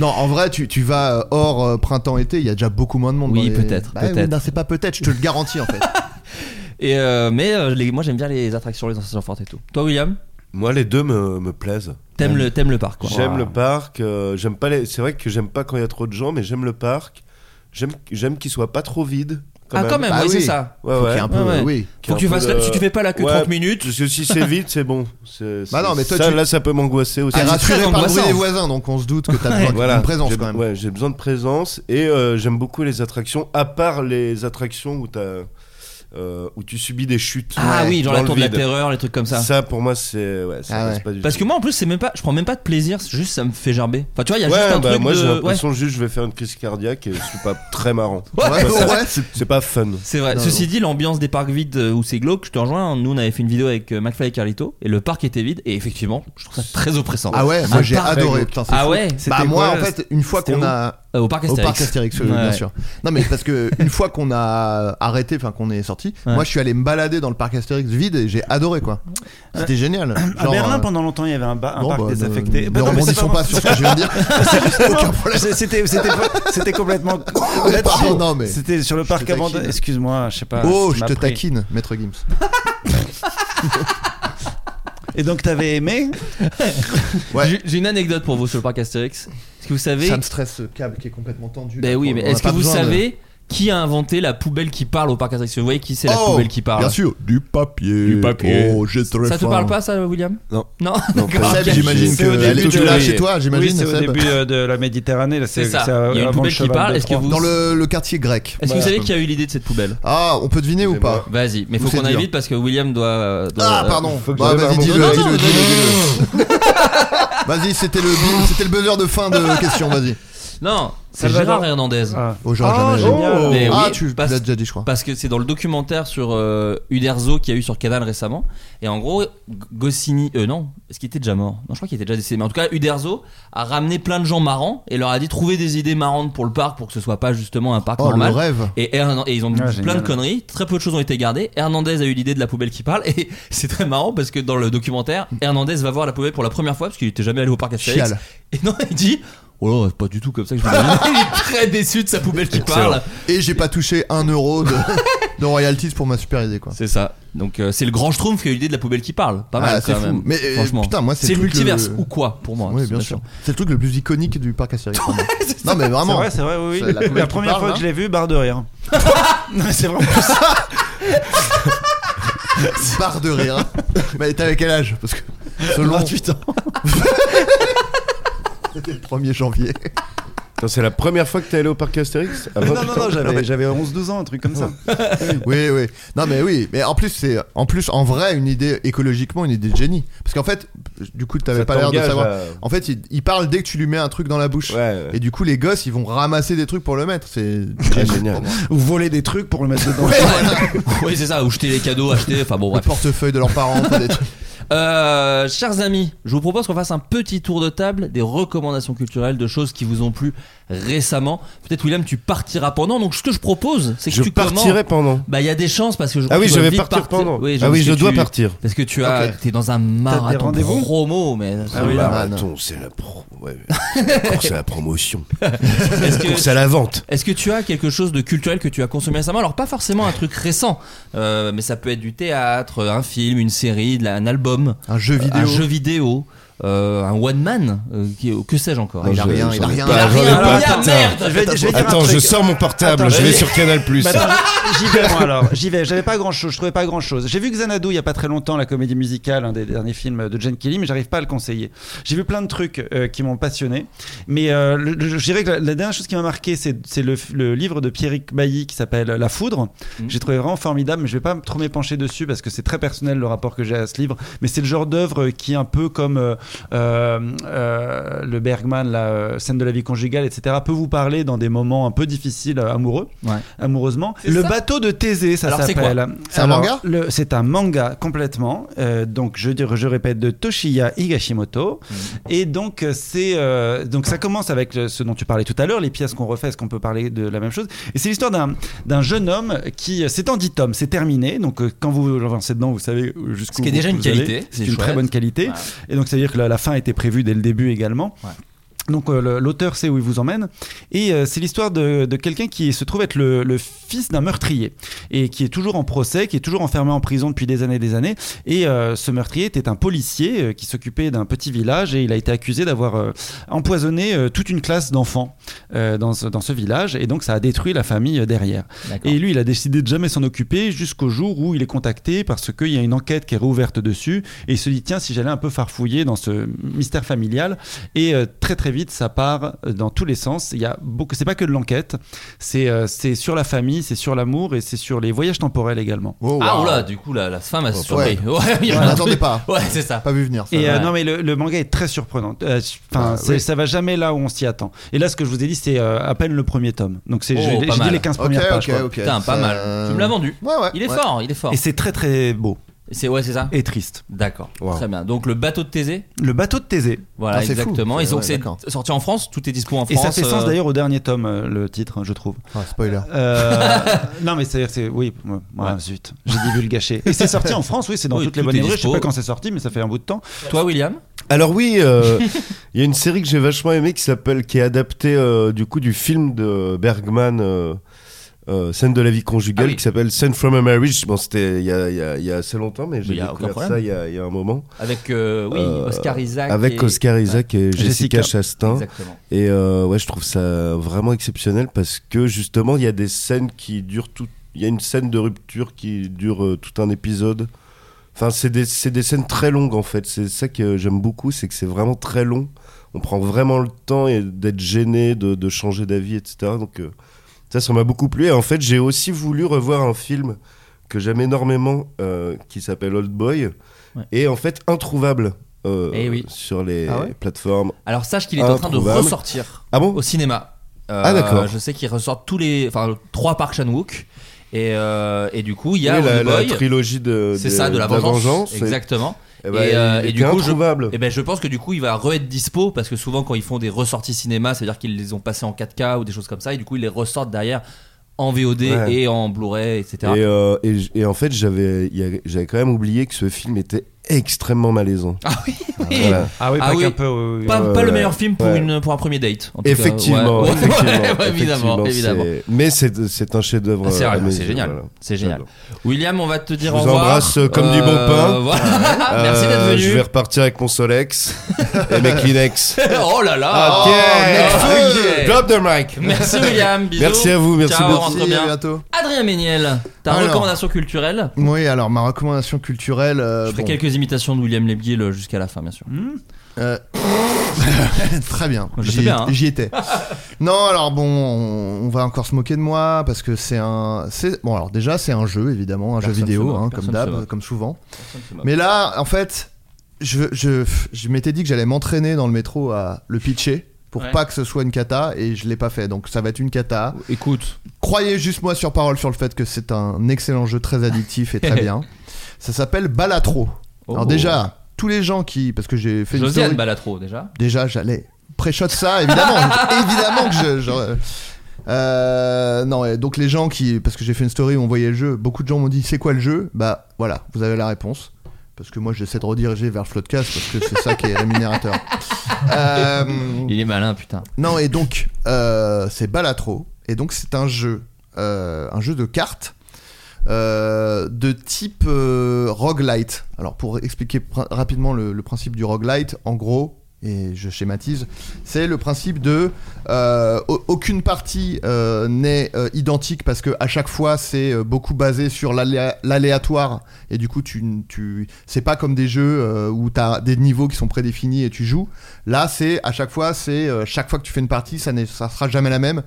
Speaker 6: Non, en vrai, tu, tu vas euh, hors euh, printemps-été, il y a déjà beaucoup moins de monde.
Speaker 5: Oui,
Speaker 6: dans les-
Speaker 5: peut-être,
Speaker 6: Bah oui,
Speaker 5: peut-être.
Speaker 6: non, c'est pas peut-être, je te le garantis en fait.
Speaker 5: Et euh, mais euh, les- moi j'aime bien les attractions, les sensations fortes et tout. Toi, William
Speaker 2: Moi, les deux me, me plaisent.
Speaker 5: T'aimes le- t'aimes le parc, quoi.
Speaker 2: J'aime
Speaker 5: Wow.
Speaker 2: le parc. euh, j'aime pas les... C'est vrai que j'aime pas quand il y a trop de gens, mais j'aime le parc. J'aime, j'aime qu'il soit pas trop vide.
Speaker 5: Ah, quand même,
Speaker 2: Bah
Speaker 5: oui, c'est ça.
Speaker 2: Ouais,
Speaker 5: Faut
Speaker 2: ouais.
Speaker 5: qu'il y ait un peu- Ouais, ouais. oui.
Speaker 2: Qu'il y
Speaker 5: Faut
Speaker 2: ait
Speaker 5: que tu
Speaker 2: un peu
Speaker 5: fasses la- si tu fais pas la queue 30 minutes.
Speaker 2: Parce que si c'est vide, c'est bon. C'est,
Speaker 6: Bah
Speaker 2: c'est-
Speaker 6: non, mais toi,
Speaker 2: ça,
Speaker 6: tu-
Speaker 2: là, ça peut m'angoisser aussi.
Speaker 6: T'es Ah, c'est rassuré très par le bruit angoissant. des voisins, donc on se doute que t'as besoin d'une présence,
Speaker 2: J'ai-
Speaker 6: quand même.
Speaker 2: Ouais, j'ai besoin de présence et euh, j'aime beaucoup les attractions, à part les attractions où t'as. euh, où tu subis des chutes.
Speaker 5: Ah oui, genre
Speaker 2: dans
Speaker 5: la
Speaker 2: le
Speaker 5: tour de la
Speaker 2: vide.
Speaker 5: terreur, les trucs comme ça.
Speaker 2: Ça pour moi c'est ouais, ça
Speaker 5: Ah
Speaker 2: passe
Speaker 5: ouais.
Speaker 2: pas du
Speaker 5: Parce
Speaker 2: tout.
Speaker 5: que moi en plus c'est même pas je prends même pas de plaisir, c'est juste ça me fait gerber. Enfin tu vois, il y a
Speaker 2: Ouais,
Speaker 5: juste un
Speaker 2: bah,
Speaker 5: truc
Speaker 2: moi
Speaker 5: de
Speaker 2: j'ai
Speaker 5: ouais.
Speaker 2: l'impression juste je vais faire une crise cardiaque et c'est pas très marrant.
Speaker 5: Ouais,
Speaker 2: Tu vois,
Speaker 5: ouais,
Speaker 2: ça-
Speaker 5: ouais,
Speaker 2: c'est- c'est pas fun.
Speaker 5: C'est vrai.
Speaker 2: Non,
Speaker 5: Ceci
Speaker 2: non.
Speaker 5: dit, l'ambiance des parcs vides euh, où c'est glauque, je te rejoins. Nous, on avait fait une vidéo avec euh, McFly et Carlito et le parc était vide. Et effectivement, je trouve ça très oppressant.
Speaker 6: Ah ouais, moi
Speaker 5: Un
Speaker 6: j'ai
Speaker 5: parc-
Speaker 6: adoré. Putain, c'est
Speaker 5: ah
Speaker 6: fou.
Speaker 5: ouais,
Speaker 6: Bah
Speaker 5: c'était
Speaker 6: moi
Speaker 5: quoi,
Speaker 6: en fait, une fois
Speaker 5: c'était
Speaker 6: qu'on
Speaker 5: où
Speaker 6: a
Speaker 5: Euh, au parc Astérix,
Speaker 6: oui, bien
Speaker 5: Ouais.
Speaker 6: sûr. Non mais parce que une fois qu'on a arrêté, enfin qu'on est sorti,
Speaker 7: Ouais.
Speaker 6: moi je suis allé me balader dans le parc Astérix vide et j'ai adoré quoi. C'était génial.
Speaker 7: à
Speaker 6: Genre,
Speaker 7: Berlin,
Speaker 6: euh,
Speaker 7: pendant longtemps, il y avait un, ba- un
Speaker 6: bon,
Speaker 7: parc
Speaker 6: bah, ne-
Speaker 7: désaffecté.
Speaker 6: ne
Speaker 7: Bah non, mais c'est
Speaker 6: rebondissons pas sur ce que je viens de dire.
Speaker 7: C'est juste- c'est- C'était c'était- c'était complètement.
Speaker 6: pardon, non, mais-
Speaker 7: C'était sur le
Speaker 6: Je
Speaker 7: parc
Speaker 6: te taquine.
Speaker 7: abandonné. Excuse-moi, je sais pas.
Speaker 6: Oh,
Speaker 7: ça
Speaker 6: je
Speaker 7: m'a
Speaker 6: te
Speaker 7: pris.
Speaker 6: taquine, maître Gims.
Speaker 7: Et donc t'avais aimé
Speaker 5: J'ai- J'ai une anecdote pour vous sur le parc Astérix. Est-ce que vous savez
Speaker 6: Ça me stresse ce câble qui est complètement tendu.
Speaker 5: Ben
Speaker 6: là,
Speaker 5: oui,
Speaker 6: on
Speaker 5: mais
Speaker 6: a
Speaker 5: est-ce que
Speaker 6: pas
Speaker 5: vous
Speaker 6: besoin de-
Speaker 5: savez qui a inventé la poubelle qui parle au parc Astérix Vous voyez qui c'est la
Speaker 6: Oh,
Speaker 5: poubelle qui parle
Speaker 6: Bien sûr, du papier.
Speaker 5: Du papier.
Speaker 6: Oh, j'ai très
Speaker 5: Ça te
Speaker 6: faim.
Speaker 5: parle pas ça, William
Speaker 2: Non.
Speaker 5: Non.
Speaker 6: Non,
Speaker 5: D'accord.
Speaker 2: euh,
Speaker 6: Seb,
Speaker 5: Ok.
Speaker 6: j'imagine
Speaker 7: C'est au
Speaker 6: que elle
Speaker 7: début
Speaker 6: est
Speaker 7: de-
Speaker 6: toujours là chez toi,
Speaker 7: Oui,
Speaker 6: j'imagine.
Speaker 7: c'est au
Speaker 6: Seb.
Speaker 7: début euh, de la Méditerranée. là,
Speaker 5: C'est ça.
Speaker 7: euh,
Speaker 5: Il y a une
Speaker 7: avant
Speaker 5: poubelle
Speaker 7: le
Speaker 5: qui
Speaker 7: Shabbat
Speaker 5: parle,
Speaker 7: de
Speaker 5: est-ce que
Speaker 7: Troyes.
Speaker 5: vous-
Speaker 6: Dans le, le quartier grec.
Speaker 5: Est-ce que
Speaker 6: Voilà.
Speaker 5: vous savez qui a eu l'idée de cette poubelle
Speaker 6: Ah, on peut deviner ou pas
Speaker 5: Vas-y, mais
Speaker 6: Ou
Speaker 5: faut
Speaker 6: c'est
Speaker 5: qu'on aille
Speaker 6: dur
Speaker 5: vite parce que William doit. euh, doit-
Speaker 6: Ah,
Speaker 5: euh,
Speaker 6: pardon.
Speaker 2: faut que
Speaker 6: Bah,
Speaker 2: j'aille
Speaker 6: vas-y,
Speaker 2: voir
Speaker 6: dis-le,
Speaker 2: mon- Non, non,
Speaker 6: dis-le, dis-le, dis-le. Vas-y, c'était le bu- c'était le buzzer de fin de question, vas-y.
Speaker 5: Non, c'est
Speaker 6: Salvador.
Speaker 5: Gérard Hernandez.
Speaker 7: Ah,
Speaker 6: Oh, j'aurais jamais-
Speaker 5: génial. Mais
Speaker 6: Ah,
Speaker 5: Eh oui,
Speaker 6: tu tu
Speaker 5: parce-
Speaker 6: l'as déjà dit, je crois.
Speaker 5: Parce que c'est dans le documentaire sur euh, Uderzo qu'il y a eu sur Canal récemment. Et en gros, G- Goscinny. Euh, non, est-ce qu'il était déjà mort Non, je crois qu'il était déjà décédé. Mais en tout cas, Uderzo a ramené plein de gens marrants et leur a dit trouver des idées marrantes pour le parc pour que ce soit pas justement un parc
Speaker 6: Oh,
Speaker 5: normal.
Speaker 6: le rêve.
Speaker 5: Et, Hernan- et ils ont dit
Speaker 6: Ah,
Speaker 5: plein
Speaker 6: génial.
Speaker 5: de conneries. Très peu de choses ont été gardées. Hernandez a eu l'idée de la poubelle qui parle. Et c'est très marrant parce que dans le documentaire, Hernandez va voir la poubelle pour la première fois parce qu'il était jamais allé au parc Astérix.
Speaker 6: Chiale.
Speaker 5: Et non, il dit. Oh là, c'est pas du tout comme ça que je l'imagine. Il est très déçu de sa poubelle qui parle.
Speaker 6: Et j'ai pas touché un euro de, de royalties pour ma super idée, quoi.
Speaker 5: C'est ça. Donc euh, c'est le grand Schtroumpf qui a eu l'idée de la poubelle qui parle. Pas
Speaker 6: Ah,
Speaker 5: mal
Speaker 6: c'est
Speaker 5: quand
Speaker 6: fou.
Speaker 5: même.
Speaker 6: Mais euh,
Speaker 5: Franchement.
Speaker 6: putain, moi, c'est
Speaker 5: c'est
Speaker 6: le truc
Speaker 5: multiverse
Speaker 6: le-
Speaker 5: ou quoi pour moi.
Speaker 6: Oui,
Speaker 5: Oh, c'est
Speaker 6: bien sûr. C'est le truc le plus iconique du parc Astérix. pour moi. non, mais
Speaker 7: C'est
Speaker 6: vraiment.
Speaker 7: vrai, c'est vrai, oui,
Speaker 6: C'est
Speaker 7: oui.
Speaker 6: la
Speaker 7: La,
Speaker 6: poubelle qui
Speaker 7: première
Speaker 6: parle,
Speaker 7: fois
Speaker 6: hein.
Speaker 7: que je l'ai vu, barre de rire. non, mais c'est vraiment ça.
Speaker 6: barre de rire. Mais t'avais quel âge Parce que selon 28 ans. C'était le 1er janvier.
Speaker 2: Putain, c'est la première fois que t'es allé au parc Astérix Ah, bah,
Speaker 7: non, non,
Speaker 2: putain.
Speaker 7: non,
Speaker 6: Non,
Speaker 7: j'avais,
Speaker 6: mais-
Speaker 7: j'avais 11-12 ans, un truc comme ça.
Speaker 6: Oui, oui. Non, mais oui. Mais en plus, c'est en plus en vrai une idée écologiquement une idée de génie. Parce qu'en fait, du coup, t'avais
Speaker 2: Ça
Speaker 6: pas l'air de
Speaker 2: t'engage hein.
Speaker 6: savoir.
Speaker 2: à-
Speaker 6: En fait, il, il parle dès que tu lui mets un truc dans la bouche. Et du coup, les gosses, ils vont ramasser des trucs pour le mettre. C'est
Speaker 2: Ah,
Speaker 6: génial.
Speaker 2: génial.
Speaker 7: Ou voler des trucs pour le mettre dedans.
Speaker 5: oui, c'est ça. Ou jeter les cadeaux, acheter. Enfin bon,
Speaker 6: Le
Speaker 5: bref.
Speaker 6: portefeuille de leurs parents. enfin, des trucs.
Speaker 5: Euh, chers amis, je vous propose qu'on fasse un petit tour de table des recommandations culturelles de choses qui vous ont plu récemment. Peut-être William, tu partiras pendant. Donc ce que je propose, c'est que
Speaker 2: Je
Speaker 5: tu
Speaker 2: partirai
Speaker 5: commences.
Speaker 2: pendant.
Speaker 5: Bah il y a des chances parce que je
Speaker 2: Ah oui,
Speaker 5: tu
Speaker 2: je
Speaker 5: dois
Speaker 2: vais
Speaker 5: vite
Speaker 2: partir pendant.
Speaker 5: Oui,
Speaker 2: Ah oui,
Speaker 5: parce
Speaker 2: je
Speaker 5: que
Speaker 2: dois
Speaker 5: tu-
Speaker 2: partir.
Speaker 5: Parce que tu as
Speaker 6: Ok.
Speaker 5: t'es dans un marathon
Speaker 7: rendez-vous
Speaker 5: promo mais
Speaker 2: Ah oui, marathon, c'est la pro- ouais, course à la promotion.
Speaker 5: Est-ce que-
Speaker 2: Course à la vente.
Speaker 5: Est-ce que tu as quelque chose de culturel que tu as consommé récemment Alors pas forcément un truc récent, euh, mais ça peut être du théâtre, un film, une série, de la- un album,
Speaker 6: Un jeu
Speaker 5: euh,
Speaker 6: vidéo.
Speaker 5: un jeu vidéo, euh, un one man, euh, qui- que sais-je encore
Speaker 2: Non,
Speaker 5: Il a
Speaker 2: je-
Speaker 5: rien,
Speaker 2: j'en
Speaker 5: il a
Speaker 2: ai
Speaker 5: rien, il
Speaker 2: pas,
Speaker 5: a
Speaker 2: j'en ai
Speaker 5: rien,
Speaker 2: pas,
Speaker 5: il a-
Speaker 2: putain.
Speaker 5: merde. Je vais, je vais dire un
Speaker 2: Attends,
Speaker 5: truc.
Speaker 2: je sors mon portable,
Speaker 7: Attends,
Speaker 2: je vais
Speaker 7: vas-y.
Speaker 2: sur Canal+.
Speaker 7: Bah, attends, J'y vais moi alors. J'y vais. J'avais pas grand chose. Je trouvais pas grand chose. J'ai vu Xanadu il y a pas très longtemps, la comédie musicale, un des derniers films de Jane Kelly, mais j'arrive pas à le conseiller. J'ai vu plein de trucs euh, qui m'ont passionné, mais euh, le- le- je dirais que la, la dernière chose qui m'a marqué, c'est c'est le, le livre de Pierrick Bailly qui s'appelle La Foudre. J'ai trouvé vraiment formidable, mais je vais pas trop m'épancher dessus parce que c'est très personnel le rapport que j'ai à ce livre. Mais c'est le genre d'œuvre qui est un peu comme euh, euh, euh, le Bergman, la euh, scène de la vie conjugale, etc. peut vous parler dans des moments un peu difficiles euh, amoureux
Speaker 5: Ouais.
Speaker 7: amoureusement. Le
Speaker 5: ça
Speaker 7: bateau de Thésée, ça
Speaker 5: Alors, c'est
Speaker 7: s'appelle.
Speaker 5: quoi
Speaker 6: C'est un
Speaker 7: Alors,
Speaker 6: manga
Speaker 7: le- C'est un manga complètement. Euh, donc je, dirais- je répète de Toshiya Higashimoto.
Speaker 5: Mhm.
Speaker 7: Et donc euh, c'est euh, donc ça commence avec euh, ce dont tu parlais tout à l'heure, les pièces qu'on refait, est-ce qu'on peut parler de la même chose Et c'est l'histoire d'un d'un jeune homme qui euh, c'est en 10 tomes, c'est terminé. Donc euh, quand vous vous avancez dedans, vous savez jusqu'où.
Speaker 5: Ce qui est déjà
Speaker 7: vous
Speaker 5: une
Speaker 7: allez.
Speaker 5: qualité, c'est
Speaker 7: C'est une très
Speaker 5: chouette.
Speaker 7: bonne qualité.
Speaker 5: Ouais.
Speaker 7: Et donc ça veut dire que la, la fin était prévue dès le début également. Donc euh, le- l'auteur sait où il vous emmène. Et euh, c'est l'histoire de, de quelqu'un qui se trouve être le, le fils d'un meurtrier. Et qui est toujours en procès, qui est toujours enfermé en prison depuis des années et des années. Et euh, ce meurtrier était un policier euh, qui s'occupait d'un petit village. Et il a été accusé d'avoir euh, empoisonné euh, toute une classe d'enfants euh, dans, ce- dans ce village. Et donc ça a détruit la famille euh, derrière.
Speaker 5: D'accord.
Speaker 7: Et lui, il a décidé de jamais s'en occuper jusqu'au jour où il est contacté parce qu'il y a une enquête qui est rouverte dessus. Et il se dit, tiens, si j'allais un peu farfouiller dans ce mystère familial. Et euh, très très vite, ça part euh, dans tous les sens. Il y a beaucoup, c'est pas que de l'enquête. C'est euh, c'est sur la famille, c'est sur l'amour et c'est sur les voyages temporels également.
Speaker 6: Oh,
Speaker 5: Ah, oula, du coup, la, la fin m'a
Speaker 7: Ouais. Ouais.
Speaker 5: surpris. Ouais, il y a
Speaker 7: On
Speaker 5: un
Speaker 7: l'attendait
Speaker 5: truc.
Speaker 7: pas.
Speaker 5: Ouais, c'est ça.
Speaker 6: Pas vu venir.
Speaker 7: Et euh, non mais le, le manga est très surprenant. Euh, Enfin,
Speaker 6: Ah,
Speaker 7: c'est-
Speaker 6: oui.
Speaker 7: ça va jamais là où on s'y attend. Et là, ce que je vous ai dit, c'est euh, à peine le premier tome. Donc c'est
Speaker 5: Oh,
Speaker 7: j'ai
Speaker 5: pas
Speaker 7: j'ai dit
Speaker 5: mal.
Speaker 7: les 15 premières
Speaker 5: Ok,
Speaker 7: pages.
Speaker 5: ok,
Speaker 7: quoi.
Speaker 5: ok. Putain, pas Ça- mal. Tu me l'as vendu. Ouais, ouais. Il est Ouais. fort, il est fort.
Speaker 7: Et c'est très très beau.
Speaker 5: C'est ouais, c'est ça.
Speaker 7: Et triste.
Speaker 5: D'accord. Très bien. Donc le bateau de Thésée.
Speaker 7: Le bateau de Thésée.
Speaker 5: Voilà,
Speaker 7: Ah, c'est fou.
Speaker 5: exactement.
Speaker 7: Ouais,
Speaker 5: Ils ont
Speaker 7: ouais,
Speaker 5: c'est
Speaker 7: d'accord.
Speaker 5: sorti en France. Tout est dispo en
Speaker 7: Et
Speaker 5: France.
Speaker 7: ça fait sens
Speaker 5: euh,
Speaker 7: d'ailleurs au dernier tome, euh, le titre, je trouve.
Speaker 6: Ah,
Speaker 7: Euh,
Speaker 6: spoiler.
Speaker 7: non, mais c'est-à-dire, c'est. Oui, ouais, ouais, zut, j'ai divulgaché. Et c'est sorti en France, oui, c'est dans
Speaker 5: Oui,
Speaker 7: toutes les
Speaker 5: tout
Speaker 7: bonnes
Speaker 5: est
Speaker 7: librairies. Je sais
Speaker 5: dispo.
Speaker 7: pas quand c'est sorti, mais ça fait un bout de temps.
Speaker 5: Toi, William
Speaker 2: Alors oui, euh, il y a une série que j'ai vachement aimée qui s'appelle, qui est adaptée euh, du coup du film de Bergman. euh, euh, scène de la vie conjugale
Speaker 5: Ah oui.
Speaker 2: qui s'appelle Scène from a Marriage. Bon, c'était il y a, il y a- il y a assez longtemps, mais j'ai
Speaker 5: il y a aucun
Speaker 2: découvert
Speaker 5: problème.
Speaker 2: ça il y, a, il y a un moment.
Speaker 5: Avec, euh, oui, Oscar Isaac
Speaker 2: Avec
Speaker 5: et-
Speaker 2: Oscar Isaac hein. et
Speaker 5: Ouais.
Speaker 2: Jessica,
Speaker 5: Jessica.
Speaker 2: Chastain.
Speaker 5: Exactement.
Speaker 2: Et euh, ouais, je trouve ça vraiment exceptionnel parce que justement, il y a des scènes qui durent tout. Il y a une scène de rupture qui dure euh, tout un épisode. Enfin, c'est des, c'est des scènes très longues en fait. C'est ça que j'aime beaucoup, c'est que c'est vraiment très long. On prend vraiment le temps et d'être gêné, de, de changer d'avis, etc. Donc, euh, ça, ça m'a beaucoup plu. Et en fait, j'ai aussi voulu revoir un film que j'aime énormément euh, qui s'appelle Old Boy. Et en fait, introuvable euh,
Speaker 5: Eh oui.
Speaker 2: sur les
Speaker 5: Ah ouais
Speaker 2: plateformes.
Speaker 5: Alors sache qu'il est en train de
Speaker 2: Introuvable.
Speaker 5: ressortir
Speaker 2: Ah bon
Speaker 5: au cinéma. Euh,
Speaker 2: Ah, d'accord.
Speaker 5: Je sais qu'il ressort tous les, enfin trois par Chan Wook. Et, euh, et du coup, il y a
Speaker 2: Oui, la-
Speaker 5: Old
Speaker 2: la
Speaker 5: Boy.
Speaker 2: trilogie de-
Speaker 5: c'est
Speaker 2: de-
Speaker 5: ça, de la
Speaker 2: de la
Speaker 5: vengeance,
Speaker 2: vengeance.
Speaker 5: exactement.
Speaker 2: Et bah, il était
Speaker 5: du coup, je,
Speaker 2: introuvable.
Speaker 5: et ben, je pense que du coup, il va re-être dispo parce que souvent, quand ils font des ressorties cinéma, c'est-à-dire qu'ils les ont passés en 4K ou des choses comme ça, et du coup, ils les ressortent derrière en VOD
Speaker 2: Ouais.
Speaker 5: et en Blu-ray, etc.
Speaker 2: Et, euh, et j- et en fait, j'avais il y a- j'avais quand même oublié que ce film était extrêmement malaisant. Ah oui,
Speaker 5: Ah Oui. Pas, pas le meilleur film pour, une, pour un premier date. en tout cas.
Speaker 2: effectivement,
Speaker 5: Ouais.
Speaker 2: effectivement,
Speaker 5: Ouais, ouais,
Speaker 2: effectivement,
Speaker 5: évidemment, évidemment.
Speaker 2: c'est- Mais c'est c'est un chef-d'œuvre.
Speaker 5: Ah, c'est
Speaker 2: à
Speaker 5: vrai,
Speaker 2: mes
Speaker 5: c'est
Speaker 2: yeux,
Speaker 5: génial,
Speaker 2: voilà.
Speaker 5: c'est génial.
Speaker 2: J'adore.
Speaker 5: William, on va te
Speaker 2: Je
Speaker 5: dire
Speaker 2: vous
Speaker 5: au revoir.
Speaker 2: embrasse euh, comme du bon
Speaker 5: Euh,
Speaker 2: pain.
Speaker 5: voilà. Merci d'être
Speaker 2: Euh,
Speaker 5: venu.
Speaker 2: Je vais repartir avec mon Solex et mes Kleenex.
Speaker 5: oh là là.
Speaker 2: Ah, Ok.
Speaker 5: Oh, mec.
Speaker 2: Drop the mic.
Speaker 5: Merci William, bisous.
Speaker 2: Merci à vous, merci
Speaker 5: Ciao,
Speaker 2: beaucoup.
Speaker 5: rentre bien.
Speaker 6: à bientôt.
Speaker 5: Adrien Méniel, ta
Speaker 6: Alors.
Speaker 5: recommandation culturelle
Speaker 6: Oui, alors ma recommandation culturelle. euh,
Speaker 5: Je ferai
Speaker 6: bon.
Speaker 5: quelques imitations de William Lebguil euh, jusqu'à la fin, bien sûr.
Speaker 2: Hmm.
Speaker 6: Euh, Très bien.
Speaker 5: Je sais
Speaker 6: J'y
Speaker 5: bien, hein.
Speaker 6: j'y étais. non, alors bon, on, on va encore se moquer de moi parce que c'est un. c'est- Bon, alors déjà, c'est un jeu, évidemment, un
Speaker 5: Personne
Speaker 6: jeu
Speaker 5: se
Speaker 6: vidéo,
Speaker 5: moque,
Speaker 6: hein,
Speaker 5: personne
Speaker 6: comme
Speaker 5: se
Speaker 6: d'hab,
Speaker 5: moque.
Speaker 6: comme souvent.
Speaker 5: se moque.
Speaker 6: Mais là, en fait, je, je, je m'étais dit que j'allais m'entraîner dans le métro à le pitcher pour
Speaker 5: Ouais.
Speaker 6: pas que ce soit une cata et je l'ai pas fait. Donc ça va être une cata.
Speaker 5: Écoute.
Speaker 6: Croyez juste moi sur parole sur le fait que c'est un excellent jeu très addictif et très bien. Ça s'appelle Balatro.
Speaker 5: Oh.
Speaker 6: Alors déjà, tous les gens qui parce que j'ai fait une
Speaker 5: Josiane
Speaker 6: story-
Speaker 5: Balatro, déjà.
Speaker 6: Déjà, j'allais pré-shot ça, évidemment. évidemment que je. je- Euh, non, et donc les gens qui. Parce que j'ai fait une story où on voyait le jeu, beaucoup de gens m'ont dit c'est quoi le jeu Bah voilà, vous avez la réponse. Parce que moi j'essaie de rediriger vers le floodcast parce que c'est ça qui est rémunérateur. Euh,
Speaker 2: Oh.
Speaker 5: Il est malin, putain.
Speaker 6: non, et donc, euh, c'est Balatro. Et donc, c'est un jeu, euh, un jeu de cartes euh, de type euh, roguelite. Alors, pour expliquer pr- rapidement le, le principe du roguelite, en gros, et je schématise, c'est le principe de euh, au- aucune partie euh, n'est euh, identique parce que à chaque fois c'est euh, beaucoup basé sur l'alé- l'aléatoire et du coup tu, n- tu c'est pas comme des jeux euh, où t'as des niveaux qui sont prédéfinis et tu joues. Là c'est à chaque fois c'est euh, chaque fois que tu fais une partie ça ne ça sera jamais la même.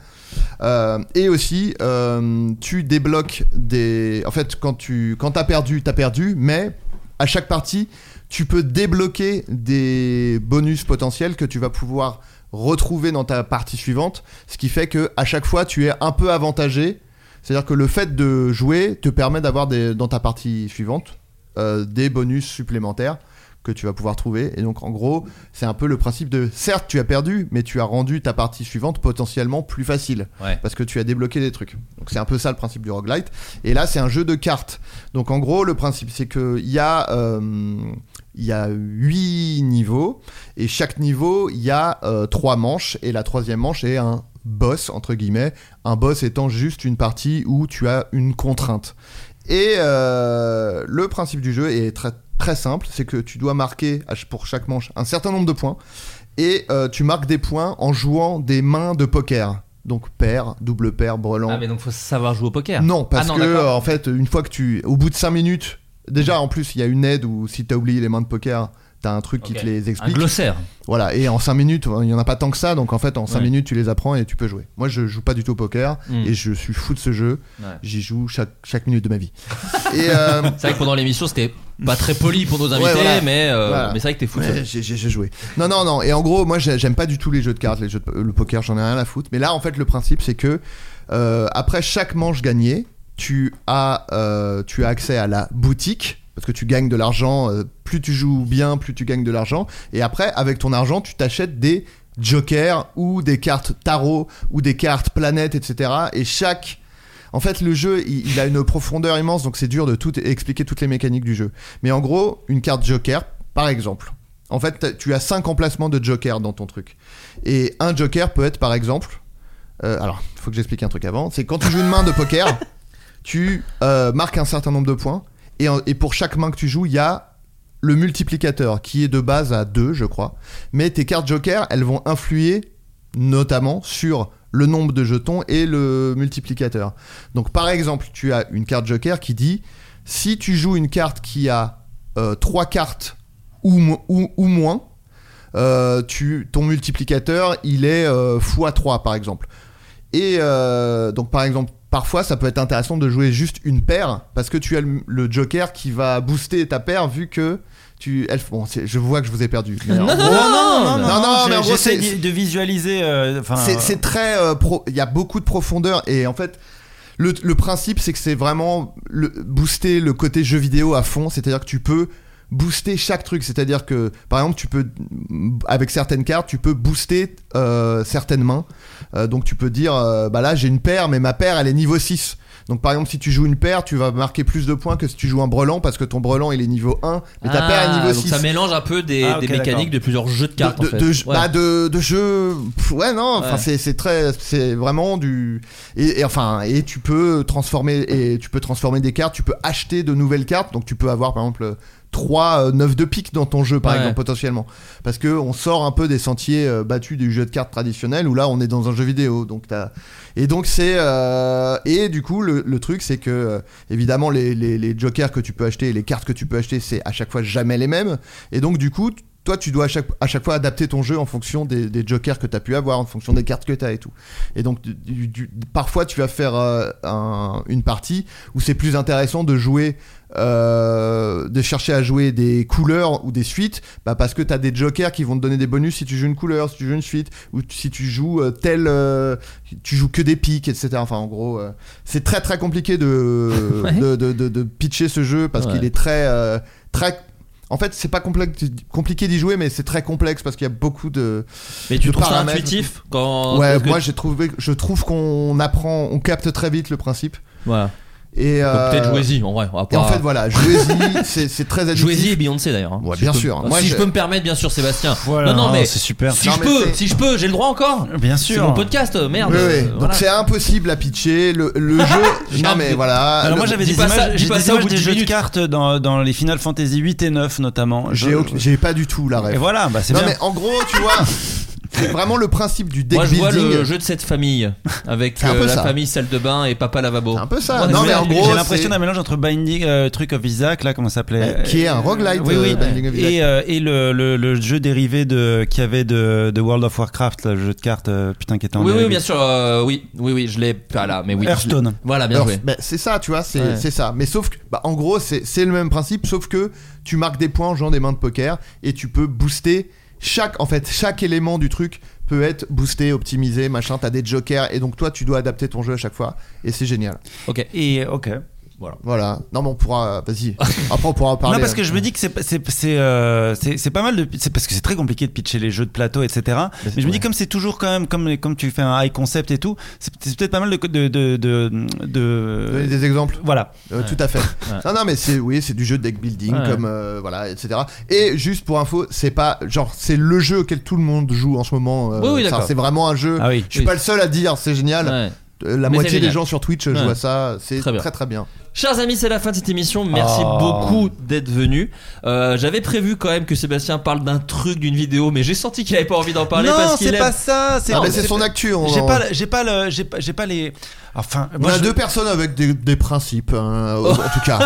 Speaker 6: Euh, et aussi euh, tu débloques des en fait quand tu quand t'as perdu t'as perdu mais à chaque partie, tu peux débloquer des bonus potentiels que tu vas pouvoir retrouver dans ta partie suivante, ce qui fait que à chaque fois tu es un peu avantagé. C'est-à-dire que le fait de jouer te permet d'avoir des- dans ta partie suivante euh, des bonus supplémentaires que tu vas pouvoir trouver. Et donc en gros, c'est un peu le principe de certes tu as perdu, mais tu as rendu ta partie suivante potentiellement plus facile
Speaker 5: Ouais.
Speaker 6: parce que tu as débloqué des trucs. Donc c'est un peu ça le principe du roguelite. Et là, c'est un jeu de cartes. Donc en gros, le principe, c'est que il y a euh, il y a 8 niveaux et chaque niveau il y a 3 manches et la troisième manche est un boss entre guillemets, un boss étant juste une partie où tu as une contrainte. Et euh, le principe du jeu est très très simple, c'est que tu dois marquer à ch- pour chaque manche un certain nombre de points et euh, tu marques des points en jouant des mains de poker. Donc paire, double paire, brelan.
Speaker 5: Ah, mais donc faut savoir jouer au poker.
Speaker 6: Non, parce
Speaker 5: Ah
Speaker 6: que
Speaker 5: d'accord.
Speaker 6: euh, en fait, une fois que tu, au bout de 5 minutes, déjà en plus, il y a une aide où si t'as oublié les mains de poker, t'as un truc
Speaker 5: Ok.
Speaker 6: qui te les explique.
Speaker 5: Un glossaire.
Speaker 6: Voilà, et en 5 minutes, euh, il y en a pas tant que ça, donc en fait, en 5
Speaker 5: Ouais.
Speaker 6: minutes, tu les apprends et tu peux jouer. Moi, je joue pas du tout au poker
Speaker 5: Mm.
Speaker 6: et je suis fou de ce jeu.
Speaker 5: Ouais.
Speaker 6: J'y joue chaque, chaque minute de ma vie. Et, euh,
Speaker 5: C'est vrai que pendant l'émission, c'était pas très poli pour nos invités,
Speaker 6: Ouais, voilà.
Speaker 5: mais, euh,
Speaker 6: Voilà.
Speaker 5: mais c'est vrai que t'es fou. de
Speaker 6: Ouais,
Speaker 5: ça.
Speaker 6: j'ai- J'ai j'ai joué. Non, non, non. Et en gros, moi, j'ai- j'aime pas du tout les jeux de cartes, les jeux de- euh, le poker, j'en ai rien à foutre. Mais là, en fait, le principe, c'est que euh, après chaque manche gagnée, tu as, euh, tu as accès à la boutique. Parce que tu gagnes de l'argent, euh, plus tu joues bien, plus tu gagnes de l'argent. Et après, avec ton argent, tu t'achètes des jokers ou des cartes tarot ou des cartes planète, etc. Et chaque en fait, le jeu, il, il a une profondeur immense, donc c'est dur de tout expliquer toutes les mécaniques du jeu. Mais en gros, une carte Joker, par exemple. En fait, t'as- tu as cinq emplacements de Joker dans ton truc. Et un Joker peut être, par exemple, euh, alors, faut que j'explique un truc avant. C'est quand tu joues une main de poker, tu euh, marques un certain nombre de points. Et, en- et pour chaque main que tu joues, il y a le multiplicateur qui est de base à 2, je crois. Mais tes cartes Joker, elles vont influer notamment sur le nombre de jetons et le multiplicateur. Donc par exemple, tu as une carte Joker qui dit si tu joues une carte qui a 3 cartes ou, mo- ou- ou moins, euh, tu, ton multiplicateur il est euh, x3 par exemple. Et euh, donc par exemple, parfois ça peut être intéressant de jouer juste une paire parce que tu as le, le joker qui va booster ta paire vu que tu. elle- bon, c'est- je vois que je vous ai perdu. Mais en
Speaker 7: Non, non,
Speaker 6: gros-
Speaker 7: non, non, non, non,
Speaker 6: mais
Speaker 7: j'ai-
Speaker 6: en gros,
Speaker 7: j'essaie
Speaker 6: c'est-
Speaker 7: d'y- de visualiser. euh, enfin,
Speaker 6: c'est c'est très. euh, pro- Il y a beaucoup de profondeur et en fait. Le, le principe, c'est que c'est vraiment le, booster le côté jeu vidéo à fond, c'est-à-dire que tu peux booster chaque truc, c'est-à-dire que par exemple, tu peux avec certaines cartes, tu peux booster euh, certaines mains. Euh, donc tu peux dire, euh, bah là j'ai une paire, mais ma paire elle est niveau 6. Donc par exemple, si tu joues une paire, tu vas marquer plus de points que si tu joues un brelan parce que ton brelan il est niveau 1, mais ta
Speaker 5: Ah,
Speaker 6: paire est niveau
Speaker 5: donc
Speaker 6: 6
Speaker 5: ça mélange un peu des,
Speaker 6: Ah, ok,
Speaker 5: des mécaniques
Speaker 6: d'accord.
Speaker 5: de plusieurs jeux de cartes.
Speaker 6: de,
Speaker 5: en fait.
Speaker 6: de- de-
Speaker 5: Ouais.
Speaker 6: bah, de- de jeux pff, ouais non enfin
Speaker 5: Ouais.
Speaker 6: c'est- c'est très c'est vraiment du et, et enfin et tu peux transformer et tu peux transformer des cartes tu peux acheter de nouvelles cartes donc tu peux avoir par exemple 3 9 de pique dans ton jeu par
Speaker 5: Ouais.
Speaker 6: exemple potentiellement parce que on sort un peu des sentiers euh, battus du jeu de cartes traditionnel où là on est dans un jeu vidéo donc t'as et donc c'est euh, et du coup le, le truc c'est que euh, évidemment les, les, les jokers que tu peux acheter et les cartes que tu peux acheter c'est à chaque fois jamais les mêmes et donc du coup t- toi tu dois à chaque, à chaque fois adapter ton jeu en fonction des, des jokers que tu as pu avoir en fonction des cartes que tu as et tout et donc du- du- du- parfois tu vas faire euh, un- une partie où c'est plus intéressant de jouer euh, de chercher à jouer des couleurs ou des suites bah parce que t'as des jokers qui vont te donner des bonus si tu joues une couleur si tu joues une suite ou t- si tu joues euh, tel euh, tu joues que des piques etc enfin en gros euh, c'est très très compliqué de,
Speaker 5: Ouais.
Speaker 6: de, de- de- de pitcher ce jeu parce
Speaker 5: Ouais.
Speaker 6: qu'il est très euh, très en fait c'est pas complexe- compliqué d'y jouer mais c'est très complexe parce qu'il y a beaucoup de
Speaker 5: Mais tu
Speaker 6: de
Speaker 5: trouves ça
Speaker 6: paramètres.
Speaker 5: intuitif quand.
Speaker 6: ouais
Speaker 5: Hein, parce que-
Speaker 6: moi j'ai trouvé je trouve qu'on apprend on capte très vite le principe
Speaker 5: Voilà.
Speaker 6: et
Speaker 5: Donc
Speaker 6: euh,
Speaker 5: peut-être jouez-y en vrai. on va
Speaker 6: et en
Speaker 5: pas-
Speaker 6: fait voilà jouez-y c'est- c'est très addictif
Speaker 5: Jouez-y et Beyoncé d'ailleurs. hein.
Speaker 6: Ouais,
Speaker 5: Si
Speaker 6: bien
Speaker 5: je peux-
Speaker 6: sûr.
Speaker 5: Si
Speaker 6: Moi,
Speaker 5: je
Speaker 6: je-
Speaker 5: peux me permettre, bien sûr, Sébastien.
Speaker 7: Voilà, Ah,
Speaker 5: non, non, mais
Speaker 7: c'est super.
Speaker 5: Si
Speaker 6: Non,
Speaker 5: je
Speaker 6: mais
Speaker 5: peux,
Speaker 6: c'est-
Speaker 5: si je peux, j'ai le droit encore.
Speaker 7: Bien
Speaker 5: C'est
Speaker 7: sûr.
Speaker 5: mon podcast, merde.
Speaker 6: Oui, oui.
Speaker 5: euh,
Speaker 6: Donc
Speaker 5: voilà.
Speaker 6: c'est impossible à pitcher le, le jeu. non mais voilà.
Speaker 7: Alors moi
Speaker 6: Le-
Speaker 7: j'avais
Speaker 5: dis
Speaker 7: des
Speaker 5: pas ça-
Speaker 7: images,
Speaker 5: dis
Speaker 7: j'ai
Speaker 5: pas
Speaker 7: des,
Speaker 5: ça au
Speaker 7: images
Speaker 5: bout de
Speaker 7: des
Speaker 5: dix
Speaker 7: jeux de
Speaker 5: minutes.
Speaker 7: cartes dans, dans les Final Fantasy 8 et 9 notamment.
Speaker 6: j'ai
Speaker 7: Je-
Speaker 6: auc- j'ai pas du tout la ref.
Speaker 7: Et voilà, bah c'est
Speaker 6: non
Speaker 7: bien.
Speaker 6: mais en gros tu vois, c'est vraiment le principe du deck
Speaker 5: Moi, je vois
Speaker 6: building.
Speaker 5: le jeu de cette famille avec
Speaker 6: C'est un
Speaker 5: euh,
Speaker 6: peu
Speaker 5: la
Speaker 6: ça.
Speaker 5: famille salle de bain et papa lavabo.
Speaker 6: C'est un peu ça.
Speaker 5: Moi,
Speaker 6: non
Speaker 5: c'est
Speaker 6: mais en
Speaker 5: vrai,
Speaker 6: gros,
Speaker 7: J'ai l'impression
Speaker 6: Oh, c'est-
Speaker 7: d'un mélange entre Binding, euh, truc of Isaac, là, comment ça s'appelait
Speaker 6: qui est un roguelite.
Speaker 7: Oui,
Speaker 6: euh,
Speaker 7: oui.
Speaker 6: Binding of Isaac.
Speaker 7: Et, euh, et le, le- le jeu dérivé de, qu'il y avait de, de World of Warcraft, là, le jeu de cartes, euh, putain, qui était en
Speaker 5: Oui, oui,
Speaker 7: dérivé.
Speaker 5: bien sûr. euh, oui, oui, oui, je l'ai pas là, mais oui.
Speaker 7: Hearthstone.
Speaker 5: Voilà, bien
Speaker 6: Alors,
Speaker 5: joué.
Speaker 6: ben, c'est ça, tu vois, c'est
Speaker 5: Ouais.
Speaker 6: c'est ça. Mais sauf que, bah, en gros, c'est c'est le même principe, sauf que tu marques des points en jouant des mains de poker et tu peux booster chaque, en fait, chaque élément du truc peut être boosté, optimisé, machin. T'as des jokers et donc toi, tu dois adapter ton jeu à chaque fois et c'est génial.
Speaker 5: Ok.
Speaker 7: Et ok.
Speaker 6: Voilà. Non, mais on pourra. Vas-y. Après, on pourra en parler. hein.
Speaker 7: Non, parce que je me dis que c'est pas- c'est c'est, euh, c'est- c'est pas mal de c'est parce que c'est très compliqué de pitcher les jeux de plateau etc.
Speaker 6: Bah,
Speaker 7: Mais je me dis comme c'est toujours quand même comme comme tu fais un high concept et tout, c'est c'est peut-être pas mal de de de, de, de-
Speaker 6: Donner des exemples.
Speaker 7: Voilà.
Speaker 6: Euh, Tout à fait. Non, non, mais c'est oui, c'est du jeu de deck building,
Speaker 7: Ouais.
Speaker 6: comme euh, voilà, etc. Et juste pour info, c'est pas genre c'est le jeu auquel tout le monde joue en ce moment. euh,
Speaker 5: Oui, oui,
Speaker 6: enfin,
Speaker 5: d'accord.
Speaker 6: c'est vraiment un jeu.
Speaker 5: Ah oui,
Speaker 6: je suis
Speaker 5: oui.
Speaker 6: pas le seul à dire, c'est génial.
Speaker 5: Ouais.
Speaker 6: Euh, La
Speaker 5: Mais c'est
Speaker 6: moitié des
Speaker 5: génial.
Speaker 6: gens sur Twitch jouent
Speaker 5: Ouais.
Speaker 6: à ça. C'est
Speaker 5: Très bien.
Speaker 6: très très bien. Ah,
Speaker 5: Chers amis, c'est la fin de cette émission. Merci
Speaker 7: Ah.
Speaker 6: Oh.
Speaker 5: beaucoup d'être venus. Euh, J'avais prévu quand même que Sébastien parle d'un truc, d'une vidéo, mais j'ai senti qu'il avait pas envie d'en parler
Speaker 7: non,
Speaker 5: parce
Speaker 7: c'est
Speaker 5: qu'il aime-
Speaker 7: pas ça.
Speaker 6: Ah, mais c'est son
Speaker 7: pas-
Speaker 6: actu, on
Speaker 7: J'ai
Speaker 6: en-
Speaker 7: pas, le- j'ai pas le, j'ai pas, j'ai pas les. Enfin,
Speaker 6: On
Speaker 7: moi,
Speaker 6: a
Speaker 7: je-
Speaker 6: deux personnes avec des, des principes, hein, au- en tout cas,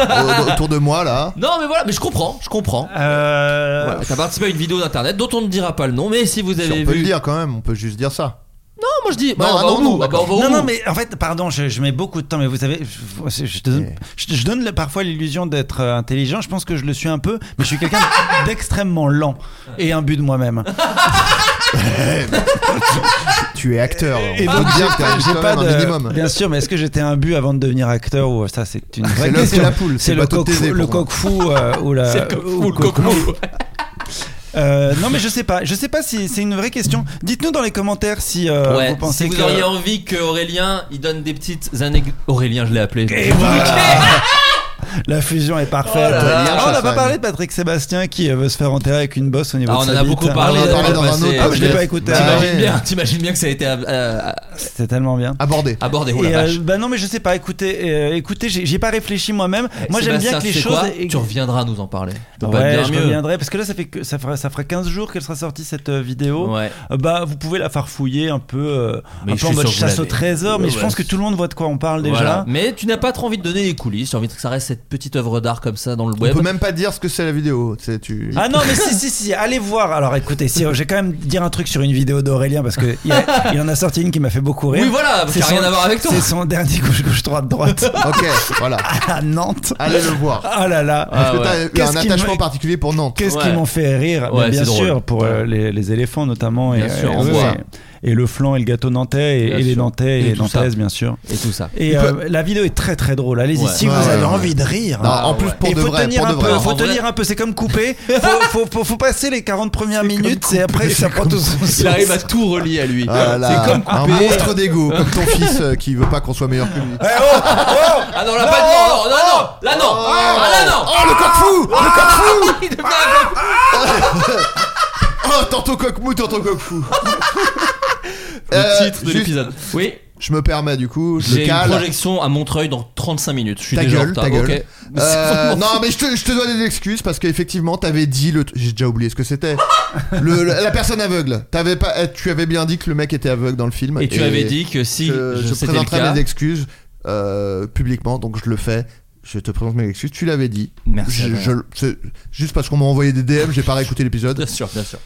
Speaker 6: au- autour de moi là.
Speaker 5: Non, mais voilà, mais je comprends, je comprends.
Speaker 7: Euh...
Speaker 5: Voilà, T'as participé à une vidéo d'internet dont on ne dira pas le nom, mais si vous
Speaker 6: Si
Speaker 5: avez
Speaker 6: on
Speaker 5: vu.
Speaker 6: peut le dire quand même, on peut juste dire ça.
Speaker 5: Non, moi je dis. bah,
Speaker 6: ah
Speaker 5: on va
Speaker 6: non,
Speaker 5: au
Speaker 6: nous,
Speaker 5: bout, bah,
Speaker 6: d'accord.
Speaker 5: on va au
Speaker 7: Non, non,
Speaker 5: bout.
Speaker 7: mais en fait, pardon, je, je mets beaucoup de temps, mais vous savez, je, je- je donne, je- je donne le- parfois l'illusion d'être euh, intelligent. Je pense que je le suis un peu, mais je suis quelqu'un d'extrêmement lent et imbu de moi-même.
Speaker 6: Tu es acteur.
Speaker 7: Et
Speaker 6: on
Speaker 7: donc,
Speaker 6: peut
Speaker 7: j'ai
Speaker 6: dire que t'as
Speaker 7: j'ai
Speaker 6: quand
Speaker 7: pas
Speaker 6: même
Speaker 7: de-
Speaker 6: un minimum.
Speaker 7: Bien sûr, mais est-ce que j'étais un but avant de devenir acteur ou euh, ça, c'est une vraie
Speaker 6: C'est l'œuf et
Speaker 7: question.
Speaker 6: la poule, c'est
Speaker 7: C'est
Speaker 6: pas
Speaker 7: le
Speaker 6: tout
Speaker 7: coq
Speaker 6: taisé
Speaker 7: fou, le
Speaker 6: pour moi.
Speaker 7: coq fou euh, ou la.
Speaker 5: C'est le coq
Speaker 7: ou
Speaker 5: fou, le coq
Speaker 7: coq
Speaker 5: mou.
Speaker 7: Euh, non mais je sais pas, je sais pas si c'est une vraie question. Dites-nous dans les commentaires si euh,
Speaker 5: Ouais,
Speaker 7: vous pensez
Speaker 5: si vous
Speaker 7: que
Speaker 5: auriez envie que Aurélien il donne des petites anecdotes. Aurélien, je l'ai appelé.
Speaker 7: Eh
Speaker 5: Ah,
Speaker 7: la fusion est parfaite.
Speaker 5: Oh là là.
Speaker 7: Ah, on n'a pas
Speaker 6: Ouais.
Speaker 7: parlé de Patrick Sébastien qui euh, veut se faire enterrer avec une bosse au niveau
Speaker 5: Ah,
Speaker 7: de sa
Speaker 5: on en a
Speaker 7: bite.
Speaker 5: beaucoup parlé.
Speaker 6: On en a parlé dans un
Speaker 5: passé.
Speaker 6: autre
Speaker 7: Ah, je l'ai
Speaker 6: podcast.
Speaker 7: pas écouté.
Speaker 6: Bah
Speaker 5: T'imagines
Speaker 6: ouais.
Speaker 5: bien, t'imagines bien que ça a été euh,
Speaker 7: C'était tellement bien.
Speaker 6: Abordé.
Speaker 5: abordé. Oh la
Speaker 7: Et, euh,
Speaker 5: vache.
Speaker 7: bah non mais je sais pas écoutez euh, écoutez j'ai j'ai pas réfléchi moi-même moi j'aime bien
Speaker 5: Eh, Sébastien,
Speaker 7: que les
Speaker 5: tu sais
Speaker 7: choses
Speaker 5: quoi
Speaker 7: aient-
Speaker 5: tu reviendras nous en parler. Je peux pas te
Speaker 7: ouais
Speaker 5: dire
Speaker 7: je
Speaker 5: mieux.
Speaker 7: reviendrai parce que là ça fait que ça fera ça fera 15 jours qu'elle sera sortie cette euh, vidéo
Speaker 5: Ouais.
Speaker 7: Euh, bah vous pouvez la farfouiller un peu euh,
Speaker 5: Mais
Speaker 7: un
Speaker 5: je
Speaker 7: peu en
Speaker 5: suis
Speaker 7: mode
Speaker 5: sûr que vous
Speaker 7: chasse au
Speaker 5: l'avez.
Speaker 7: trésor mais
Speaker 5: Ouais,
Speaker 7: je pense
Speaker 5: ouais.
Speaker 7: que tout le monde voit de quoi on parle
Speaker 5: Voilà.
Speaker 7: déjà
Speaker 5: Mais tu n'as pas trop envie de donner les coulisses, tu as envie que ça reste cette petite œuvre d'art comme ça dans le
Speaker 6: On
Speaker 5: web.
Speaker 6: peut même pas dire ce que c'est la vidéo. tu sais, Tu...
Speaker 7: Ah non, mais si, si, si, allez voir. Alors écoutez, si, j'ai quand même dire un truc sur une vidéo d'Aurélien parce qu'il y a- il y en a sorti une qui m'a fait beaucoup rire.
Speaker 5: Oui, voilà, qui
Speaker 7: C'est
Speaker 5: a rien
Speaker 7: son-
Speaker 5: à voir avec toi.
Speaker 7: C'est son dernier gauche-gauche-droite-droite
Speaker 6: ok, voilà.
Speaker 7: à Nantes.
Speaker 6: Allez le voir.
Speaker 7: Ah là là.
Speaker 6: Parce que
Speaker 5: ouais.
Speaker 6: t'as eu
Speaker 7: Qu'est-ce
Speaker 6: un
Speaker 7: qu'il
Speaker 6: attachement
Speaker 7: me-
Speaker 6: particulier pour Nantes.
Speaker 7: Qu'est-ce
Speaker 5: Ouais.
Speaker 7: qui m'ont fait rire Mais
Speaker 5: Ouais,
Speaker 7: Bien
Speaker 5: c'est drôle.
Speaker 7: sûr, pour euh, les, les éléphants notamment,
Speaker 5: Bien
Speaker 7: et,
Speaker 5: sûr,
Speaker 7: et-
Speaker 5: on
Speaker 7: et-
Speaker 6: voit.
Speaker 7: et le flan et le gâteau nantais, et,
Speaker 5: Bien
Speaker 7: et les
Speaker 5: sûr.
Speaker 7: nantais et,
Speaker 5: Et
Speaker 7: les
Speaker 5: tout ça.
Speaker 7: nantaises, bien sûr.
Speaker 5: Et tout ça.
Speaker 7: Et euh, la vidéo est très très drôle. Allez-y
Speaker 5: Ouais.
Speaker 7: si
Speaker 6: Ouais,
Speaker 7: vous
Speaker 6: ouais,
Speaker 7: avez
Speaker 6: ouais.
Speaker 7: envie de rire.
Speaker 6: Non,
Speaker 5: Ah
Speaker 6: en plus, pour
Speaker 7: Et
Speaker 6: de
Speaker 7: faut
Speaker 6: vrai,
Speaker 7: tenir
Speaker 6: pour
Speaker 7: un
Speaker 6: de vrai.
Speaker 7: peu, faut
Speaker 5: En vrai-
Speaker 7: tenir un peu. C'est comme couper. Faut, faut, faut, faut passer les 40 premières minutes et après ça prend tout son sens.
Speaker 5: Il arrive à tout relier à lui.
Speaker 6: Ah là là,
Speaker 5: c'est comme
Speaker 6: un
Speaker 5: coupé.
Speaker 6: monstre d'ego, comme ton fils euh, qui veut pas qu'on soit meilleur que lui.
Speaker 7: Eh, oh, oh
Speaker 5: Ah non, là pas de non, non, non, là non, ah là non.
Speaker 6: Oh le coq fou, le coq fou.
Speaker 5: Il devient un peu-
Speaker 6: Oh tantôt coq mou, tantôt coq fou.
Speaker 5: Le
Speaker 6: Euh,
Speaker 5: titre de
Speaker 6: juste,
Speaker 5: l'épisode. Oui.
Speaker 6: Je me permets du coup, je le
Speaker 5: J'ai une
Speaker 6: cale.
Speaker 5: projection à Montreuil dans 35 minutes. Je suis
Speaker 6: Ta
Speaker 5: déjà en
Speaker 6: gueule,
Speaker 5: retard.
Speaker 6: ta gueule.
Speaker 5: Ok. Mais c'est
Speaker 6: Euh,
Speaker 5: vraiment
Speaker 6: non
Speaker 5: fou.
Speaker 6: mais je te, je te dois des excuses parce qu'effectivement t'avais dit le j'ai déjà oublié ce que c'était Le- le- la personne aveugle t'avais pas eh, tu avais bien dit que le mec était aveugle dans le film
Speaker 5: Et tu avais dit que si
Speaker 6: je,
Speaker 5: je,
Speaker 6: je
Speaker 5: c'était le
Speaker 6: présenterai
Speaker 5: cas,
Speaker 6: mes excuses euh, publiquement, donc je le fais. Je te présente mes excuses. Tu l'avais dit.
Speaker 5: Merci,
Speaker 6: Je-
Speaker 5: Adrien.
Speaker 6: je- c'est- juste parce qu'on m'a envoyé des DM, j'ai pas réécouté l'épisode.
Speaker 5: bien sûr, bien sûr.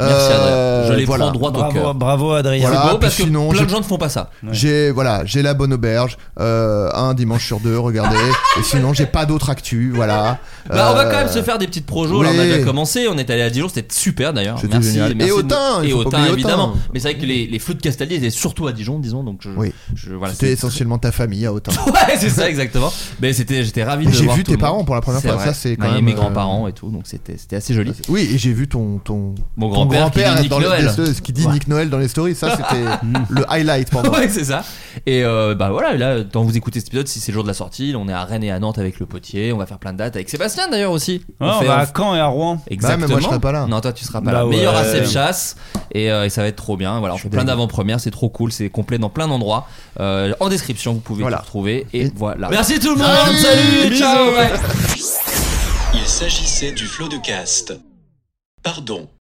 Speaker 5: Merci
Speaker 6: Euh,
Speaker 5: Adrien. Je les
Speaker 6: voilà.
Speaker 5: prends droit au
Speaker 7: Bravo,
Speaker 5: cœur.
Speaker 7: bravo Adrien.
Speaker 6: Voilà.
Speaker 5: C'est
Speaker 6: puis
Speaker 5: beau parce que
Speaker 6: sinon,
Speaker 5: plein de
Speaker 6: j'ai-
Speaker 5: gens ne font pas ça.
Speaker 6: J'ai voilà, j'ai la bonne auberge. euh, un dimanche sur deux, regardez. et sinon, j'ai pas d'autres actus. Voilà.
Speaker 5: Bah, on va
Speaker 6: Euh,
Speaker 5: quand même se faire des petites projos.
Speaker 6: oui.
Speaker 5: Là, on a déjà commencé. On est allé à Dijon. C'était super d'ailleurs.
Speaker 6: C'était
Speaker 5: Merci,
Speaker 6: génial.
Speaker 5: merci
Speaker 6: Et
Speaker 5: de-
Speaker 6: Autun, il
Speaker 5: Et
Speaker 6: faut pas
Speaker 5: Autun,
Speaker 6: oublier Autun.
Speaker 5: évidemment. Mais c'est vrai que les, les flots de Castaldi étaient surtout à Dijon, disons. Donc je,
Speaker 6: Oui.
Speaker 5: je- voilà,
Speaker 6: C'était
Speaker 5: c'est-
Speaker 6: essentiellement ta famille à autant.
Speaker 5: Ouais, c'est ça, exactement. Mais c'était, j'étais ravi de
Speaker 6: J'ai
Speaker 5: voir
Speaker 6: vu tes
Speaker 5: tout le monde.
Speaker 6: parents pour la première
Speaker 5: C'est
Speaker 6: fois,
Speaker 5: vrai.
Speaker 6: ça, c'est quand
Speaker 5: Ouais, et
Speaker 6: même,
Speaker 5: mes
Speaker 6: euh,
Speaker 5: grands-parents et tout, donc c'était, c'était assez joli.
Speaker 6: Oui, et j'ai vu ton ton
Speaker 5: Mon
Speaker 6: ton
Speaker 5: grand-père qui dit Nick
Speaker 6: dans les-
Speaker 5: Noël.
Speaker 6: les- ce qui dit Nick Noël dans les stories. Ça, c'était le highlight pour moi.
Speaker 5: Ouais, c'est ça. Et euh, bah voilà, là, quand vous écoutez cet épisode, si c'est le jour de la sortie, on est à Rennes et à Nantes avec le potier, on va faire plein de dates avec Sébastien d'ailleurs aussi.
Speaker 7: Ouais, Ah, on
Speaker 5: fait-
Speaker 7: va à Caen et à Rouen.
Speaker 5: Exactement.
Speaker 6: Ouais, mais moi, je serai pas là.
Speaker 5: Non, toi tu seras pas
Speaker 7: Bah
Speaker 5: là. Mais il y aura
Speaker 7: ouais.
Speaker 5: Save Chasse et, euh, et ça va être trop bien. Voilà, on fait plein d'avant-premières, c'est trop cool, c'est complet dans plein d'endroits. Euh, en description, vous pouvez
Speaker 6: Voilà.
Speaker 5: tout retrouver. Et,
Speaker 6: Et-
Speaker 5: voilà. Merci tout le monde.
Speaker 6: Salut,
Speaker 5: Salut,
Speaker 6: bisous.
Speaker 5: ciao. ouais.
Speaker 1: Il s'agissait du flot de cast. Pardon.